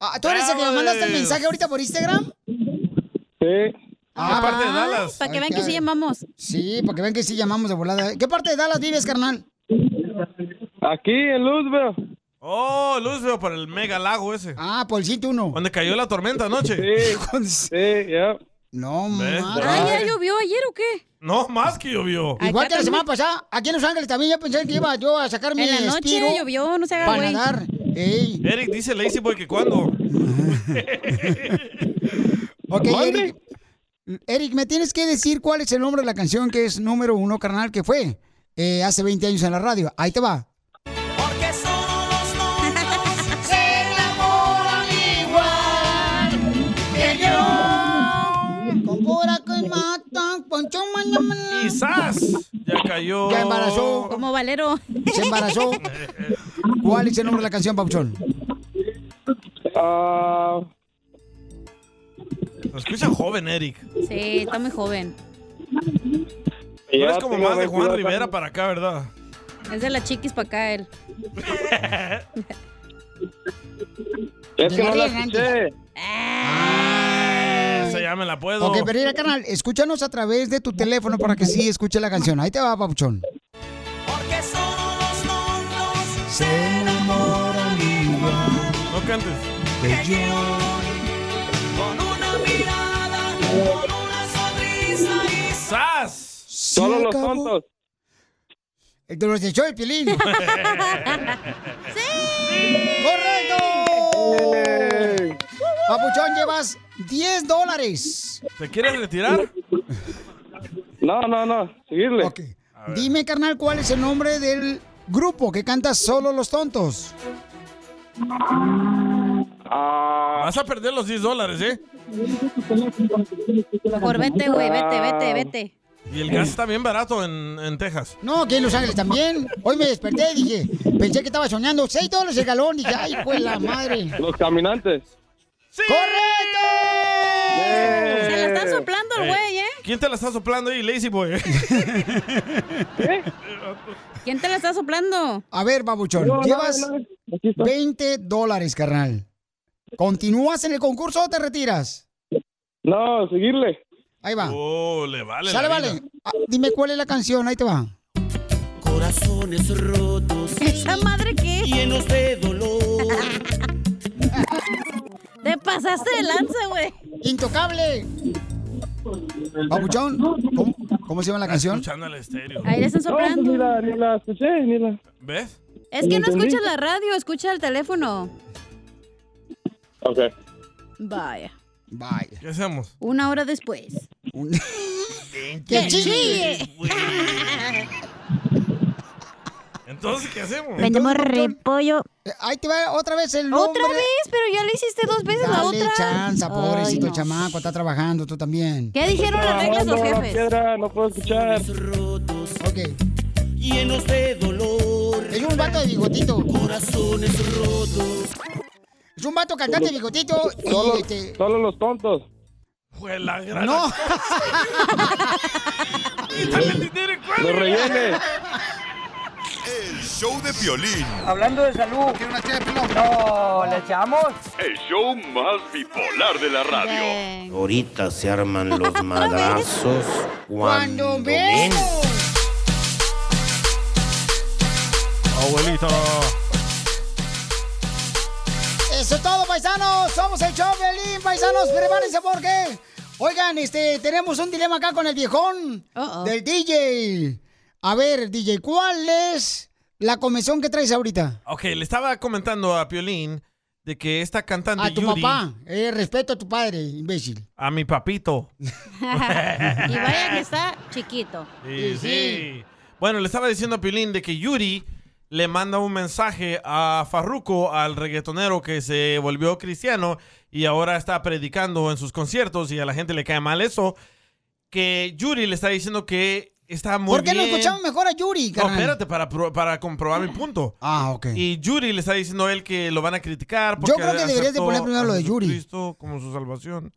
[SPEAKER 1] Ah, ¿Tú eres el que me mandaste el mensaje ahorita por Instagram?
[SPEAKER 23] Sí.
[SPEAKER 1] Ah,
[SPEAKER 2] parte de Dallas. para que vean que sí
[SPEAKER 1] llamamos. Sí, para que vean que sí llamamos de volada. ¿Qué parte de Dallas vives, carnal?
[SPEAKER 23] Aquí en Luzbel.
[SPEAKER 3] Oh, luz veo por el mega lago ese.
[SPEAKER 1] Ah, por el sitio uno.
[SPEAKER 3] Donde cayó la tormenta anoche.
[SPEAKER 1] Sí,
[SPEAKER 23] sí, ya.
[SPEAKER 1] No,
[SPEAKER 3] Eh,
[SPEAKER 2] Ah, ¿ya llovió ayer o qué?
[SPEAKER 3] No, más que llovió.
[SPEAKER 1] Igual que la semana pasada, aquí en Los Ángeles también ya pensé que iba yo a sacar mi
[SPEAKER 2] En la noche
[SPEAKER 1] espiro
[SPEAKER 2] llovió, no se haga
[SPEAKER 1] para
[SPEAKER 2] güey.
[SPEAKER 1] nadar. Ey.
[SPEAKER 3] Eric dice Lazy Boy que cuando.
[SPEAKER 1] Ok, Eric. Eric, me tienes que decir cuál es el nombre de la canción que es número uno, carnal, que fue eh, hace 20 años en la radio. Ahí te va.
[SPEAKER 11] Porque solo los novios se enamoran igual que yo.
[SPEAKER 1] Con pura que matan, poncho
[SPEAKER 3] Quizás ya cayó.
[SPEAKER 1] Ya embarazó.
[SPEAKER 2] Como Valero.
[SPEAKER 1] Se embarazó. ¿Cuál es el nombre de la canción, Pauchón?
[SPEAKER 23] Ah,
[SPEAKER 3] Lo escucha joven, Eric.
[SPEAKER 2] Sí, está muy joven.
[SPEAKER 3] No
[SPEAKER 23] Ya
[SPEAKER 3] es como
[SPEAKER 23] tengo
[SPEAKER 3] más de Juan
[SPEAKER 23] 22
[SPEAKER 3] Rivera
[SPEAKER 23] años.
[SPEAKER 3] para acá, ¿verdad?
[SPEAKER 2] Es de las chiquis para acá él.
[SPEAKER 23] es que no la
[SPEAKER 1] Llegaría
[SPEAKER 23] escuché.
[SPEAKER 3] Ah, Esa ya me la puedo.
[SPEAKER 1] Ok, pero mira, carnal, escúchanos a través de tu teléfono para que sí escuche la canción. Ahí te va, Pauchón.
[SPEAKER 11] Porque se enamoran igual
[SPEAKER 3] No cantes.
[SPEAKER 11] que yo. Con una mirada, con una sonrisa y
[SPEAKER 3] ¡Sas!
[SPEAKER 23] Solo los tontos.
[SPEAKER 1] El que los echó el pilín. ¡Correcto! Papuchón, llevas 10 dólares.
[SPEAKER 3] ¿Te quieres retirar?
[SPEAKER 23] No, no, no. Seguirle.
[SPEAKER 1] Dime, carnal, ¿cuál es el nombre del grupo que canta Solo los Tontos?
[SPEAKER 23] Ah.
[SPEAKER 3] Vas a perder los 10 dólares, ¿eh?
[SPEAKER 2] Por vete, güey, vete, vete, vete.
[SPEAKER 3] Y el gas está bien barato en, en Texas.
[SPEAKER 1] Ah. No, que en Los Ángeles también. Hoy me desperté y dije, pensé que estaba soñando. 6 dólares el galón. Dije, ay, pues la madre.
[SPEAKER 23] Los caminantes.
[SPEAKER 3] ¡Correcto!
[SPEAKER 2] Se
[SPEAKER 23] Eh.
[SPEAKER 2] la están soplando al güey, ¿eh?
[SPEAKER 3] ¿Quién te la está soplando ahí, Lazy Boy?
[SPEAKER 2] ¿Quién te la está soplando?
[SPEAKER 1] A ver, babuchón,
[SPEAKER 2] No, no,
[SPEAKER 1] llevas
[SPEAKER 2] no,
[SPEAKER 1] 20 dólares, carnal. ¿Continúas en el concurso o te retiras?
[SPEAKER 23] No, seguirle.
[SPEAKER 1] Ahí va.
[SPEAKER 3] Oh, le vale.
[SPEAKER 1] Sale,
[SPEAKER 3] la
[SPEAKER 1] vale.
[SPEAKER 3] vida.
[SPEAKER 1] Ah, dime cuál es la canción, ahí te va.
[SPEAKER 11] Corazones rotos.
[SPEAKER 2] ¿Esa madre qué?
[SPEAKER 11] Llenos de dolor.
[SPEAKER 2] Te pasaste de lanza, güey.
[SPEAKER 1] Intocable. Babuchón, ¿cómo, cómo se llama la canción?
[SPEAKER 3] Escuchando el estéreo.
[SPEAKER 2] Ahí le están soplando.
[SPEAKER 23] No, ni la, ni la escuché, ni la.
[SPEAKER 3] ¿Ves?
[SPEAKER 2] Es que no
[SPEAKER 23] ¿Entendí?
[SPEAKER 2] escuchas la radio, escucha el teléfono.
[SPEAKER 23] Ok.
[SPEAKER 2] Vaya.
[SPEAKER 1] Vaya.
[SPEAKER 3] ¿Qué hacemos?
[SPEAKER 2] Una hora después.
[SPEAKER 1] ¡Que
[SPEAKER 2] ¡Que
[SPEAKER 1] chille!
[SPEAKER 2] chille!
[SPEAKER 3] Entonces, ¿qué hacemos?
[SPEAKER 2] Vendemos repollo.
[SPEAKER 1] eh, Ahí te va otra vez el nombre.
[SPEAKER 2] ¿Otra vez? Pero ya lo hiciste dos veces la
[SPEAKER 1] Dale
[SPEAKER 2] otra.
[SPEAKER 1] chanza, pobrecito
[SPEAKER 2] Ay, no.
[SPEAKER 1] chamaco, está trabajando tú también.
[SPEAKER 2] ¿Qué dijeron las reglas los jefes?
[SPEAKER 23] no puedo escuchar.
[SPEAKER 1] Ok.
[SPEAKER 11] Llenos de dolor.
[SPEAKER 1] Es un vato de bigotito.
[SPEAKER 11] Corazones rotos.
[SPEAKER 1] Es un vato cantante bigotito y
[SPEAKER 23] Solo,
[SPEAKER 1] este.
[SPEAKER 23] solo los tontos.
[SPEAKER 3] Fue la gran.
[SPEAKER 1] No.
[SPEAKER 23] Los rellenes.
[SPEAKER 7] El show de Piolín.
[SPEAKER 6] Hablando de salud. ¿Quiere una ché de pilón? No, ¿le echamos?
[SPEAKER 8] El show más bipolar de la radio.
[SPEAKER 5] Ahorita se arman los madrazos. Cuando
[SPEAKER 1] Cuando
[SPEAKER 5] ven.
[SPEAKER 1] vemos.
[SPEAKER 3] Abuelito.
[SPEAKER 1] Eso es todo, paisanos. Somos el show Belín, paisanos. Prepárense porque. Oigan, este, tenemos un dilema acá con el viejón del DJ. A ver, DJ, ¿cuál es la comisión que traes ahorita?
[SPEAKER 3] Ok, le estaba comentando a Piolín de que esta cantante
[SPEAKER 1] A tu
[SPEAKER 3] Yuri-
[SPEAKER 1] papá. Eh, respeto a tu padre, imbécil.
[SPEAKER 3] A mi papito.
[SPEAKER 2] y vaya que está chiquito.
[SPEAKER 3] Sí, sí. Bueno, le estaba diciendo a Pilín de que Yuri le manda un mensaje a Farruko, al reggaetonero que se volvió cristiano y ahora está predicando en sus conciertos y a la gente le cae mal eso, que Yuri le está diciendo que está muy
[SPEAKER 1] ¿Por qué no
[SPEAKER 3] bien.
[SPEAKER 1] escuchamos mejor a Yuri,
[SPEAKER 3] No,
[SPEAKER 1] carnal?
[SPEAKER 3] espérate, para, pro- para comprobar mi punto.
[SPEAKER 1] Ah, ok.
[SPEAKER 3] Y Yuri le está diciendo a él que lo van a criticar.
[SPEAKER 1] Yo
[SPEAKER 3] Porque
[SPEAKER 1] creo que deberías de
[SPEAKER 3] aceptó
[SPEAKER 1] poner primero
[SPEAKER 3] a
[SPEAKER 1] lo de Yuri.
[SPEAKER 3] Jesucristo como su salvación.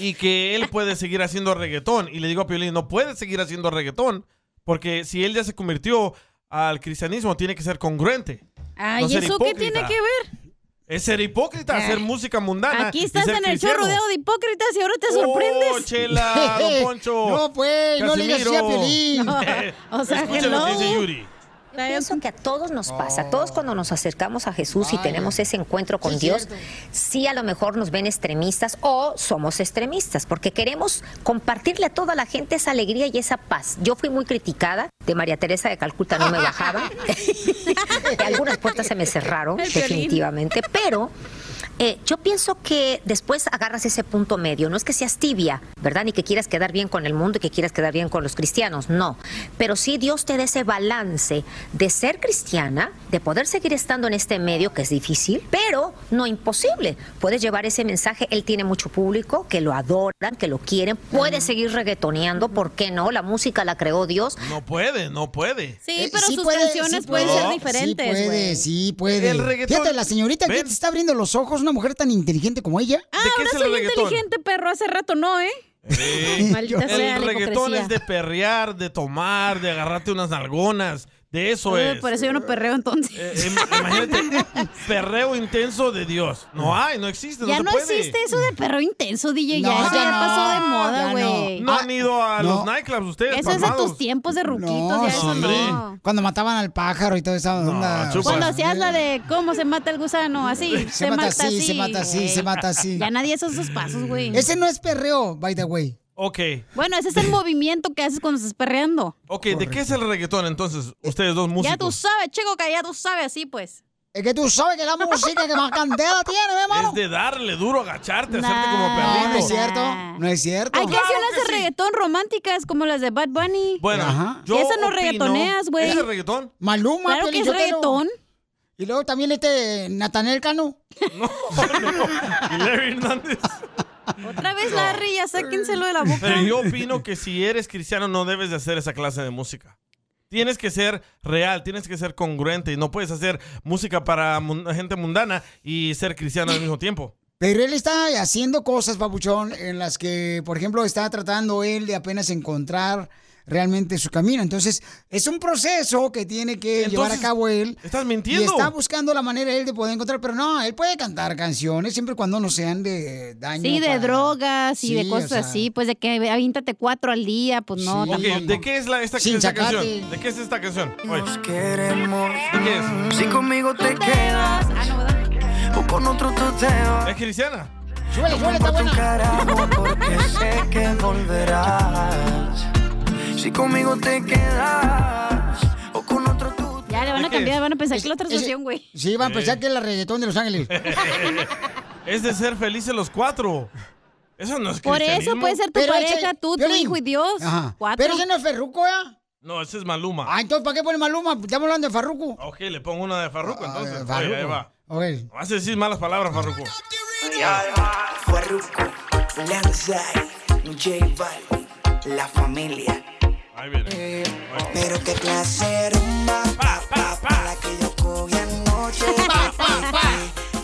[SPEAKER 3] Y que él puede seguir haciendo reggaetón. Y le digo a Piolín, no puede seguir haciendo reggaetón. Porque si él ya se convirtió al cristianismo, tiene que ser congruente.
[SPEAKER 2] Ay,
[SPEAKER 3] No ser
[SPEAKER 2] ¿eso qué
[SPEAKER 3] hipócrita.
[SPEAKER 2] tiene que ver?
[SPEAKER 3] Es ser hipócrita, hacer música mundana.
[SPEAKER 2] Aquí
[SPEAKER 3] y
[SPEAKER 2] estás
[SPEAKER 3] ser
[SPEAKER 2] en el show
[SPEAKER 3] cristiano.
[SPEAKER 2] rodeado de hipócritas y ahora te
[SPEAKER 3] Oh,
[SPEAKER 2] sorprendes.
[SPEAKER 3] chela, don Poncho.
[SPEAKER 1] No, pues, no le digas así a
[SPEAKER 3] Casimiro.
[SPEAKER 1] Piolín.
[SPEAKER 2] o sea,
[SPEAKER 10] Escucha lo que hello. dice
[SPEAKER 3] Yuri.
[SPEAKER 10] Yo pienso que a todos nos pasa, a todos cuando nos acercamos a Jesús y tenemos ese encuentro con
[SPEAKER 4] Sí,
[SPEAKER 10] Dios,
[SPEAKER 4] cierto.
[SPEAKER 10] sí a lo mejor nos ven extremistas o somos extremistas, porque queremos compartirle a toda la gente esa alegría y esa paz. Yo fui muy criticada, de María Teresa de Calcuta no me bajaba, y algunas puertas se me cerraron,
[SPEAKER 4] El Piolín.
[SPEAKER 10] definitivamente, pero... eh, yo pienso que después agarras ese punto medio. No es que seas tibia, ¿verdad? Ni que quieras quedar bien con el mundo y que quieras quedar bien con los cristianos, no. Pero sí Dios te da ese balance de ser cristiana, de poder seguir estando en este medio que es difícil, pero no imposible. Puedes llevar ese mensaje, Él tiene mucho público, que lo adoran, que lo quieren, puedes seguir reggaetoneando, ¿por qué no? La música la creó Dios,
[SPEAKER 3] No puede, no puede.
[SPEAKER 2] Sí,
[SPEAKER 10] Eh,
[SPEAKER 2] pero
[SPEAKER 10] sí
[SPEAKER 2] sus
[SPEAKER 10] puede,
[SPEAKER 2] canciones
[SPEAKER 10] sí
[SPEAKER 2] pueden
[SPEAKER 10] puede.
[SPEAKER 2] ser
[SPEAKER 10] Sí
[SPEAKER 2] diferentes,
[SPEAKER 1] sí
[SPEAKER 2] güey.
[SPEAKER 1] puede, sí puede.
[SPEAKER 3] El reggaetón-
[SPEAKER 1] Fíjate, la señorita que te está abriendo los ojos, una mujer tan inteligente como ella.
[SPEAKER 2] Ah, ahora soy inteligente, perro. Hace rato no, ¿eh?
[SPEAKER 3] Sí.
[SPEAKER 2] Maldita sea
[SPEAKER 3] el
[SPEAKER 2] la
[SPEAKER 3] reggaetón
[SPEAKER 2] hipocresía.
[SPEAKER 3] es de perrear, de tomar, de agarrarte unas nalgonas, De eso
[SPEAKER 2] Ay, pues.
[SPEAKER 3] es. Eh,
[SPEAKER 2] Por eso yo no perreo entonces.
[SPEAKER 3] Imagínate, perreo intenso de Dios. No hay, no existe, no
[SPEAKER 2] ya
[SPEAKER 3] se
[SPEAKER 2] no
[SPEAKER 3] puede.
[SPEAKER 2] existe eso de perreo intenso, DJ.
[SPEAKER 3] No,
[SPEAKER 2] ya eso ya
[SPEAKER 3] ya
[SPEAKER 2] pasó de
[SPEAKER 3] no,
[SPEAKER 2] moda,
[SPEAKER 3] ya
[SPEAKER 2] güey.
[SPEAKER 3] No
[SPEAKER 1] Ah,
[SPEAKER 3] han ido a
[SPEAKER 1] No.
[SPEAKER 3] los nightclubs ustedes,
[SPEAKER 2] Eso es de
[SPEAKER 3] palmados.
[SPEAKER 2] tus tiempos de ruquitos,
[SPEAKER 1] No,
[SPEAKER 2] ya eso
[SPEAKER 1] hombre.
[SPEAKER 2] no.
[SPEAKER 1] Cuando mataban al pájaro y todo esa
[SPEAKER 3] Ah,
[SPEAKER 1] onda.
[SPEAKER 2] Cuando hacías la de cómo se mata el gusano, así.
[SPEAKER 1] Se mata así, se mata así,
[SPEAKER 2] güey.
[SPEAKER 1] se mata así.
[SPEAKER 2] Ya nadie hace esos pasos, güey.
[SPEAKER 1] Ese no es perreo, by the way.
[SPEAKER 3] Ok.
[SPEAKER 2] Bueno, ese es el movimiento que haces cuando estás perreando.
[SPEAKER 3] Ok, ¿de qué es el reggaetón entonces? Ustedes dos músicos.
[SPEAKER 2] Ya tú sabes, chico, que ya tú sabes, así pues.
[SPEAKER 1] Es que tú sabes que la música que más candela tiene, ¿eh,
[SPEAKER 3] Es de darle duro, agacharte, hacerte como
[SPEAKER 1] No,
[SPEAKER 3] perrito.
[SPEAKER 1] no es cierto. No es cierto.
[SPEAKER 2] Hay canciones de reggaetón románticas como las de Bad Bunny.
[SPEAKER 3] Bueno, yo
[SPEAKER 2] Esas no
[SPEAKER 3] opino-
[SPEAKER 2] reggaetoneas, güey.
[SPEAKER 3] ¿Ese es reggaetón?
[SPEAKER 1] Maluma,
[SPEAKER 2] Claro que es
[SPEAKER 1] Piolín Sotelo.
[SPEAKER 2] reggaetón.
[SPEAKER 1] Y luego también este Natanel Cano.
[SPEAKER 3] Y Larry Hernández.
[SPEAKER 2] Otra vez, Larry, ya sáquenselo de la boca.
[SPEAKER 3] Pero yo opino que si eres cristiano no debes de hacer esa clase de música. Tienes que ser real, tienes que ser congruente y no puedes hacer música para mun- gente mundana y ser cristiano al mismo tiempo.
[SPEAKER 1] Pero él está haciendo cosas, papuchón, en las que, por ejemplo, está tratando él de apenas encontrar realmente su camino. Entonces, es un proceso que tiene que llevar a
[SPEAKER 3] Entonces,
[SPEAKER 1] cabo él.
[SPEAKER 3] estás mintiendo.
[SPEAKER 1] Y está buscando la manera él de poder encontrar, pero no, él puede cantar canciones siempre y cuando no sean de daño.
[SPEAKER 2] Sí, de
[SPEAKER 1] para-
[SPEAKER 2] drogas y
[SPEAKER 1] Sí,
[SPEAKER 2] de cosas
[SPEAKER 1] o sea,
[SPEAKER 2] así, pues de que avíntate cuatro al día, pues no,
[SPEAKER 3] Ok,
[SPEAKER 2] tampoco.
[SPEAKER 3] ¿de qué es la, esta,
[SPEAKER 2] Sin
[SPEAKER 3] esta
[SPEAKER 2] sacate.
[SPEAKER 3] canción? ¿De qué es esta canción? Oye.
[SPEAKER 11] queremos.
[SPEAKER 3] ¿De qué es?
[SPEAKER 11] Si conmigo te quedas
[SPEAKER 1] Ah,
[SPEAKER 11] o con otro tú te vas.
[SPEAKER 3] ¿Es cristiana?
[SPEAKER 1] Súbele,
[SPEAKER 11] súbele, está buena. porque sé que volverás. Si conmigo te quedas o con otro tú
[SPEAKER 2] Ya le van a cambiar, van a pensar que la otra canción, güey.
[SPEAKER 1] Sí, van a pensar
[SPEAKER 3] Eh.
[SPEAKER 1] que es la reggaetón de Los Ángeles.
[SPEAKER 3] es de ser felices los cuatro. Eso no es
[SPEAKER 2] Por eso
[SPEAKER 3] cristianismo.
[SPEAKER 2] puede ser tu
[SPEAKER 1] Pero ese-
[SPEAKER 2] pareja, tú, tu
[SPEAKER 1] Piolín.
[SPEAKER 2] hijo y Dios.
[SPEAKER 3] Ajá.
[SPEAKER 2] Cuatro.
[SPEAKER 1] Pero ese no es Ferruco, ¿eh?
[SPEAKER 3] No, ese es Maluma.
[SPEAKER 1] Ah, entonces, ¿para qué pone Maluma? Estamos hablando de Farruco.
[SPEAKER 3] Ok, le pongo una de Farruko entonces. Oye,
[SPEAKER 1] Ah, Farruko.
[SPEAKER 3] ahí va.
[SPEAKER 1] Ok.
[SPEAKER 3] Vas a decir malas palabras, Farruko.
[SPEAKER 11] Farruko, Lanzai, J Balvin, la familia.
[SPEAKER 3] Ahí viene.
[SPEAKER 11] Pero qué placer, rumba, pa, pa, pa, la que yo cogí anoche. Pa, pa, pa.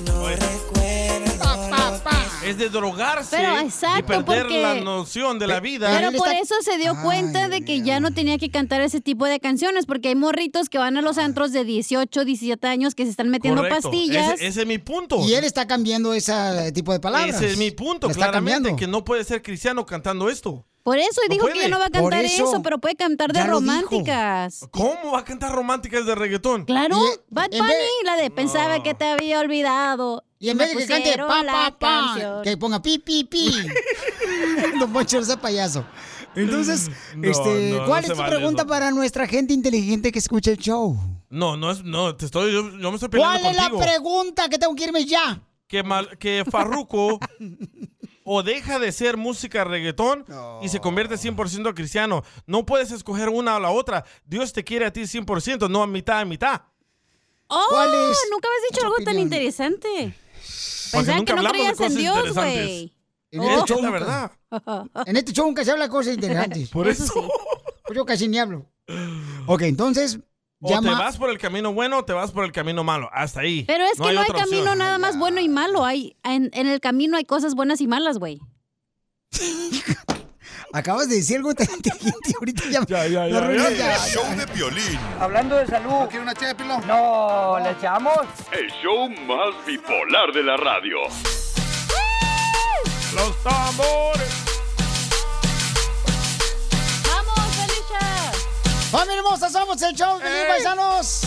[SPEAKER 11] No recuerdo lo que
[SPEAKER 3] Es de drogarse
[SPEAKER 2] Pero, exacto,
[SPEAKER 3] y perder
[SPEAKER 2] porque-
[SPEAKER 3] la noción de la vida.
[SPEAKER 2] Pero por eso se dio cuenta de que ya no tenía que cantar ese tipo de canciones, porque hay morritos que van a los antros de 18, 17 años que se están metiendo
[SPEAKER 3] Correcto.
[SPEAKER 2] pastillas.
[SPEAKER 3] Ese, ese es mi punto.
[SPEAKER 1] Y él está cambiando ese tipo de palabras.
[SPEAKER 3] Ese es mi punto,
[SPEAKER 1] La está
[SPEAKER 3] claramente,
[SPEAKER 1] cambiando.
[SPEAKER 3] que no puede ser cristiano cantando esto.
[SPEAKER 2] Por eso, y
[SPEAKER 3] No
[SPEAKER 2] dijo que
[SPEAKER 3] puede.
[SPEAKER 2] ya no va a
[SPEAKER 3] Por
[SPEAKER 2] cantar eso,
[SPEAKER 3] eso.
[SPEAKER 2] pero puede cantar de
[SPEAKER 3] Ya lo dijo.
[SPEAKER 2] románticas.
[SPEAKER 3] ¿Cómo va a cantar románticas de reggaetón?
[SPEAKER 2] Claro, Bad
[SPEAKER 3] en
[SPEAKER 2] Bunny,
[SPEAKER 3] vez-
[SPEAKER 2] la de pensaba que te había olvidado.
[SPEAKER 1] Y en
[SPEAKER 2] Me
[SPEAKER 1] vez de que cante
[SPEAKER 2] pusieron
[SPEAKER 1] pa,
[SPEAKER 2] la
[SPEAKER 1] pa, pa,
[SPEAKER 2] canción.
[SPEAKER 1] que ponga pi, pi, pi. Don Poncho, ese payaso. Entonces,
[SPEAKER 3] No,
[SPEAKER 1] este,
[SPEAKER 3] no, no
[SPEAKER 1] ¿cuál es
[SPEAKER 3] se
[SPEAKER 1] tu
[SPEAKER 3] vale
[SPEAKER 1] pregunta para nuestra gente inteligente que escucha el show?
[SPEAKER 3] No, no, es, no te estoy, yo, yo me estoy peleando
[SPEAKER 1] ¿Cuál
[SPEAKER 3] contigo.
[SPEAKER 1] es la pregunta que tengo que irme ya?
[SPEAKER 3] que, mal- que Farruko o deja de ser música reggaetón y se convierte 100% cristiano. No puedes escoger una o la otra. Dios te quiere a ti 100%, no a mitad a mitad.
[SPEAKER 2] ¡Oh!
[SPEAKER 3] ¿Cuál es
[SPEAKER 2] Nunca habías dicho algo tan interesante.
[SPEAKER 3] Porque
[SPEAKER 2] Pensaba
[SPEAKER 3] nunca
[SPEAKER 2] que no
[SPEAKER 3] hablamos de
[SPEAKER 2] creías en
[SPEAKER 3] cosas
[SPEAKER 2] Dios,
[SPEAKER 3] interesantes.
[SPEAKER 2] güey.
[SPEAKER 1] En
[SPEAKER 3] Oh.
[SPEAKER 1] este
[SPEAKER 3] Es
[SPEAKER 1] show
[SPEAKER 3] la
[SPEAKER 1] nunca-
[SPEAKER 3] verdad.
[SPEAKER 1] En este show nunca se habla cosas interesantes.
[SPEAKER 3] Por Eso eso.
[SPEAKER 1] Pues yo casi ni hablo. Ok, entonces,
[SPEAKER 3] O
[SPEAKER 1] llama.
[SPEAKER 3] te vas por el camino bueno o te vas por el camino malo. Hasta ahí.
[SPEAKER 2] Pero es que no hay
[SPEAKER 3] otra
[SPEAKER 2] camino
[SPEAKER 3] opción.
[SPEAKER 2] nada más bueno y malo. Hay, en, en el camino hay cosas buenas y malas, güey.
[SPEAKER 1] Acabas de decir algo tan inteligente ahorita ya.
[SPEAKER 23] ya,
[SPEAKER 1] me arruiné,
[SPEAKER 23] ya,
[SPEAKER 1] ya.
[SPEAKER 23] ya.
[SPEAKER 7] Show de violín.
[SPEAKER 6] Hablando de salud. ¿No quiere una ché de pilón? No, ¿le echamos?
[SPEAKER 8] El show más bipolar de la radio.
[SPEAKER 3] Los tambores.
[SPEAKER 2] ¡Vamos, Alicia!
[SPEAKER 1] ¡Familia hermosa, somos el show, de Piolín, paisanos!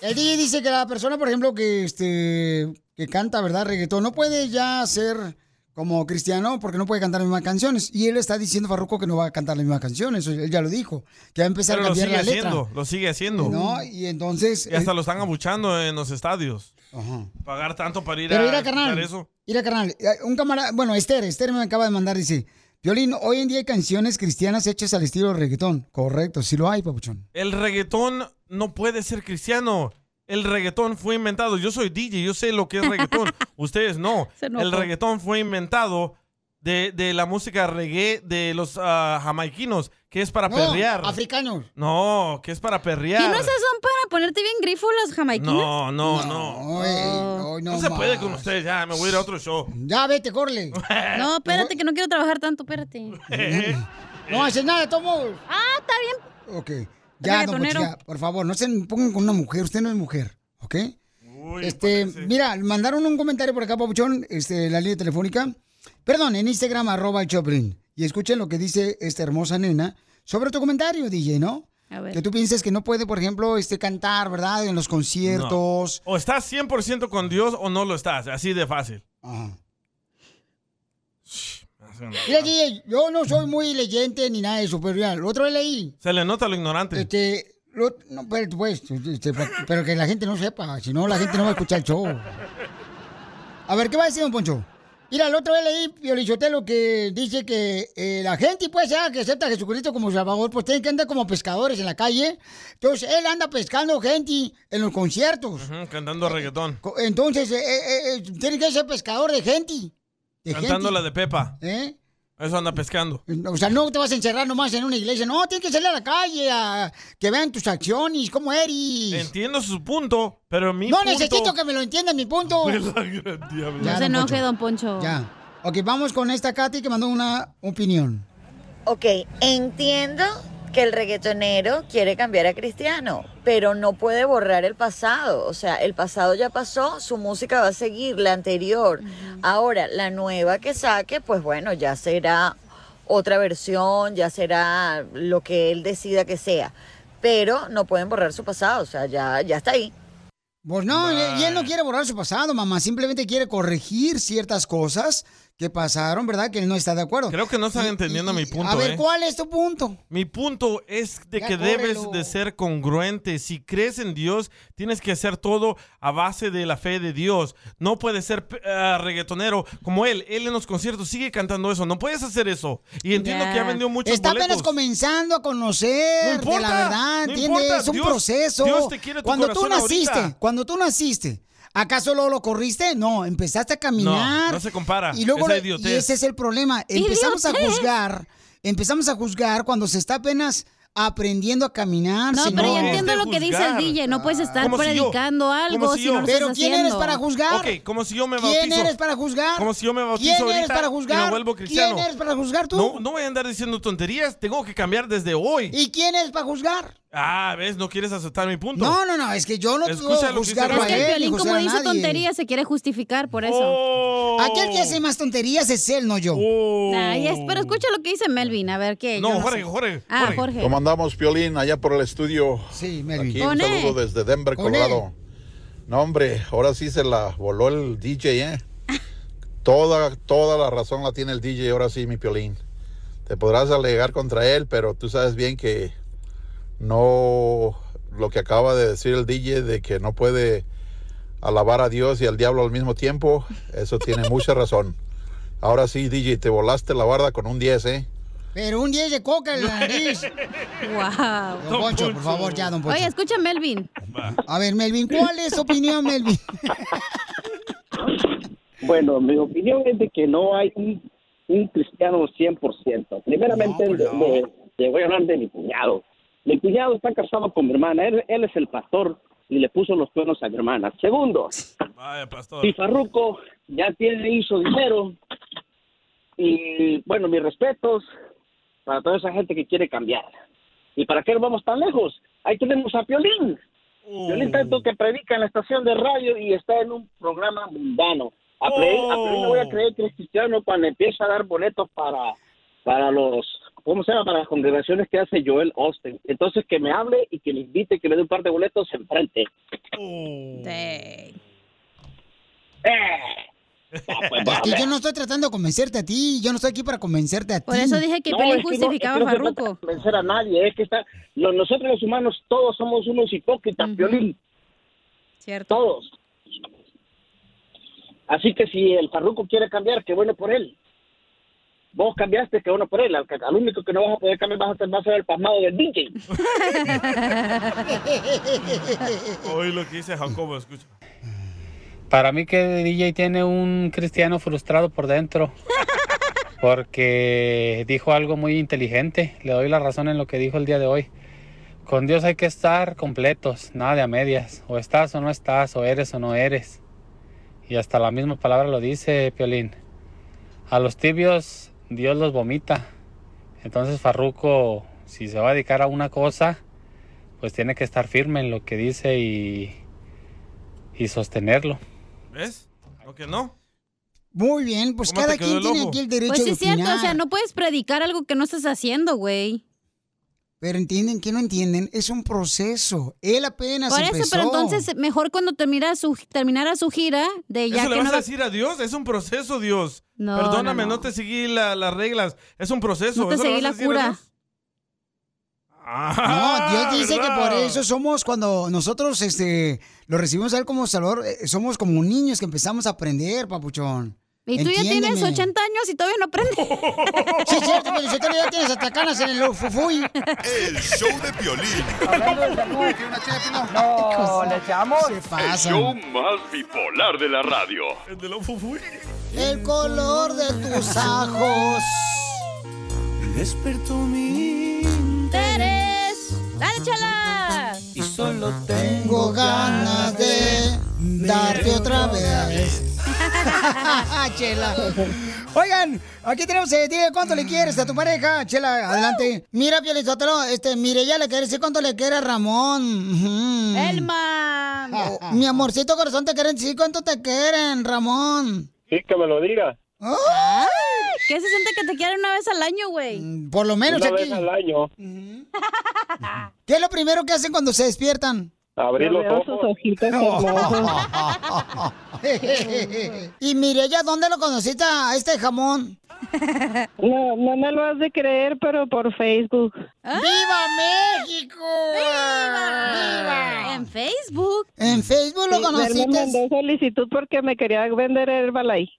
[SPEAKER 1] El DJ dice que la persona, por ejemplo, que este que canta, ¿verdad? Reggaetón, no puede ya ser como cristiano porque no puede cantar las mismas canciones. Y él está diciendo, Farruco, que no va a cantar las mismas canciones. Él ya lo dijo. Que va a empezar
[SPEAKER 3] Pero
[SPEAKER 1] a
[SPEAKER 3] lo
[SPEAKER 1] cambiar
[SPEAKER 3] sigue
[SPEAKER 1] la letra.
[SPEAKER 3] haciendo, lo sigue haciendo.
[SPEAKER 1] No, y entonces...
[SPEAKER 3] Y hasta
[SPEAKER 1] eh,
[SPEAKER 3] lo están abuchando en los estadios. Pagar tanto para ir
[SPEAKER 1] Pero
[SPEAKER 3] a
[SPEAKER 1] mira,
[SPEAKER 3] quitar
[SPEAKER 1] carnal.
[SPEAKER 3] eso.
[SPEAKER 1] Mira, carnal. eh, Un camarada. Bueno, Esther, Esther me acaba de mandar, dice. Violín, hoy en día hay canciones cristianas hechas al estilo reggaetón. Correcto, sí lo hay, papuchón.
[SPEAKER 3] El reggaetón no puede ser cristiano. El reggaetón fue inventado. Yo soy DJ, yo sé lo que es reggaetón. Ustedes no.
[SPEAKER 4] Se enojó.
[SPEAKER 3] El reggaetón fue inventado de, de la música reggae de los ah, jamaiquinos, que es para
[SPEAKER 1] No,
[SPEAKER 3] perrear.
[SPEAKER 1] africanos.
[SPEAKER 3] No, que es para perrear.
[SPEAKER 2] ¿Y no esas son para ponerte bien grifo las jamaiquinas?
[SPEAKER 3] no, no, no.
[SPEAKER 1] No,
[SPEAKER 3] No se puede con ustedes. Ya, me voy a ir a otro show.
[SPEAKER 1] Ya, vete, corle.
[SPEAKER 2] No, espérate, que no quiero trabajar tanto, espérate.
[SPEAKER 1] No haces nada, tomo.
[SPEAKER 2] Ah, está bien.
[SPEAKER 1] Ok. Ya, don Pochilla, por favor, no se pongan con una mujer. Usted no es mujer, ¿ok? este, mira, mandaron un comentario por acá, Papuchón, este, la línea telefónica. Perdón, en Instagram, arroba el Choplin. Y escuchen lo que dice esta hermosa nena sobre tu comentario, DJ, ¿no?
[SPEAKER 3] A ver.
[SPEAKER 1] Que tú pienses que no puede, por ejemplo, este, cantar, ¿verdad? En los conciertos.
[SPEAKER 3] O estás 100% con Dios o no lo estás. Así de fácil.
[SPEAKER 1] Mira, DJ, yo no soy muy leyente ni nada de eso, pero mira, otro leí.
[SPEAKER 3] Se le nota lo ignorante.
[SPEAKER 1] Este, lo- no, pero, pues, este, pa- pero que la gente no sepa, si no la gente no va a escuchar el show. A ver, ¿qué va a decir, don Poncho? Mira, el otro día leí Piolichotelo que dice que eh, la gente, pues, ya que acepta a Jesucristo como Salvador, pues tienen que andar como pescadores en la calle. Entonces, él anda pescando gente en los conciertos.
[SPEAKER 3] Ujú, cantando reggaetón.
[SPEAKER 1] Co- Entonces, eh, eh, eh, tiene que ser pescador de gente. de
[SPEAKER 3] Cantando
[SPEAKER 1] gente.
[SPEAKER 3] la de Pepa.
[SPEAKER 1] ¿Eh?
[SPEAKER 3] Eso anda pescando.
[SPEAKER 1] O sea, no te vas a encerrar nomás en una iglesia. No, tienes que salir a la calle a que vean tus acciones, cómo eres.
[SPEAKER 3] Entiendo su punto, pero mi
[SPEAKER 1] no
[SPEAKER 3] punto... Pues,
[SPEAKER 1] necesito que me lo entiendan, mi punto.
[SPEAKER 2] No se enoje, don Poncho.
[SPEAKER 1] Ya. Ok, vamos con esta Katy que mandó una opinión.
[SPEAKER 24] Ok, entiendo que el reggaetonero quiere cambiar a cristiano, pero no puede borrar el pasado. O sea, el pasado ya pasó, su música va a seguir, la anterior. Ahora, la nueva que saque, pues bueno, ya será otra versión, ya será lo que él decida que sea. Pero no pueden borrar su pasado, o sea, ya, ya está ahí.
[SPEAKER 1] Pues no, y él no quiere borrar su pasado, mamá. Simplemente quiere corregir ciertas cosas que pasaron, ¿verdad? Que él no está de acuerdo.
[SPEAKER 3] Creo que no están entendiendo mi punto,
[SPEAKER 1] A ver,
[SPEAKER 3] ¿eh?
[SPEAKER 1] ¿cuál es tu punto?
[SPEAKER 3] Mi punto es de
[SPEAKER 1] Ya
[SPEAKER 3] que
[SPEAKER 1] córrelo.
[SPEAKER 3] debes de ser congruente. Si crees en Dios, tienes que hacer todo a base de la fe de Dios. No puedes ser p- ah, reggaetonero como él. Él en los conciertos sigue cantando eso. No puedes hacer eso. Y entiendo que ha vendido muchos
[SPEAKER 1] Está
[SPEAKER 3] boletos.
[SPEAKER 1] apenas comenzando a conocer,
[SPEAKER 3] No
[SPEAKER 1] de
[SPEAKER 3] importa,
[SPEAKER 1] la verdad,
[SPEAKER 3] no
[SPEAKER 1] ¿entiendes?
[SPEAKER 3] importa,
[SPEAKER 1] Es un
[SPEAKER 3] Dios-
[SPEAKER 1] proceso.
[SPEAKER 3] Dios te quiere tu
[SPEAKER 1] cuando tú
[SPEAKER 3] corazón
[SPEAKER 1] naciste,
[SPEAKER 3] ahorita.
[SPEAKER 1] cuando tú naciste, ¿acaso luego lo corriste? No, empezaste a caminar.
[SPEAKER 3] no se compara,
[SPEAKER 1] Y luego
[SPEAKER 3] esa
[SPEAKER 1] lo-
[SPEAKER 3] idiotez.
[SPEAKER 1] y ese es el problema. Empezamos a
[SPEAKER 2] Idiotez.
[SPEAKER 1] juzgar, empezamos a juzgar cuando se está apenas aprendiendo a caminar.
[SPEAKER 2] No, pero
[SPEAKER 1] señor.
[SPEAKER 2] yo entiendo lo que dice el DJ. No puedes estar
[SPEAKER 1] Como si yo-
[SPEAKER 2] predicando algo
[SPEAKER 1] como
[SPEAKER 2] si,
[SPEAKER 1] si
[SPEAKER 2] no
[SPEAKER 1] yo-
[SPEAKER 2] lo
[SPEAKER 1] Pero
[SPEAKER 2] estás
[SPEAKER 1] ¿quién eres
[SPEAKER 2] haciendo.
[SPEAKER 1] para juzgar?
[SPEAKER 3] Ok, como si yo me bautizo.
[SPEAKER 1] ¿Quién eres para juzgar?
[SPEAKER 3] Como si yo me bautizo
[SPEAKER 1] ¿Quién eres
[SPEAKER 3] ahorita
[SPEAKER 1] para
[SPEAKER 3] y
[SPEAKER 1] juzgar?
[SPEAKER 3] me vuelvo cristiano.
[SPEAKER 1] ¿Quién eres para juzgar tú?
[SPEAKER 3] No, no voy a andar diciendo tonterías. Tengo que cambiar desde hoy.
[SPEAKER 1] ¿Y quién eres para juzgar?
[SPEAKER 3] Ah, ¿ves? No quieres aceptar mi punto.
[SPEAKER 1] No, no, no, es que yo no te
[SPEAKER 3] Escucha
[SPEAKER 1] puedo
[SPEAKER 3] lo que dice
[SPEAKER 1] juzgarlo
[SPEAKER 2] Es
[SPEAKER 1] a
[SPEAKER 2] que el
[SPEAKER 1] él, ni
[SPEAKER 2] violín, como
[SPEAKER 1] juzgar a
[SPEAKER 2] dice
[SPEAKER 1] nadie.
[SPEAKER 2] tonterías, se quiere justificar por eso.
[SPEAKER 1] Aquel que hace más tonterías es él, no yo.
[SPEAKER 2] Ay, es- pero escucha lo que dice Melvin, a ver qué. yo sé. Ah, Jorge.
[SPEAKER 25] ¿Cómo andamos, Piolín, allá por el estudio?
[SPEAKER 1] Sí,
[SPEAKER 25] Aquí
[SPEAKER 2] Con
[SPEAKER 25] un
[SPEAKER 2] él.
[SPEAKER 25] saludo desde Denver,
[SPEAKER 2] Con
[SPEAKER 25] Colorado. No, hombre, ahora sí se la voló el DJ, ¿eh? Toda, toda la razón la tiene el DJ, ahora sí, mi Piolín. Te podrás alegar contra él, pero tú sabes bien que no lo que acaba de decir el DJ de que no puede alabar a Dios y al diablo al mismo tiempo, eso tiene mucha razón. Ahora sí, DJ, te volaste la barda con un 10, ¿eh?
[SPEAKER 1] Pero un 10 de coca en la nariz.
[SPEAKER 2] Wow.
[SPEAKER 1] Don Poncho, por favor, ya, don Poncho.
[SPEAKER 2] Oye, escucha a Melvin.
[SPEAKER 1] A ver, Melvin, ¿cuál es tu opinión, Melvin?
[SPEAKER 21] Bueno, mi opinión es de que no hay un, un cristiano 100%. Primeramente, de- de- voy a hablar de mi cuñado. Mi cuñado está casado con mi hermana. Él, él es el pastor y le puso los cuernos a mi hermana. Segundo,
[SPEAKER 3] Vaya, pastor.
[SPEAKER 21] si Farruco ya tiene hizo dinero. Y bueno, mis respetos para toda esa gente que quiere cambiar. ¿Y para qué nos vamos tan lejos? Ahí tenemos a Piolín. Piolín tanto que predica en la estación de radio y está en un programa mundano. A Piolín, a Piolín le
[SPEAKER 3] Oh.
[SPEAKER 21] voy a creer que es cristiano cuando empieza a dar boletos para, para los, ¿cómo se llama? Para las congregaciones que hace Joel Austin. Entonces que me hable y que me invite, que me dé un par de boletos enfrente.
[SPEAKER 3] Oh.
[SPEAKER 1] Eh. Es que yo no estoy tratando de convencerte a ti, yo no estoy aquí para convencerte a ti.
[SPEAKER 2] Por eso dije que
[SPEAKER 21] No,
[SPEAKER 2] Pelín
[SPEAKER 21] es que no-
[SPEAKER 2] justificaba
[SPEAKER 21] es que no se
[SPEAKER 2] a
[SPEAKER 21] trata
[SPEAKER 2] Farruko.
[SPEAKER 21] de convencer a nadie, es que está, lo- nosotros los humanos todos somos unos hipócritas, Piolín.
[SPEAKER 2] Cierto.
[SPEAKER 21] Todos. Así que si el Farruco quiere cambiar, qué bueno por él. Vos cambiaste, qué bueno por él. Al, al único que no vas a poder cambiar vas a, ser- vas a ser el pasmado del DJ.
[SPEAKER 1] pues,
[SPEAKER 3] Hoy lo que dice Jacobo, escucha.
[SPEAKER 26] Para mí que el DJ tiene un cristiano frustrado por dentro. Porque dijo algo muy inteligente. Le doy la razón en lo que dijo el día de hoy. Con Dios hay que estar completos, nada de a medias. O estás o no estás, o eres o no eres. Y hasta la misma palabra lo dice Piolín. A los tibios Dios los vomita. Entonces Farruco, si se va a dedicar a una cosa,
[SPEAKER 27] pues tiene que estar firme en lo que dice y, y sostenerlo.
[SPEAKER 3] ¿Ves? Lo que no.
[SPEAKER 1] Muy bien, pues
[SPEAKER 3] ¿Cómo
[SPEAKER 1] cada
[SPEAKER 3] te quedó
[SPEAKER 1] quien
[SPEAKER 3] el
[SPEAKER 1] tiene
[SPEAKER 3] ojo?
[SPEAKER 1] aquí el derecho
[SPEAKER 2] Pues sí
[SPEAKER 1] de
[SPEAKER 2] es cierto,
[SPEAKER 1] opinar.
[SPEAKER 2] o sea, no puedes predicar algo que no estás haciendo, güey.
[SPEAKER 1] Pero entienden que no entienden, es un proceso. Él apenas
[SPEAKER 2] Por eso,
[SPEAKER 1] empezó.
[SPEAKER 2] pero entonces mejor cuando terminara su, terminara su gira de ya
[SPEAKER 3] Eso le
[SPEAKER 2] que
[SPEAKER 3] vas
[SPEAKER 2] no
[SPEAKER 3] a
[SPEAKER 2] va-
[SPEAKER 3] decir a Dios, es un proceso, Dios.
[SPEAKER 2] No,
[SPEAKER 3] Perdóname,
[SPEAKER 2] no,
[SPEAKER 3] no,
[SPEAKER 2] no.
[SPEAKER 3] te seguí la- las reglas. Es un proceso.
[SPEAKER 2] no te
[SPEAKER 3] ¿Eso le
[SPEAKER 2] seguí
[SPEAKER 3] vas a
[SPEAKER 2] la
[SPEAKER 3] decir a
[SPEAKER 2] cura.
[SPEAKER 3] Dios?
[SPEAKER 1] No,
[SPEAKER 21] Ah,
[SPEAKER 1] Dios dice
[SPEAKER 3] ¿verdad?
[SPEAKER 1] que por eso somos cuando nosotros este lo recibimos a él como Salvador, eh, somos como niños que empezamos a aprender, papuchón.
[SPEAKER 2] Y tú ya tienes
[SPEAKER 1] Entiéndeme.
[SPEAKER 2] 80 años y todavía no aprendes.
[SPEAKER 1] Sí, es cierto, pero pues, ya tienes hasta canas en el fufuy.
[SPEAKER 7] El show de Piolín.
[SPEAKER 6] Hablando de salud, ¿quiere una chela de pino? No, ¿le echamos? Se
[SPEAKER 8] El show más bipolar de la radio. ¿El de los
[SPEAKER 1] El color de tus ajos.
[SPEAKER 11] Despertó mi
[SPEAKER 2] interés. ¡Dale, chala!
[SPEAKER 11] y solo
[SPEAKER 1] Tengo ganas de darte otra vez. Chela. Oigan, aquí tenemos, eh, dile cuánto le quieres a tu pareja. Chela, adelante. Mira, Pielizotelo, este, mire, ya le quiere decir cuánto le quiere a Ramón. Ujú.
[SPEAKER 2] Elma.
[SPEAKER 1] Mi amorcito corazón, te quieren decir cuánto te quieren, Ramón.
[SPEAKER 23] Sí, que me lo diga.
[SPEAKER 1] ¡Ay!
[SPEAKER 2] ¿Qué se siente que te quieren una vez al año, güey?
[SPEAKER 1] Por lo menos
[SPEAKER 23] Una
[SPEAKER 1] aquí.
[SPEAKER 23] vez al año.
[SPEAKER 1] ¿Qué es lo primero que hacen cuando se despiertan?
[SPEAKER 23] Abrir los ojos.
[SPEAKER 1] y Mireya, ¿dónde lo conociste a este jamón?
[SPEAKER 14] No, no me lo has de creer, pero por Facebook.
[SPEAKER 1] ¡Viva México! ¡Viva!
[SPEAKER 2] En Facebook.
[SPEAKER 1] En Facebook lo
[SPEAKER 14] Sí, Él me
[SPEAKER 1] conociste.
[SPEAKER 14] mandó solicitud porque me quería vender Herbalife.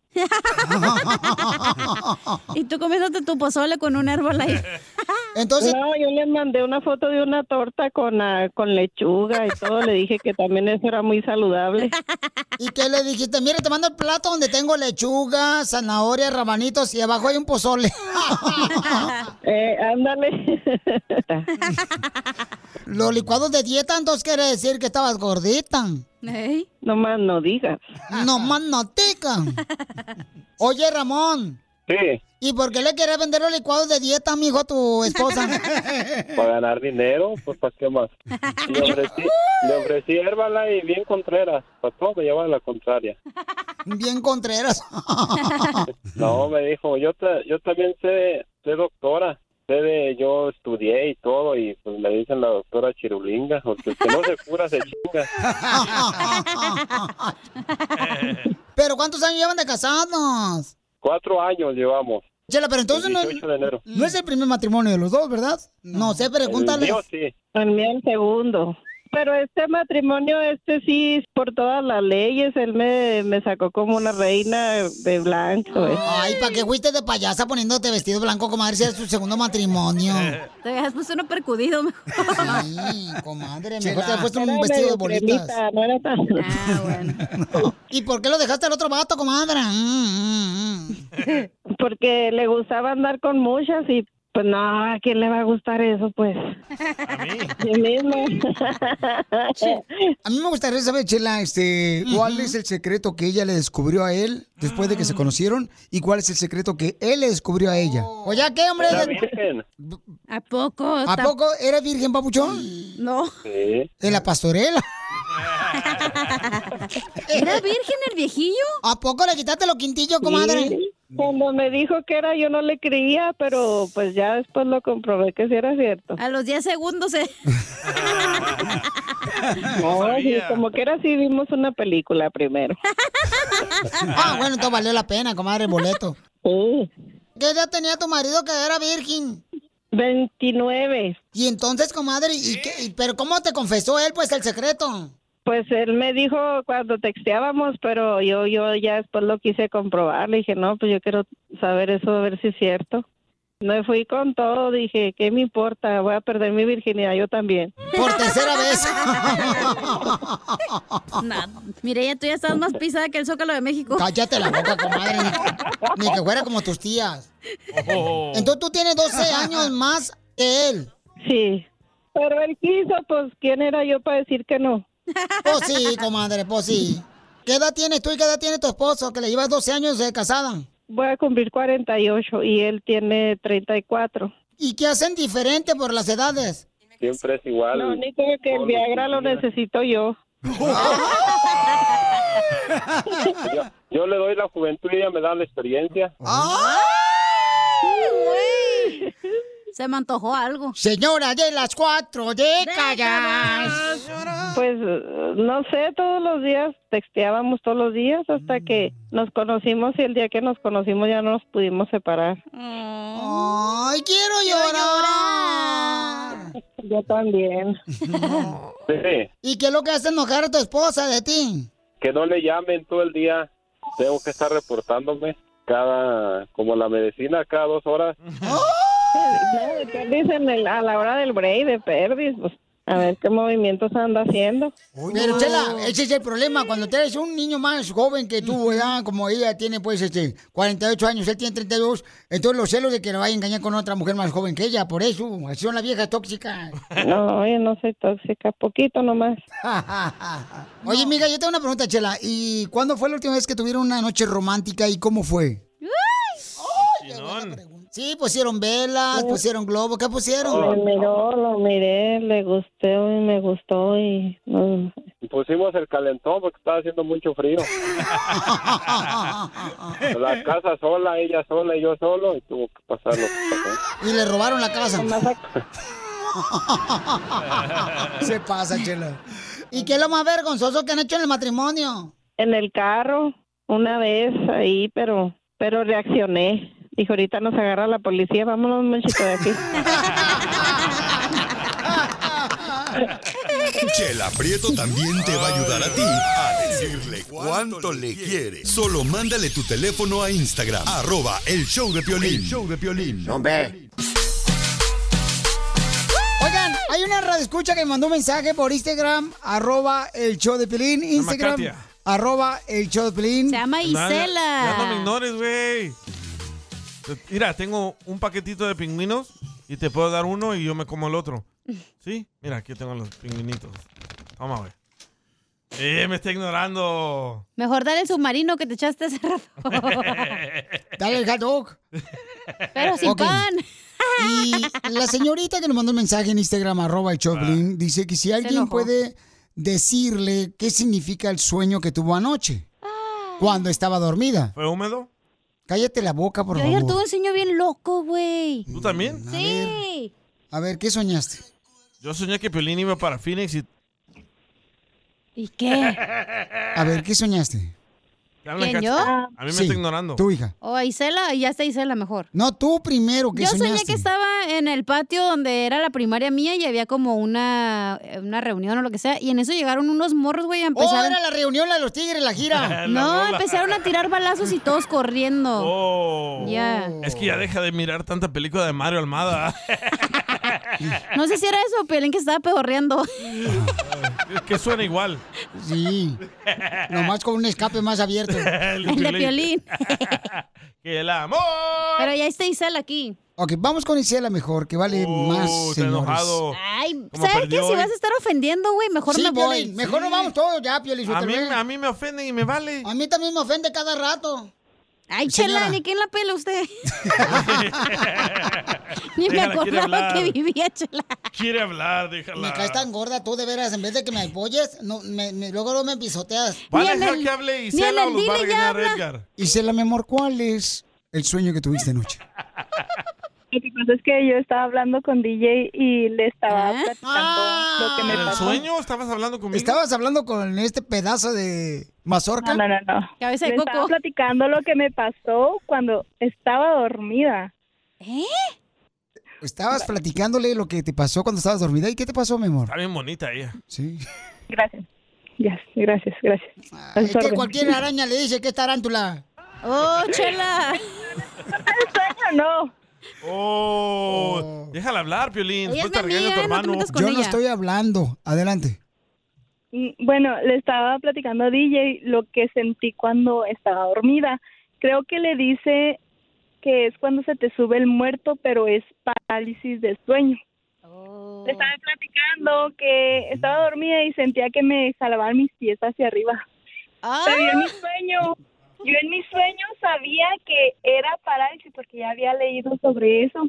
[SPEAKER 1] "Ah".
[SPEAKER 2] y tú comiéndote tu pozole con un Herbalife.
[SPEAKER 1] Entonces...
[SPEAKER 14] No, yo le mandé una foto de una torta con, ah, con lechuga y todo. Le dije que también eso era muy saludable.
[SPEAKER 1] ¿Y qué le dijiste? Mira, te mando el plato donde tengo lechuga, zanahoria, rabanitos y abajo hay un pozole.
[SPEAKER 14] eh, ándale.
[SPEAKER 1] Los licuados de dieta, entonces quiere decir que estabas gordita.
[SPEAKER 14] No más no digas.
[SPEAKER 1] No más no digan. Oye, Ramón.
[SPEAKER 23] Sí,
[SPEAKER 1] ¿Y por qué le quieres vender los licuados de dieta, mijo, a tu esposa?
[SPEAKER 23] para ganar dinero, pues para qué más. Le ofrecí, le ofrecí Herbalife y bien Contreras. Pues todo me lleva a la contraria.
[SPEAKER 1] Bien Contreras.
[SPEAKER 23] No, me dijo, yo ta- yo también sé, sé doctora, sé de, yo estudié y todo, y pues me dicen la doctora Chirulinga, porque el que no se cura se chinga.
[SPEAKER 1] ¿Pero cuántos años llevan de casados?
[SPEAKER 23] Cuatro años llevamos.
[SPEAKER 1] Chela, pero entonces
[SPEAKER 23] el
[SPEAKER 1] no,
[SPEAKER 23] 18 de enero.
[SPEAKER 1] no es el primer matrimonio de los dos, ¿verdad? No sé, pregúntale.
[SPEAKER 14] El mío el segundo. Pero este matrimonio, este sí, por todas las leyes, él me, me sacó como una reina de blanco. eh.
[SPEAKER 1] Ay, ¿para qué fuiste de payasa poniéndote vestido blanco, comadre, si es tu segundo matrimonio?
[SPEAKER 2] Te dejas puesto uno percudido mejor.
[SPEAKER 1] Sí, comadre, mejor te
[SPEAKER 14] Chela.
[SPEAKER 1] has puesto un
[SPEAKER 14] Era
[SPEAKER 1] vestido de
[SPEAKER 14] medio
[SPEAKER 1] bolitas.
[SPEAKER 14] cremita, no era tan-
[SPEAKER 1] Ah. ¿Y por qué lo dejaste al otro vato, comadre? Mm,
[SPEAKER 14] Porque le gustaba andar con muchas y pues no, ¿a quién le va a gustar eso pues? Yo misma.
[SPEAKER 1] A mí me gustaría saber, Chela, este, ¿cuál es el secreto que ella le descubrió a él después de que
[SPEAKER 23] Ah.
[SPEAKER 1] se conocieron? ¿Y cuál es el secreto que él le descubrió a ella? Oye, ¿qué, hombre?
[SPEAKER 23] Era virgen.
[SPEAKER 2] ¿A poco?
[SPEAKER 1] ¿A
[SPEAKER 2] Tam-
[SPEAKER 1] poco eres virgen, papuchón?
[SPEAKER 2] No.
[SPEAKER 23] Sí.
[SPEAKER 1] ¿En la pastorela?
[SPEAKER 14] ¿Era
[SPEAKER 2] virgen el viejillo?
[SPEAKER 1] ¿A poco le quitaste los quintillos, comadre?
[SPEAKER 14] Sí. Cuando me dijo que era yo no le creía, pero pues ya después lo comprobé que sí era cierto.
[SPEAKER 2] A los 10 segundos
[SPEAKER 1] eh.
[SPEAKER 2] se...
[SPEAKER 14] No, sí, como que era sí vimos una película primero.
[SPEAKER 1] Ah, bueno, entonces valió la pena, comadre, el boleto. ¿Qué edad tenía tu marido que era virgen?
[SPEAKER 14] 29.
[SPEAKER 1] Y entonces, comadre, ¿y qué- y- ¿pero cómo te confesó él, pues, el secreto?
[SPEAKER 14] Pues él me dijo cuando texteábamos, pero yo yo ya después lo quise comprobar. Le dije, no, pues yo quiero saber eso, a ver si es cierto. Me fui con todo, dije, ¿qué me importa? Voy a perder mi virginidad yo también.
[SPEAKER 1] Por tercera vez.
[SPEAKER 2] Nah, Mireya, tú ya estás más pisada que el Zócalo de México.
[SPEAKER 1] Cállate la boca, comadre. Ni que fuera como tus tías. Entonces tú tienes 12 años más que él.
[SPEAKER 14] Sí. Pero él quiso, pues ¿quién era yo para decir que no?
[SPEAKER 1] Pues sí, comadre, pues sí. ¿Qué edad tienes tú y qué edad tiene tu esposo que le llevas 12 años de casada?
[SPEAKER 14] Voy a cumplir 48 y él tiene 34.
[SPEAKER 1] ¿Y qué hacen diferente por las edades?
[SPEAKER 23] Siempre es igual.
[SPEAKER 14] Lo único que el Viagra lo necesito yo.
[SPEAKER 23] Yo, yo le doy la juventud y ella me da la experiencia.
[SPEAKER 1] Ah.
[SPEAKER 2] Se me antojó algo.
[SPEAKER 1] Señora de las cuatro décadas.
[SPEAKER 14] Pues eh, no sé, todos los días texteábamos todos los días hasta que nos conocimos y el día que nos conocimos ya no nos pudimos separar.
[SPEAKER 1] Mm. Ay, quiero llorar.
[SPEAKER 14] Yo también.
[SPEAKER 23] Sí,
[SPEAKER 1] ¿Y qué es lo que hace enojar a tu esposa de ti?
[SPEAKER 23] que no le llamen todo el día. Tengo que estar reportándome cada, como la medicina, cada dos horas.
[SPEAKER 14] No, de perdis en el- a la hora del break, de perdis, pues, a ver qué movimientos anda haciendo.
[SPEAKER 1] Pero Chela, ese es el problema. Cuando eres un niño más joven que tú, ¿verdad? Como ella tiene, pues, este, 48 años, él tiene 32. Entonces los celos de que lo vaya a engañar con otra mujer más joven que ella, por eso. Así son las viejas tóxicas.
[SPEAKER 14] No, yo no soy tóxica, poquito nomás.
[SPEAKER 1] Oye, amiga, yo tengo una pregunta, Chela. ¿Y cuándo fue la última vez que tuvieron una noche romántica y cómo fue? Sí, pusieron velas, pusieron globos. ¿Qué
[SPEAKER 14] Me
[SPEAKER 1] pusieron?
[SPEAKER 14] miró, lo miré, le gusté y me gustó y... no,
[SPEAKER 23] Pusimos el calentón porque estaba haciendo mucho frío. la casa sola, ella sola y yo solo, y tuvo que pasarlo.
[SPEAKER 1] Y le robaron la casa. Se pasa, Chela. ¿Y qué es lo más vergonzoso que han hecho en el matrimonio?
[SPEAKER 14] En el carro, una vez ahí, pero pero reaccioné. Dijo, ahorita nos agarra la policía, vámonos, muchachos, de aquí.
[SPEAKER 7] Chela Prieto también te va a ayudar a ti a decirle cuánto le quiere. Solo mándale tu teléfono a Instagram, arroba el show de Piolín. show de Piolín.
[SPEAKER 1] Oigan, hay una radio escucha que me mandó un mensaje por Instagram, arroba el show de Pelín, Instagram,
[SPEAKER 3] Katia.
[SPEAKER 1] arroba el show de Pelín. Se llama
[SPEAKER 3] No, ya- Ya, no me ignores, güey. Mira, tengo un paquetito de pingüinos y te puedo dar uno y yo me como el otro. ¿Sí? Mira, aquí tengo los pingüinitos. Toma, güey. ¡Eh, me está ignorando!
[SPEAKER 2] Mejor dale el submarino que te echaste hace rato.
[SPEAKER 1] Dale el hot dog.
[SPEAKER 2] Pero sin
[SPEAKER 1] Ok.
[SPEAKER 2] pan.
[SPEAKER 1] Y la señorita que nos mandó un mensaje en Instagram, arroba el show de Pelín, dice que si alguien
[SPEAKER 2] enojó.
[SPEAKER 1] puede decirle qué significa el sueño que tuvo anoche, cuando estaba dormida.
[SPEAKER 3] ¿Fue húmedo?
[SPEAKER 1] Cállate la boca, por
[SPEAKER 2] Yo ayer
[SPEAKER 1] favor.
[SPEAKER 2] tuve un sueño bien loco, güey.
[SPEAKER 3] ¿Tú también?
[SPEAKER 2] Sí.
[SPEAKER 1] A ver, ¿qué soñaste?
[SPEAKER 3] Yo soñé que Piolín iba para Phoenix y...
[SPEAKER 2] ¿Y qué?
[SPEAKER 1] A ver, ¿qué soñaste?
[SPEAKER 3] ¿Te hablan,
[SPEAKER 2] ¿Quién,
[SPEAKER 3] Cacha?
[SPEAKER 2] yo?
[SPEAKER 3] A mí me
[SPEAKER 1] Sí,
[SPEAKER 3] está ignorando.
[SPEAKER 1] Tu hija.
[SPEAKER 2] O a Isela, y ya está Isela mejor.
[SPEAKER 1] No, tú primero, ¿qué
[SPEAKER 2] Yo soñé
[SPEAKER 1] soñaste?
[SPEAKER 2] que estaba en el patio donde era la primaria mía y había como una, eh, una reunión o lo que sea. Y en eso llegaron unos morros, güey, y empezaron...
[SPEAKER 1] Oh, era la reunión, la de los tigres, la gira.
[SPEAKER 2] No, empezaron a tirar balazos y todos corriendo.
[SPEAKER 3] Oh.
[SPEAKER 2] Ya.
[SPEAKER 3] Es que ya deja de mirar tanta película de Mario Almada.
[SPEAKER 2] No sé si era eso, Pelín, que estaba pedorreando.
[SPEAKER 3] Es que suena igual.
[SPEAKER 1] Sí. Nomás con un escape más abierto.
[SPEAKER 3] El
[SPEAKER 2] El de Piolín.
[SPEAKER 3] ¡Que el amor!
[SPEAKER 2] Pero ya está Isela aquí.
[SPEAKER 1] Ok, vamos con Isela mejor, que vale más,
[SPEAKER 3] Oh, está
[SPEAKER 1] señores.
[SPEAKER 3] enojado.
[SPEAKER 2] Ay,
[SPEAKER 3] Como
[SPEAKER 2] ¿sabes qué?
[SPEAKER 3] Oh. perdió
[SPEAKER 2] Si
[SPEAKER 3] hoy.
[SPEAKER 2] vas a estar ofendiendo, güey, mejor
[SPEAKER 1] Sí,
[SPEAKER 2] me
[SPEAKER 1] voy.
[SPEAKER 2] voy.
[SPEAKER 1] Mejor nos vamos todos ya, Piolín.
[SPEAKER 3] A mí, a mí me ofenden y me vale.
[SPEAKER 1] A mí también me ofende cada rato.
[SPEAKER 2] Ay,
[SPEAKER 1] Señora.
[SPEAKER 2] chela, ni quién la pela usted. ni me
[SPEAKER 3] Déjala, quiere
[SPEAKER 2] acordaba
[SPEAKER 3] hablar.
[SPEAKER 2] que vivía chela.
[SPEAKER 3] Quiere hablar, déjala.
[SPEAKER 1] Me caes tan gorda tú, de veras. En vez de que me apoyes, no, me, me- luego luego me pisoteas.
[SPEAKER 3] ¿Van a dejar que hable Isela o los va a regañar Edgar?
[SPEAKER 1] Isela, mi amor, ¿cuál es el sueño que tuviste anoche?
[SPEAKER 14] Lo que pasa es que yo estaba hablando con DJ y le estaba
[SPEAKER 2] ¿Eh?
[SPEAKER 14] platicando
[SPEAKER 1] Ah.
[SPEAKER 14] lo que me
[SPEAKER 3] ¿En Ah, el
[SPEAKER 14] pasó.
[SPEAKER 3] sueño estabas hablando conmigo?
[SPEAKER 1] ¿Estabas hablando con este pedazo de mazorca?
[SPEAKER 14] No, no, no. no.
[SPEAKER 2] Cabeza
[SPEAKER 14] le
[SPEAKER 2] de coco.
[SPEAKER 14] estaba platicando lo que me pasó cuando estaba dormida.
[SPEAKER 2] ¿Eh?
[SPEAKER 1] Estabas platicándole lo que te pasó cuando estabas dormida. ¿Y qué te pasó, mi amor?
[SPEAKER 3] Está bien bonita ella.
[SPEAKER 1] Sí.
[SPEAKER 14] Gracias. Ya, gracias, gracias. A
[SPEAKER 1] Es
[SPEAKER 14] sus
[SPEAKER 1] que
[SPEAKER 14] órdenes.
[SPEAKER 1] cualquier araña le dice que es tarántula.
[SPEAKER 2] ¡Oh, chela!
[SPEAKER 14] no.
[SPEAKER 3] Oh, déjala hablar, Piolín.
[SPEAKER 14] Ella
[SPEAKER 3] Después
[SPEAKER 14] es
[SPEAKER 3] te
[SPEAKER 14] mi
[SPEAKER 3] regaña tu
[SPEAKER 14] amiga, no te
[SPEAKER 3] hermano.
[SPEAKER 14] metas con
[SPEAKER 1] Yo no
[SPEAKER 14] ella.
[SPEAKER 1] estoy hablando. Adelante.
[SPEAKER 14] Mm, Bueno, le estaba platicando a DJ lo que sentí cuando estaba dormida. Creo que le dice que es cuando se te sube el muerto, pero es parálisis del sueño. Le estaba platicando que estaba dormida y sentía que me jalaban mis pies hacia arriba.
[SPEAKER 2] Ah.
[SPEAKER 15] Ah.
[SPEAKER 14] Pero yo en mi sueño, yo en mi sueño sabía que era parálisis porque ya había leído sobre eso.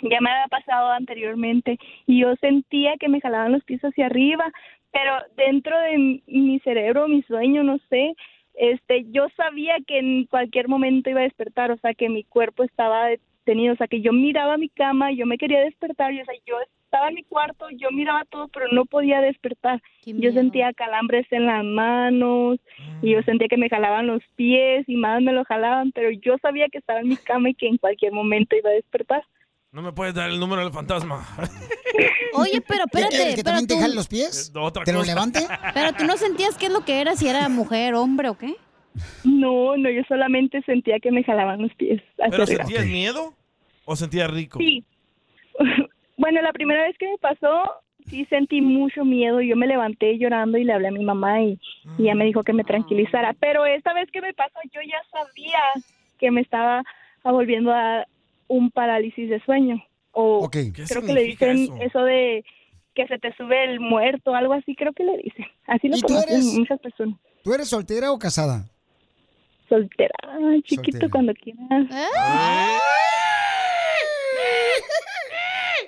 [SPEAKER 15] ya me había pasado anteriormente y yo sentía que me jalaban los pies hacia arriba, pero dentro de m- mi cerebro, mi sueño, no sé, este, yo sabía que en cualquier momento iba a despertar, o sea, que mi cuerpo estaba detenido, o sea, que yo miraba mi cama, yo me quería despertar, y, o sea, yo estaba en mi cuarto, yo miraba todo, pero no podía despertar. Yo sentía calambres en las manos y
[SPEAKER 1] Mm.
[SPEAKER 15] yo sentía que me jalaban los pies y más me lo jalaban, pero yo sabía que estaba en mi cama y que en cualquier momento iba a despertar.
[SPEAKER 3] No me puedes dar el número del fantasma.
[SPEAKER 1] pues,
[SPEAKER 2] Oye, pero espérate,
[SPEAKER 1] que
[SPEAKER 2] pero
[SPEAKER 1] también te
[SPEAKER 2] tú-
[SPEAKER 1] jale los pies?
[SPEAKER 3] Otra
[SPEAKER 1] ¿Te lo
[SPEAKER 3] cosa.
[SPEAKER 1] levante?
[SPEAKER 2] Pero tú no sentías qué es lo que era, si era mujer, hombre o qué.
[SPEAKER 15] No, no, yo solamente sentía que me jalaban los pies. hacia
[SPEAKER 3] ¿Pero
[SPEAKER 15] arriba.
[SPEAKER 3] sentías miedo o sentías rico?
[SPEAKER 15] Sí. Bueno, la primera vez que me pasó, sí sentí mucho miedo. Yo me levanté llorando y le hablé a mi mamá y, y ella me dijo
[SPEAKER 2] Ah.
[SPEAKER 15] que me tranquilizara. Pero esta vez que me pasó, yo ya sabía que me estaba volviendo a un parálisis de sueño. O
[SPEAKER 1] Ok. ¿Qué
[SPEAKER 15] creo que le
[SPEAKER 1] significa
[SPEAKER 15] dicen
[SPEAKER 1] eso?
[SPEAKER 15] eso? de que se te sube el muerto, algo así, creo que le dicen. Así lo
[SPEAKER 1] ¿Y tú
[SPEAKER 15] conocen
[SPEAKER 1] eres-
[SPEAKER 15] muchas personas.
[SPEAKER 1] ¿Tú eres soltera o casada?
[SPEAKER 15] Soltera, ay, chiquito,
[SPEAKER 1] Soltera.
[SPEAKER 15] cuando quieras.
[SPEAKER 14] Ah.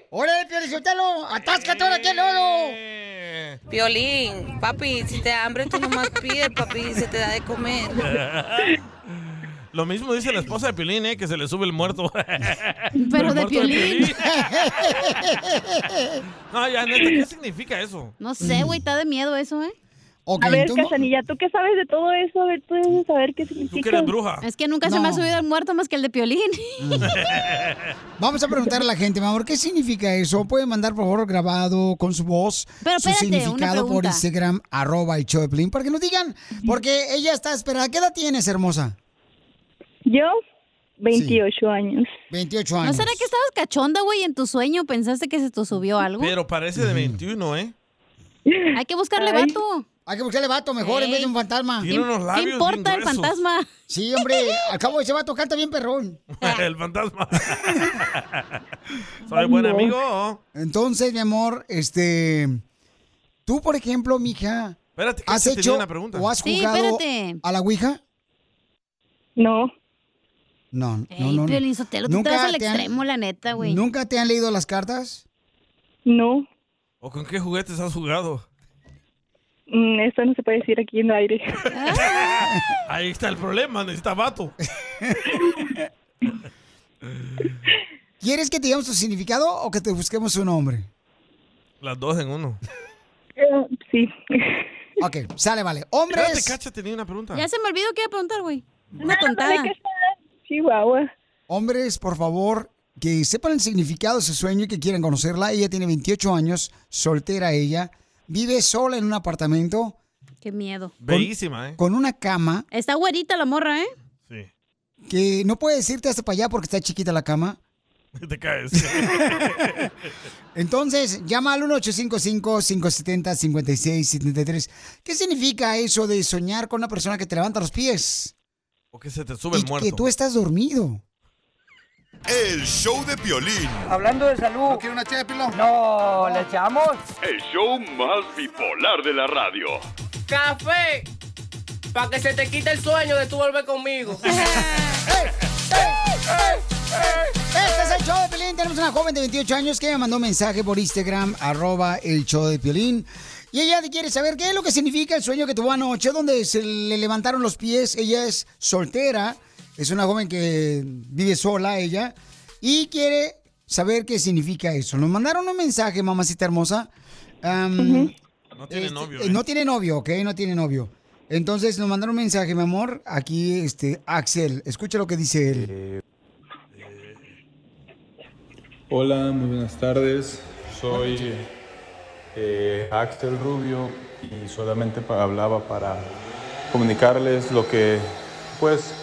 [SPEAKER 1] ¡Órale, Piolín, suéltalo! ¡Atáscate ahora aquí el lodo!
[SPEAKER 16] Violín, papi, si te da hambre tú nomás pides, papi, se te da de comer.
[SPEAKER 3] Lo mismo dice la esposa de Piolín, ¿eh? Que se le sube el muerto.
[SPEAKER 2] Pero
[SPEAKER 3] El
[SPEAKER 2] de
[SPEAKER 3] muerto
[SPEAKER 2] violín.
[SPEAKER 3] No, ya, neta, ¿qué significa eso?
[SPEAKER 2] no sé,
[SPEAKER 1] Mm.
[SPEAKER 2] güey, está de miedo eso, ¿eh?
[SPEAKER 15] a ver, Cachanilla, ¿tú qué sabes de todo eso? A ver, tú debes saber qué significa.
[SPEAKER 3] eres bruja.
[SPEAKER 2] Es que nunca se me ha
[SPEAKER 1] No.
[SPEAKER 2] subido el muerto más que el de Piolín.
[SPEAKER 1] Vamos a preguntar a la gente, mi amor, ¿qué significa eso? Pueden mandar, por favor, grabado con su voz,
[SPEAKER 2] Pero
[SPEAKER 1] su
[SPEAKER 2] espérate, una
[SPEAKER 1] significado por
[SPEAKER 2] pregunta.
[SPEAKER 1] Instagram, arroba y Choplin, para que nos digan, porque ella está esperada. ¿Qué edad tienes, hermosa?
[SPEAKER 15] Yo, 28 años.
[SPEAKER 1] 28
[SPEAKER 2] ¿No será que estabas cachonda, güey, y en tu sueño? ¿Pensaste que se te subió algo?
[SPEAKER 3] Pero parece de 21, ¿eh?
[SPEAKER 2] Hay que buscarle
[SPEAKER 1] Ay.
[SPEAKER 2] vato.
[SPEAKER 1] Hay que buscarle vato mejor en vez de un fantasma.
[SPEAKER 3] Tiene unos labios
[SPEAKER 2] ¿Qué
[SPEAKER 3] bien
[SPEAKER 2] importa el
[SPEAKER 3] gruesos.
[SPEAKER 2] fantasma?
[SPEAKER 1] Sí, hombre, al cabo ese vato canta bien perrón.
[SPEAKER 2] Ah.
[SPEAKER 3] El fantasma. Soy buen amigo.
[SPEAKER 1] Entonces, mi amor, este... Tú, por ejemplo, mija,
[SPEAKER 3] Espérate, que
[SPEAKER 1] ¿has
[SPEAKER 3] se te
[SPEAKER 1] hecho
[SPEAKER 3] dio una pregunta.
[SPEAKER 1] o has
[SPEAKER 2] Sí,
[SPEAKER 1] jugado
[SPEAKER 2] espérate.
[SPEAKER 1] a la Ouija?
[SPEAKER 15] No.
[SPEAKER 1] No, no,
[SPEAKER 2] Ey,
[SPEAKER 1] no.
[SPEAKER 2] Piolín Sotelo, tú te
[SPEAKER 1] Nunca
[SPEAKER 2] vas al
[SPEAKER 1] te han-
[SPEAKER 2] extremo, la neta, güey.
[SPEAKER 1] ¿Nunca te han leído las cartas?
[SPEAKER 15] No,
[SPEAKER 3] ¿O con qué juguetes has jugado?
[SPEAKER 15] mm, esto no se puede decir aquí en el aire.
[SPEAKER 3] Ahí está el problema, necesita vato.
[SPEAKER 1] ¿Quieres que te digamos su significado o que te busquemos un nombre?
[SPEAKER 3] Las dos en uno.
[SPEAKER 15] Ah, sí.
[SPEAKER 1] Ok, sale, vale. Hombres.
[SPEAKER 3] Espérate, Este Cacha tenía una pregunta.
[SPEAKER 2] Ya se me olvidó que iba a preguntar, güey. Una
[SPEAKER 15] Ah, ¿de
[SPEAKER 2] tontada.
[SPEAKER 15] qué Chihuahua.
[SPEAKER 1] Hombres, por favor, que sepan el significado de su sueño y que quieran conocerla. Ella tiene 28 años, soltera ella, vive sola en un apartamento
[SPEAKER 2] Qué miedo.
[SPEAKER 3] Bellísima, ¿eh?
[SPEAKER 1] con una cama
[SPEAKER 2] Está güerita la morra, ¿eh?
[SPEAKER 3] Sí.
[SPEAKER 1] que no puede decirte hasta para allá porque está chiquita la cama.
[SPEAKER 3] Te caes.
[SPEAKER 1] Entonces, llama al 1855-570-5673. ¿Qué significa eso de soñar con una persona que te levanta los
[SPEAKER 3] ¿eh?
[SPEAKER 1] pies?
[SPEAKER 3] O que se te sube el
[SPEAKER 1] Y que
[SPEAKER 3] muerto.
[SPEAKER 1] tú estás dormido.
[SPEAKER 7] El show de Piolín.
[SPEAKER 6] Hablando de salud. ¿No quiere una ché de pilón? No, ¿le echamos?
[SPEAKER 8] El show más bipolar de la radio.
[SPEAKER 17] Café, para que se te quite el sueño de tú volver conmigo.
[SPEAKER 1] Este es el show de Piolín. Tenemos una joven de 28 años que me mandó un mensaje por Instagram, arroba el show de Piolín. Y ella quiere saber qué es lo que significa el sueño que tuvo anoche, donde se le levantaron los pies. Ella es soltera, es una joven que vive sola ella. Y quiere saber qué significa eso. Nos mandaron un mensaje, mamacita hermosa. Am,
[SPEAKER 3] No tiene
[SPEAKER 1] este,
[SPEAKER 3] novio.
[SPEAKER 1] eh, No tiene novio, ¿ok? No tiene novio. Entonces nos mandaron un mensaje, mi amor. Aquí, este, Axel, escucha lo que dice él.
[SPEAKER 27] Hola, muy buenas tardes. Soy eh, Axel Rubio y solamente pa- hablaba para comunicarles lo que pues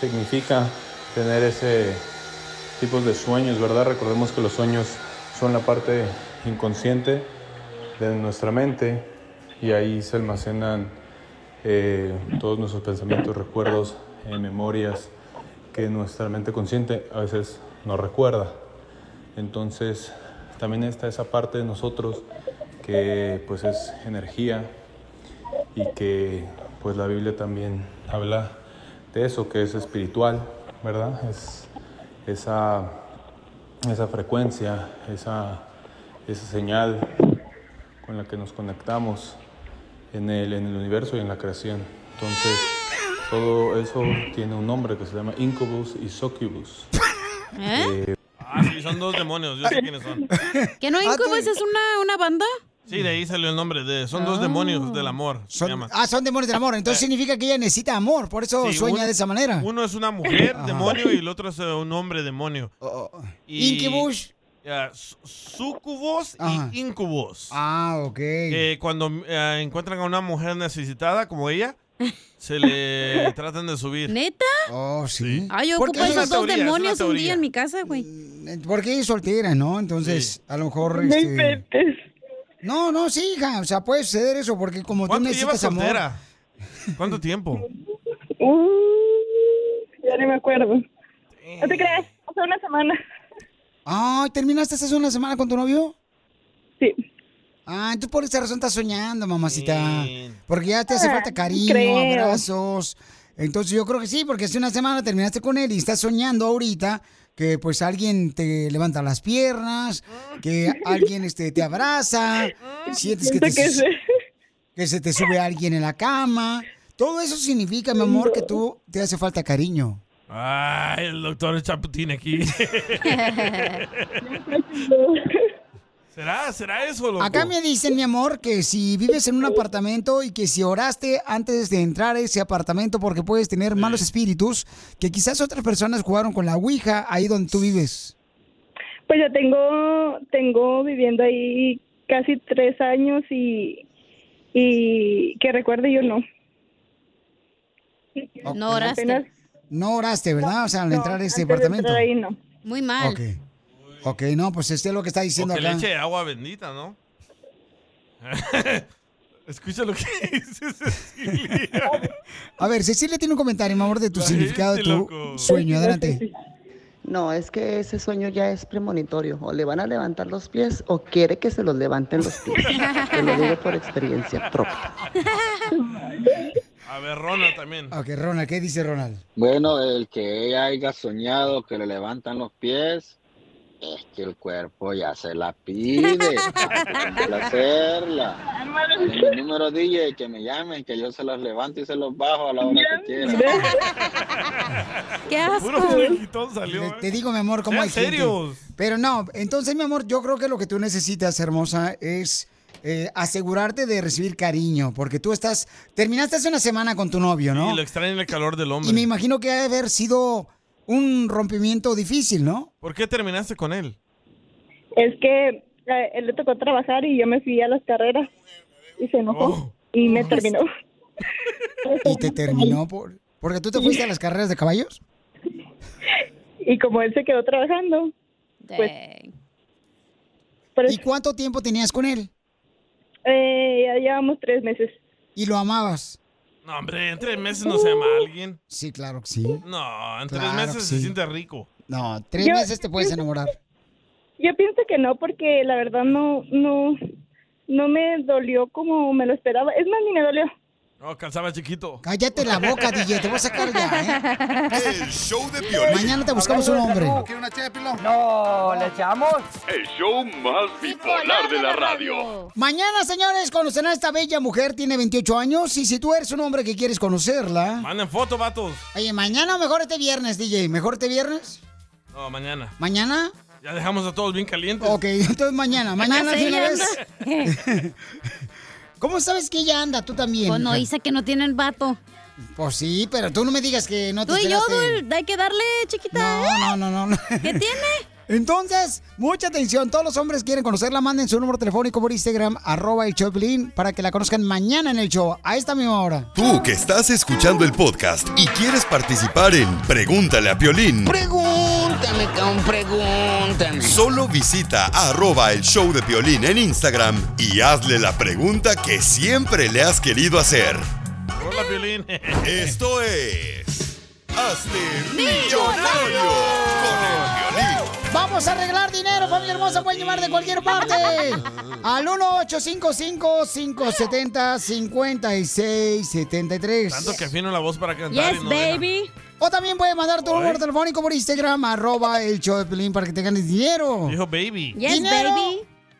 [SPEAKER 27] significa tener ese tipo de sueños, ¿verdad? Recordemos que los sueños son la parte inconsciente de nuestra mente y ahí se almacenan eh, todos nuestros pensamientos, recuerdos, eh, memorias que nuestra mente consciente a veces no recuerda. Entonces, también está esa parte de nosotros que pues es energía y que pues la Biblia también habla de eso, que es espiritual, ¿verdad? Es esa esa frecuencia, esa, esa señal con la que nos conectamos en el, en el universo y en la creación. Entonces, todo eso tiene un nombre que se llama Incubus y Succubus. Eh,
[SPEAKER 3] Ah, sí, son dos demonios. Yo sé quiénes son.
[SPEAKER 2] ¿Que
[SPEAKER 1] Ah,
[SPEAKER 2] no Incubus es una, una banda?
[SPEAKER 3] Sí, de ahí salió el nombre de. Son dos
[SPEAKER 1] Ah.
[SPEAKER 3] demonios del amor. se llama.
[SPEAKER 1] Ah, son demonios del amor. Entonces significa que ella necesita amor. Por eso
[SPEAKER 3] Eh. Sí,
[SPEAKER 1] sueña
[SPEAKER 3] un-
[SPEAKER 1] de esa manera.
[SPEAKER 3] Uno es una mujer demonio y el otro es eh, un hombre demonio.
[SPEAKER 1] Oh, Incubus.
[SPEAKER 3] Ya, su- sucubos
[SPEAKER 1] Ajá.
[SPEAKER 3] y incubos.
[SPEAKER 1] Ah, ok.
[SPEAKER 3] Que cuando eh, encuentran a una mujer necesitada como ella, se le tratan de subir.
[SPEAKER 2] ¿Neta?
[SPEAKER 1] Oh, sí.
[SPEAKER 2] Ay, yo
[SPEAKER 1] ¿Por
[SPEAKER 2] ocupo
[SPEAKER 1] qué? Mm, Es
[SPEAKER 2] esos
[SPEAKER 1] una
[SPEAKER 2] dos
[SPEAKER 1] teoría, es
[SPEAKER 2] demonios
[SPEAKER 1] una
[SPEAKER 2] un
[SPEAKER 1] teoría.
[SPEAKER 2] día en mi casa, güey.
[SPEAKER 1] Porque es soltera, ¿no? Entonces, a lo mejor. este No,
[SPEAKER 2] No
[SPEAKER 1] no, sí, hija. O sea, puede suceder eso porque como tú
[SPEAKER 3] ¿Cuánto
[SPEAKER 1] necesitas
[SPEAKER 3] llevas
[SPEAKER 1] amor.
[SPEAKER 3] soltera? ¿Cuánto tiempo?
[SPEAKER 15] Ya no me acuerdo. No te creas, hace una semana.
[SPEAKER 1] Ah, ¿terminaste hace una semana con tu novio? Sí. Ah, entonces por esa razón estás soñando, mamacita. Porque ya te hace
[SPEAKER 15] Ah,
[SPEAKER 1] falta cariño,
[SPEAKER 15] creo.
[SPEAKER 1] abrazos. Entonces yo creo que sí, porque hace una semana terminaste con él y estás soñando ahorita que pues alguien te levanta las piernas, que alguien este, te abraza, sientes que, te,
[SPEAKER 15] Siento que
[SPEAKER 1] su- que se te sube alguien en la cama. Todo eso significa, mi amor, que tú te hace falta cariño.
[SPEAKER 3] Ay, el doctor Chaputín aquí. ¿Será? ¿Será eso, loco?
[SPEAKER 1] Acá me dicen, mi amor, que si vives en un apartamento y que si oraste antes de entrar a ese apartamento porque puedes tener malos espíritus, que quizás otras personas jugaron con la Ouija ahí donde tú vives.
[SPEAKER 15] Pues ya tengo, tengo viviendo ahí casi tres años y, y que recuerde yo no.
[SPEAKER 1] No oraste.
[SPEAKER 15] Apenas-
[SPEAKER 1] No oraste, ¿verdad? O sea, al
[SPEAKER 15] No,
[SPEAKER 1] entrar a ese
[SPEAKER 15] antes de
[SPEAKER 1] apartamento.
[SPEAKER 15] entrar ahí no.
[SPEAKER 2] Muy mal.
[SPEAKER 1] Ok. Ok, no, pues este es lo que está
[SPEAKER 3] O
[SPEAKER 1] diciendo
[SPEAKER 3] que le
[SPEAKER 1] acá.
[SPEAKER 3] eche agua bendita, ¿no? Escucha lo que dice Cecilia.
[SPEAKER 1] A ver, Cecilia tiene un comentario, mi amor, de tu significado, de tu sueño. Adelante.
[SPEAKER 9] No, es que ese sueño ya es premonitorio. O le van a levantar los pies o quiere que se los levanten los pies. Te lo digo por experiencia propia.
[SPEAKER 3] A ver, Rona también.
[SPEAKER 1] Ok, Ronald, ¿qué dice Ronald?
[SPEAKER 18] Bueno, el que ella haya soñado que le levantan los pies, es que el cuerpo ya se la pide. Hay que hacerla. Hay mi número DJ, que me llamen, que yo se los levanto y se los bajo a la hora que quiera.
[SPEAKER 2] ¡Qué
[SPEAKER 3] Puro flequitón salió.
[SPEAKER 1] Te, te digo, mi amor, cómo
[SPEAKER 3] Sean
[SPEAKER 1] hay gente.
[SPEAKER 3] serios.
[SPEAKER 1] Pero no, entonces, mi amor, yo creo que lo que tú necesitas, hermosa, es eh, asegurarte de recibir cariño, porque tú estás, terminaste hace una semana con tu novio, ¿no?
[SPEAKER 3] Y lo extraña el calor del
[SPEAKER 1] Y me
[SPEAKER 3] hombre.
[SPEAKER 1] imagino que ha de haber sido un rompimiento difícil, ¿no?
[SPEAKER 3] ¿Por qué terminaste con él?
[SPEAKER 15] Es que eh, él le tocó trabajar y yo me fui a las carreras y se enojó
[SPEAKER 1] Oh.
[SPEAKER 15] y me terminó.
[SPEAKER 1] Y te terminó por... Porque tú te fuiste a las carreras de caballos.
[SPEAKER 15] Y como él se quedó trabajando, pues...
[SPEAKER 1] ¿Y cuánto tiempo tenías con él?
[SPEAKER 15] Eh, ya llevamos tres meses.
[SPEAKER 1] ¿Y lo amabas?
[SPEAKER 3] No, hombre, en tres meses no se llama alguien.
[SPEAKER 1] Sí, claro que sí.
[SPEAKER 3] No, en
[SPEAKER 1] Claro
[SPEAKER 3] tres meses
[SPEAKER 1] que sí.
[SPEAKER 3] se siente rico.
[SPEAKER 1] No, tres
[SPEAKER 15] Yo-
[SPEAKER 1] meses te puedes enamorar.
[SPEAKER 15] Yo pienso que no, porque la verdad no, no, no me dolió como me lo esperaba. Es más, ni me dolió.
[SPEAKER 3] No, calzaba chiquito.
[SPEAKER 1] Cállate la boca, DJ, te voy a sacar ya, ¿eh?
[SPEAKER 7] El show de
[SPEAKER 1] Piolín. Mañana te buscamos un hombre.
[SPEAKER 6] ¿No quiere una ché de pilón? No, ¿le echamos?
[SPEAKER 8] El show más bipolar de la radio.
[SPEAKER 1] Mañana, señores, conocerán a esta bella mujer, tiene 28 años, y si tú eres un hombre que quieres conocerla...
[SPEAKER 3] Manden foto, vatos.
[SPEAKER 1] Oye, mañana o mejor este viernes, DJ, mejor este viernes.
[SPEAKER 3] No, mañana.
[SPEAKER 1] ¿Mañana?
[SPEAKER 3] Ya dejamos a todos bien calientes.
[SPEAKER 1] Ok, entonces mañana, mañana
[SPEAKER 2] Sí,
[SPEAKER 1] de una
[SPEAKER 2] ya
[SPEAKER 1] vez. ¿Cómo sabes que ella anda? Tú también.
[SPEAKER 2] Pues no, dice que no tienen vato.
[SPEAKER 1] Pues sí, pero tú no me digas que no te
[SPEAKER 2] Tú y yo,
[SPEAKER 1] esperaste.
[SPEAKER 2] Dul, hay que darle, chiquita. ¿eh?
[SPEAKER 1] No, no, no, no.
[SPEAKER 2] ¿Qué tiene?
[SPEAKER 1] Entonces, mucha atención. Todos los hombres quieren conocerla. Manden su número telefónico por Instagram, arroba el Choplin, para que la conozcan mañana en el show. A esta misma hora.
[SPEAKER 7] Tú que estás escuchando el podcast y quieres participar en Pregúntale a Piolín,
[SPEAKER 11] Pregúntame, cabrón, pregúntame.
[SPEAKER 7] solo visita arroba el show de Piolín en Instagram y hazle la pregunta que siempre le has querido hacer.
[SPEAKER 3] Hola, Piolín.
[SPEAKER 7] Esto es... Hazte millonario con el Piolín.
[SPEAKER 1] Vamos Vamos a arreglar dinero, familia hermosa. Pueden llamar de cualquier parte. Al 1-855-570-5673.
[SPEAKER 3] Tanto que afino la voz para cantar. y no
[SPEAKER 1] O también puedes mandar tu número telefónico por Instagram, arroba el show de Pelín para que te ganes dinero.
[SPEAKER 3] Dijo baby.
[SPEAKER 1] dinero,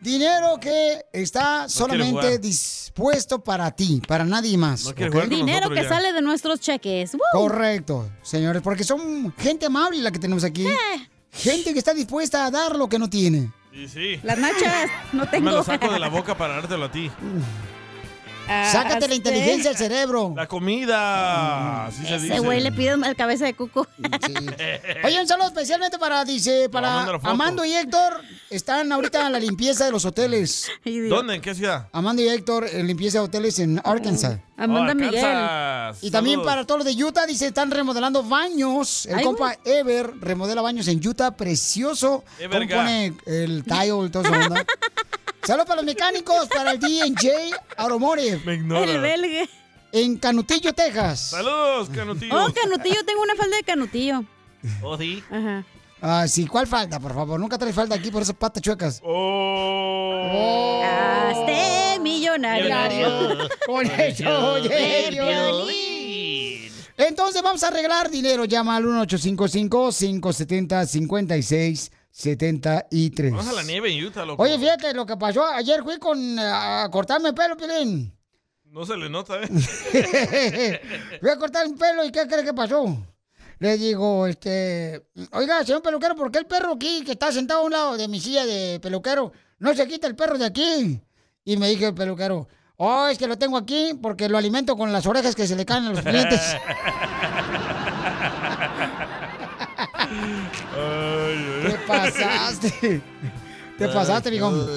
[SPEAKER 1] Dinero que está solamente
[SPEAKER 3] jugar.
[SPEAKER 1] dispuesto para ti, para nadie más. ¿ok?
[SPEAKER 2] Dinero que sale de nuestros cheques. ¡Woo!
[SPEAKER 1] Correcto, señores, porque son gente amable la que tenemos aquí.
[SPEAKER 2] Eh.
[SPEAKER 1] Gente que está dispuesta a dar lo que no tiene.
[SPEAKER 3] Sí, sí.
[SPEAKER 2] Las nachas, no
[SPEAKER 3] Me lo
[SPEAKER 2] tengo.
[SPEAKER 3] saco de la boca para dártelo a ti.
[SPEAKER 2] Ah,
[SPEAKER 1] Sácate
[SPEAKER 2] sí.
[SPEAKER 1] la inteligencia del cerebro. Mm.
[SPEAKER 3] La comida. Así se dice.
[SPEAKER 2] Ese güey le pide el cabeza de cuco.
[SPEAKER 3] Eh.
[SPEAKER 1] Oye, un saludo especialmente para, dice, para
[SPEAKER 3] manda la foto.
[SPEAKER 1] Amando y Héctor. Están ahorita en la limpieza de los hoteles.
[SPEAKER 3] ¿Dónde? ¿En qué ciudad?
[SPEAKER 1] Amando y Héctor, en limpieza de hoteles en Arkansas.
[SPEAKER 3] Amanda Oh, Miguel. Arkansas.
[SPEAKER 1] Y también
[SPEAKER 3] Saludos.
[SPEAKER 1] para todos los de Utah, dice, están remodelando baños. El
[SPEAKER 3] Ay,
[SPEAKER 1] compa Ever remodela baños en Utah, precioso. ¿Cómo
[SPEAKER 3] Everga.
[SPEAKER 1] pone el tile y todo eso? ¿no? Saludos para los mecánicos, para el DJ Automotive. Me
[SPEAKER 3] ignora. El
[SPEAKER 2] belgue.
[SPEAKER 1] En Canutillo, Texas.
[SPEAKER 3] Saludos, Canutillo.
[SPEAKER 2] Oh, canutillo, tengo una falda de canutillo.
[SPEAKER 3] Oh, sí.
[SPEAKER 2] Ajá.
[SPEAKER 1] Ah, sí, ¿cuál falta, por favor? Nunca trae falta aquí por esas patas chuecas.
[SPEAKER 3] Oh.
[SPEAKER 2] Hazte millonario.
[SPEAKER 1] Con el show de Piolín. Entonces vamos a arreglar dinero. Llama al 1855-570-5673.
[SPEAKER 3] Vamos a la nieve en Utah, loco.
[SPEAKER 1] Pues. Oye, fíjate lo que pasó. Ayer fui con, eh, a cortarme el pelo, Piolín.
[SPEAKER 3] No se le nota, ¿eh?
[SPEAKER 1] Voy a cortar un pelo y ¿qué crees que pasó? Le digo, este, oiga, señor peluquero, ¿por qué el perro aquí que está sentado a un lado de mi silla de peluquero no se quita el perro de aquí? Y me dijo el peluquero, oh, es que lo tengo aquí porque lo alimento con las orejas que se le caen a los clientes. Te pasaste. Te pasaste, viejón.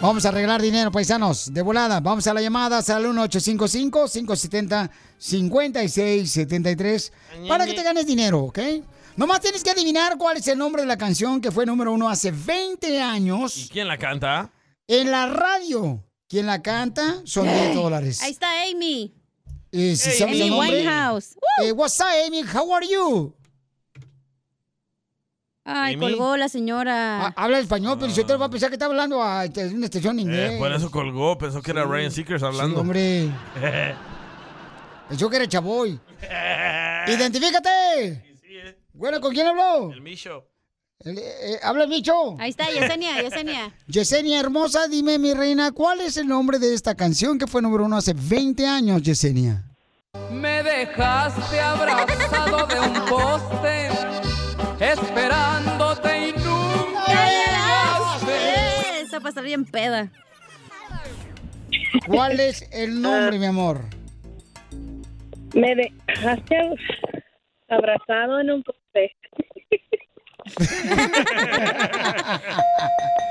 [SPEAKER 1] Vamos a arreglar dinero, paisanos. De volada, vamos a la llamada al 1-855-570-5673 para que te ganes dinero, ¿ok? Nomás tienes que adivinar cuál es el nombre de la canción que fue número uno hace 20 años
[SPEAKER 3] ¿Quién la canta?
[SPEAKER 1] en la radio. Quien la canta son 10 dólares.
[SPEAKER 2] Ahí está Amy.
[SPEAKER 1] Y Eh, si sabes el
[SPEAKER 2] Amy
[SPEAKER 1] nombre,
[SPEAKER 2] Winehouse.
[SPEAKER 1] eh, what's up, Amy? How are you?
[SPEAKER 2] Ay,
[SPEAKER 1] Amy.
[SPEAKER 2] colgó la señora.
[SPEAKER 1] Ah, Habla español, pero si usted va a pensar que está hablando a este, una estación en inglés.
[SPEAKER 3] Eh, por eso colgó, pensó que era Ryan Seekers hablando.
[SPEAKER 1] hombre. Pensó que era Chaboy. ¡Identifícate! Bueno, ¿con quién habló?
[SPEAKER 3] El Micho.
[SPEAKER 1] El, eh, ¿Habla el bicho?
[SPEAKER 2] Ahí está, Yesenia, Yesenia.
[SPEAKER 1] Yesenia hermosa, dime mi reina, ¿cuál es el nombre de esta canción que fue número uno hace 20 años, Yesenia?
[SPEAKER 19] Me dejaste abrazado de un poste, esperándote y nunca llegaste.
[SPEAKER 2] Eh, Esa pasar bien peda.
[SPEAKER 1] ¿Cuál es el nombre, mi amor?
[SPEAKER 14] Me dejaste abrazado en un poste.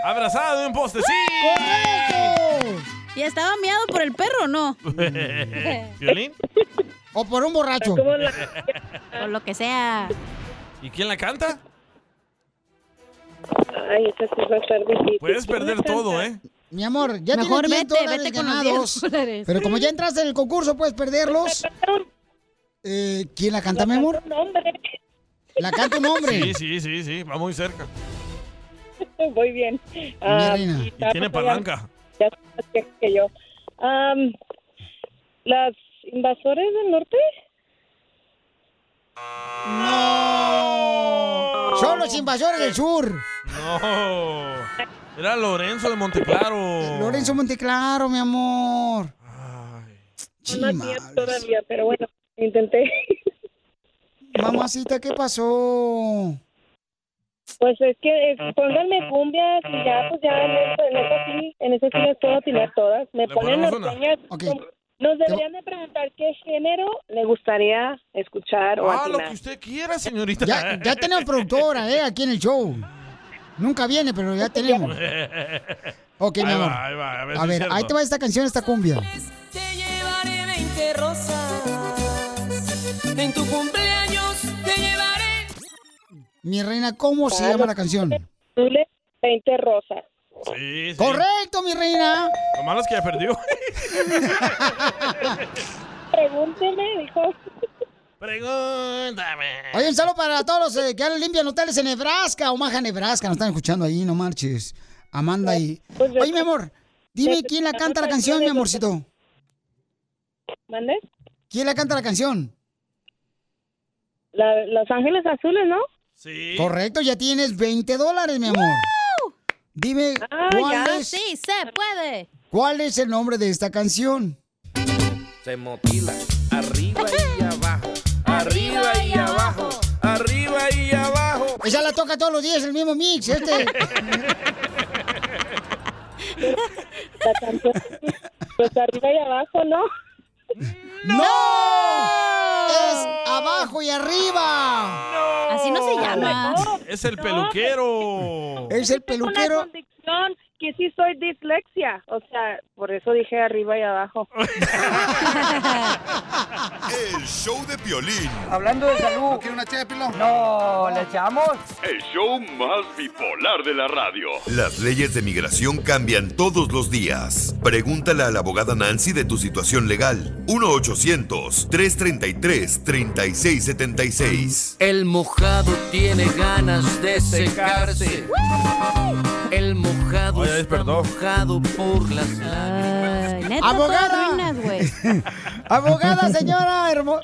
[SPEAKER 3] Abrazado de un poste, sí.
[SPEAKER 2] ¿Y estaba miado por el perro o no?
[SPEAKER 3] ¿Violín?
[SPEAKER 1] O por un borracho.
[SPEAKER 2] Por lo que sea.
[SPEAKER 3] ¿Y quién la canta?
[SPEAKER 14] Ay, eso sí va a estar difícil.
[SPEAKER 3] Puedes perder todo, ¿eh?
[SPEAKER 1] Mi amor, ya
[SPEAKER 2] Mejor
[SPEAKER 1] tienes 10
[SPEAKER 2] vete,
[SPEAKER 1] dólares
[SPEAKER 2] vete con los
[SPEAKER 1] ganados.
[SPEAKER 2] 10 dólares.
[SPEAKER 1] Pero como ya entraste en el concurso, puedes perderlos. Eh, ¿Quién la canta, mi amor? La canta un hombre.
[SPEAKER 3] Sí, sí, sí, sí. Va muy cerca.
[SPEAKER 14] Muy bien.
[SPEAKER 1] Ah,
[SPEAKER 3] Mi
[SPEAKER 14] Ah,
[SPEAKER 3] reina. Y tiene palanca.
[SPEAKER 14] Ya son más viejas que yo. Am, ¿Las invasores del norte?
[SPEAKER 1] Son los invasores del sur.
[SPEAKER 3] No. Era Lorenzo de Monteclaro.
[SPEAKER 1] Lorenzo Monteclaro, mi amor.
[SPEAKER 14] No las
[SPEAKER 1] Chima.
[SPEAKER 14] tienen todavía, pero bueno, intenté.
[SPEAKER 1] Mamacita, ¿qué pasó?
[SPEAKER 14] Pues es que eh, pónganme cumbias y ya, pues ya en eso, en eso sí, en eso sí les puedo atinar todas. Me
[SPEAKER 1] ¿Le
[SPEAKER 14] ponen
[SPEAKER 1] ponemos una?
[SPEAKER 14] norteñas. como- Nos deberían de preguntar qué género le gustaría escuchar o
[SPEAKER 3] Ah, lo
[SPEAKER 14] atinar.
[SPEAKER 3] que usted quiera, señorita.
[SPEAKER 1] Ya, ya tenemos productora, ¿eh? Aquí en el show. Nunca viene, pero ya tenemos. Ok, mi
[SPEAKER 3] Ahí
[SPEAKER 1] amor.
[SPEAKER 3] va, ahí va, a ver,
[SPEAKER 1] A
[SPEAKER 3] si es
[SPEAKER 1] ver,
[SPEAKER 3] cierto.
[SPEAKER 1] ahí te va esta canción, esta cumbia.
[SPEAKER 11] Te llevaré 20 rosas. En tu cumpleaños te llevaré.
[SPEAKER 1] Mi reina, ¿cómo
[SPEAKER 14] Ah,
[SPEAKER 1] se llama la canción?
[SPEAKER 14] 20 rosas.
[SPEAKER 3] Sí, sí.
[SPEAKER 1] Correcto, mi reina.
[SPEAKER 3] Lo malo es que ya perdió.
[SPEAKER 14] Pregúnteme, dijo.
[SPEAKER 3] Pregúntame.
[SPEAKER 1] Oye, un saludo para todos los eh, que limpian hoteles en Nebraska, Omaha, Nebraska. Nos están escuchando ahí, no marches. Amanda y...
[SPEAKER 28] Pues
[SPEAKER 1] Oye, mi amor, dime quién la canta la canción, mi amorcito.
[SPEAKER 28] ¿Mande?
[SPEAKER 1] ¿Quién la canta la canción?
[SPEAKER 28] La- los Ángeles Azules, ¿no?
[SPEAKER 3] Sí.
[SPEAKER 1] Correcto, ya tienes 20 dólares, mi amor. Dime,
[SPEAKER 28] Ah,
[SPEAKER 1] ¿cuál
[SPEAKER 2] ya.
[SPEAKER 1] es,
[SPEAKER 2] Sí, se puede.
[SPEAKER 1] ¿cuál es el nombre de esta canción?
[SPEAKER 4] Se motila arriba y abajo. Arriba y abajo. Arriba y abajo.
[SPEAKER 1] Esa Pues la toca todos los días, el mismo mix, este.
[SPEAKER 28] La canción. Pues arriba y abajo, ¿no?
[SPEAKER 1] ¡No! Es abajo y arriba.
[SPEAKER 2] Así no se llama.
[SPEAKER 3] Es el peluquero.
[SPEAKER 1] Es el
[SPEAKER 28] Una condición que sí soy dislexia. O sea, por eso dije arriba y abajo.
[SPEAKER 7] El show de Piolín.
[SPEAKER 6] Hablando de salud. ¿No quiere una ché de pilón? No, ¿le echamos?
[SPEAKER 8] El show más bipolar de la radio.
[SPEAKER 7] Las leyes de migración cambian todos los días. Pregúntale a la abogada Nancy de tu situación legal. 1-800-333-3676.
[SPEAKER 9] El mojado tiene ganas de secarse. El mojado está mojado por las lágrimas.
[SPEAKER 2] Neta,
[SPEAKER 1] Abogada.
[SPEAKER 2] todas ruinas, güey.
[SPEAKER 1] pues. Abogada, señora, hermo-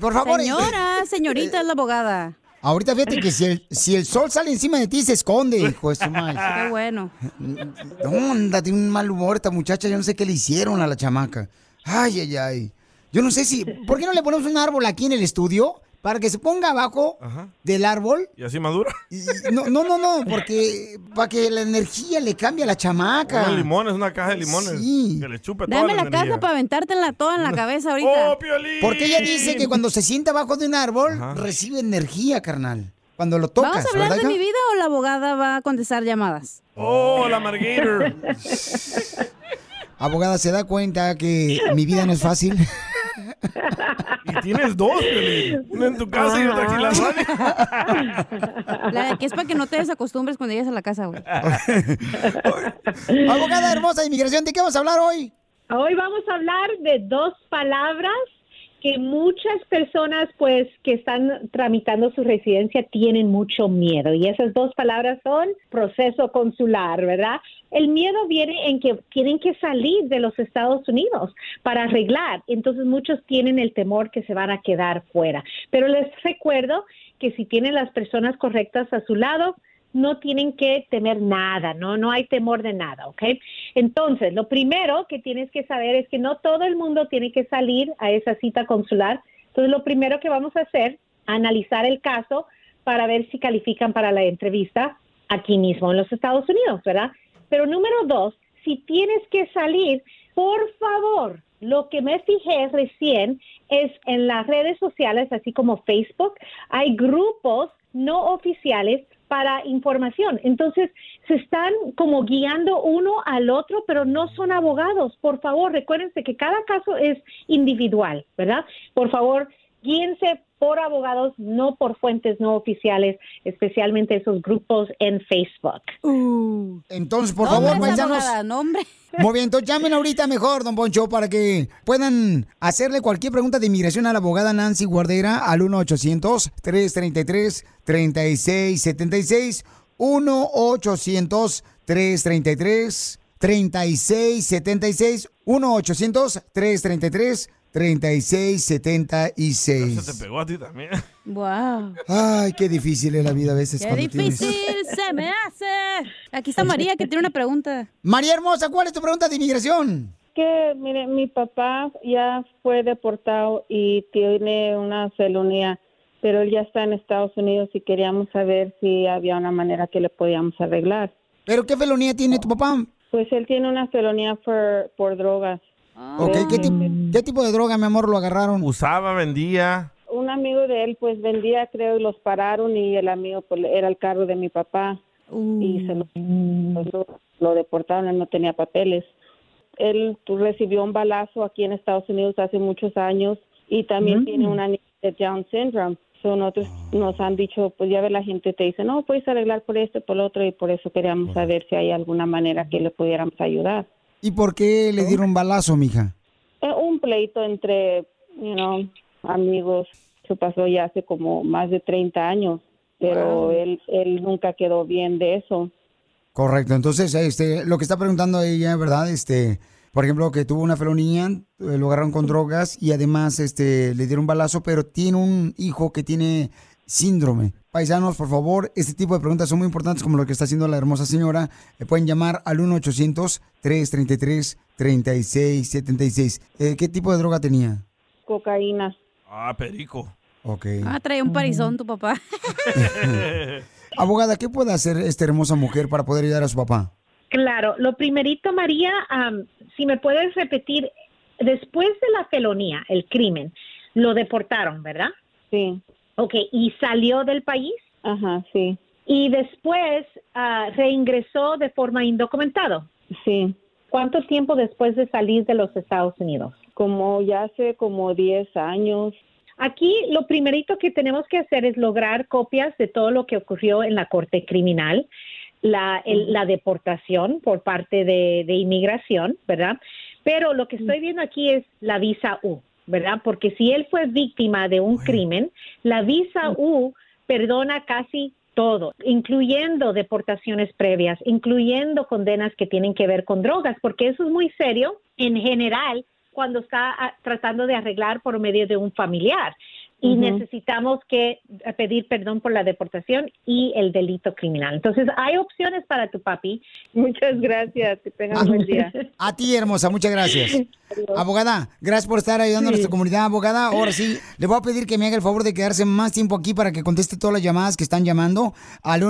[SPEAKER 1] por favor.
[SPEAKER 2] Señora, señorita es la abogada.
[SPEAKER 1] Ahorita fíjate que si el, si el sol sale encima de ti, se esconde, hijo de su
[SPEAKER 2] Qué
[SPEAKER 1] madre.
[SPEAKER 2] bueno.
[SPEAKER 1] Onda, tiene un mal humor esta muchacha, yo no sé qué le hicieron a la chamaca. Ay, ay, ay. Yo no sé si... ¿Por qué no le ponemos un árbol aquí en el estudio para que se ponga abajo del árbol?
[SPEAKER 3] ¿Y así madura?
[SPEAKER 1] No, no, no, no, porque para que la energía le cambie a la chamaca.
[SPEAKER 3] Unos limones, una caja de limones.
[SPEAKER 1] Sí.
[SPEAKER 3] Que le chupe toda
[SPEAKER 2] Dame
[SPEAKER 3] la
[SPEAKER 2] la
[SPEAKER 3] energía.
[SPEAKER 2] caja para aventártela toda en la cabeza ahorita.
[SPEAKER 3] ¡Oh, Piolín!
[SPEAKER 1] Porque ella dice que cuando se sienta abajo de un árbol, recibe energía, carnal. Cuando lo Oh, tocas,
[SPEAKER 2] ¿Vamos a hablar
[SPEAKER 1] ¿verdad, hija?
[SPEAKER 2] de mi vida o la abogada va a contestar llamadas?
[SPEAKER 3] ¡Oh, la Margator!
[SPEAKER 1] Abogada, ¿se da cuenta que mi vida no es fácil?
[SPEAKER 3] Y tienes dos, Piolín. Una en tu casa y otra aquí
[SPEAKER 2] Ah.
[SPEAKER 3] en la radio.
[SPEAKER 2] La de que es para que no te desacostumbres cuando llegues a la casa, güey.
[SPEAKER 1] Abogada hermosa de inmigración, ¿de qué vamos a hablar hoy?
[SPEAKER 20] Hoy vamos a hablar de dos palabras que muchas personas pues que están tramitando su residencia tienen mucho miedo y esas dos palabras son proceso consular, ¿verdad? El miedo viene en que tienen que salir de los Estados Unidos para arreglar, entonces muchos tienen el temor que se van a quedar fuera, pero les recuerdo que si tienen las personas correctas a su lado, no tienen que temer nada, no, no hay temor de nada, ¿ok? Entonces, lo primero que tienes que saber es que no todo el mundo tiene que salir a esa cita consular. Entonces, lo primero que vamos a hacer, analizar el caso para ver si califican para la entrevista aquí mismo en los Estados Unidos, ¿verdad? Pero número dos, si tienes que salir, por favor, lo que me fijé recién es en las redes sociales, así como Facebook, hay grupos no oficiales para información. Entonces, se están como guiando uno al otro, pero no son abogados. Por favor, recuérdense que cada caso es individual, ¿verdad? Por favor, guíense por abogados, no por fuentes no oficiales, especialmente esos grupos en Facebook.
[SPEAKER 1] Entonces, por favor, paisanos. Muy bien, entonces llamen ahorita mejor, don Poncho, para que puedan hacerle cualquier pregunta de inmigración a la abogada Nancy Guardera al 1-800-333-3676. 1-800-333-3676. 1-800-333-3676.
[SPEAKER 3] Se pegó a ti también.
[SPEAKER 2] Wow.
[SPEAKER 1] Ay, qué difícil es la vida a veces.
[SPEAKER 2] Qué
[SPEAKER 1] cuando tienes-
[SPEAKER 2] difícil se me hace. Aquí está María que tiene una pregunta.
[SPEAKER 1] María Hermosa, ¿cuál es tu pregunta de inmigración?
[SPEAKER 28] Que, mire, mi papá ya fue deportado y tiene una celonía, pero él ya está en Estados Unidos y queríamos saber si había una manera que le podíamos arreglar.
[SPEAKER 1] ¿Pero qué felonía tiene tu papá?
[SPEAKER 28] Pues él tiene una felonía por, por drogas.
[SPEAKER 3] Ah.
[SPEAKER 1] Ok, ¿qué, ti- qué tipo de droga, mi amor, lo agarraron?
[SPEAKER 3] Usaba, vendía.
[SPEAKER 28] Un amigo de él pues vendía, creo, y los pararon y el amigo pues, era el carro de mi papá
[SPEAKER 10] Uh.
[SPEAKER 20] Mm.
[SPEAKER 28] y se lo, pues, lo- lo deportaron, él no tenía papeles. Él tu- recibió un balazo aquí en Estados Unidos hace muchos años y también
[SPEAKER 15] Mm.
[SPEAKER 28] tiene una niña de Down syndrome. So, nosotros nos han dicho, pues ya ve la gente te dice, no, puedes arreglar por esto, por lo otro y por eso queríamos saber si hay alguna manera que le pudiéramos ayudar.
[SPEAKER 1] ¿Y por qué le dieron balazo, mija?
[SPEAKER 28] Eh, un pleito entre, you know, amigos. So,
[SPEAKER 10] eso pasó ya hace como más de 30 años, pero
[SPEAKER 1] Wow.
[SPEAKER 10] él, él nunca quedó bien de eso.
[SPEAKER 1] Correcto, entonces este, lo que está preguntando ella, ¿verdad? Este, por ejemplo, que tuvo una felonía, eh, lo agarraron con drogas y además este, le dieron un balazo, pero tiene un hijo que tiene síndrome. Paisanos, por favor, este tipo de preguntas son muy importantes como lo que está haciendo la hermosa señora. Le pueden llamar al 1-800-333-3676. Eh, ¿Qué tipo de droga tenía?
[SPEAKER 10] Cocaína.
[SPEAKER 3] Ah, perico.
[SPEAKER 1] Ok.
[SPEAKER 2] Ah, trae un parizón tu papá.
[SPEAKER 1] Abogada, ¿qué puede hacer esta hermosa mujer para poder ayudar a su papá?
[SPEAKER 20] Claro, lo primerito, María, am, si me puedes repetir, después de la felonía, el crimen, lo deportaron, ¿verdad?
[SPEAKER 10] Sí.
[SPEAKER 20] Ok, ¿y salió del país?
[SPEAKER 10] Ajá, sí.
[SPEAKER 20] ¿Y después ah, reingresó de forma indocumentado?
[SPEAKER 10] Sí.
[SPEAKER 20] ¿Cuánto tiempo después de salir de los Estados Unidos?
[SPEAKER 10] Como ya hace como 10 años.
[SPEAKER 20] Aquí lo primerito que tenemos que hacer es lograr copias de todo lo que ocurrió en la corte criminal, la, el- la deportación por parte de, de inmigración, ¿verdad? Pero lo que estoy viendo aquí es la visa U, ¿verdad? Porque si él fue víctima de un crimen, la visa U perdona casi todo, incluyendo deportaciones previas, incluyendo condenas que tienen que ver con drogas, porque eso es muy serio en general cuando está ah, tratando de arreglar por medio de un familiar. Y
[SPEAKER 10] Ujú.
[SPEAKER 20] necesitamos que eh, pedir perdón por la deportación y el delito criminal. Entonces, hay opciones para tu papi.
[SPEAKER 10] Muchas gracias. Que tengas buen día.
[SPEAKER 1] Ah, A ti, hermosa, muchas gracias. Abogada, gracias por estar ayudando a nuestra comunidad, abogada. Ahora sí, le voy a pedir que me haga el favor de quedarse más tiempo aquí para que conteste todas las llamadas que están llamando al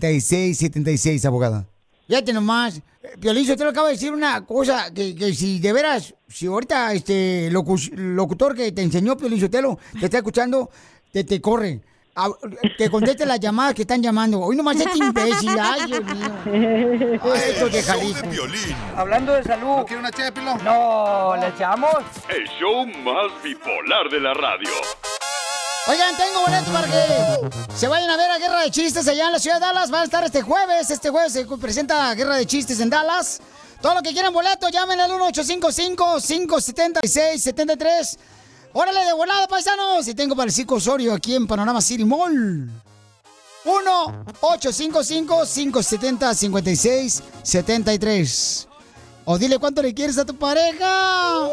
[SPEAKER 1] 1-800-333-3676, abogada. Fíjate nomás, Piolizo, te lo acaba de decir una cosa, que, que si de veras, si ahorita este locu- locutor que te enseñó Piolizotelo te está escuchando, te, te corre. A- que conteste las llamadas que están llamando. Hoy nomás este imbécil, ay, Dios mío. Ay, estos de Jalisco.
[SPEAKER 6] Hablando de salud. ¿No quiere una ché de pilón? No, ¿le echamos?
[SPEAKER 8] El show más bipolar de la radio.
[SPEAKER 1] Oigan, tengo boletos para que se vayan a ver a Guerra de Chistes allá en la ciudad de Dallas. Van a estar este jueves. Este jueves se presenta Guerra de Chistes en Dallas. Todo lo que quieran boletos, llámenle al 1-855-576-73. Órale de volada, paisanos. Y tengo para el Circo Osorio aquí en Panorama City Mall. Uh. 1-855-570-5673. O dile cuánto le quieres a tu pareja.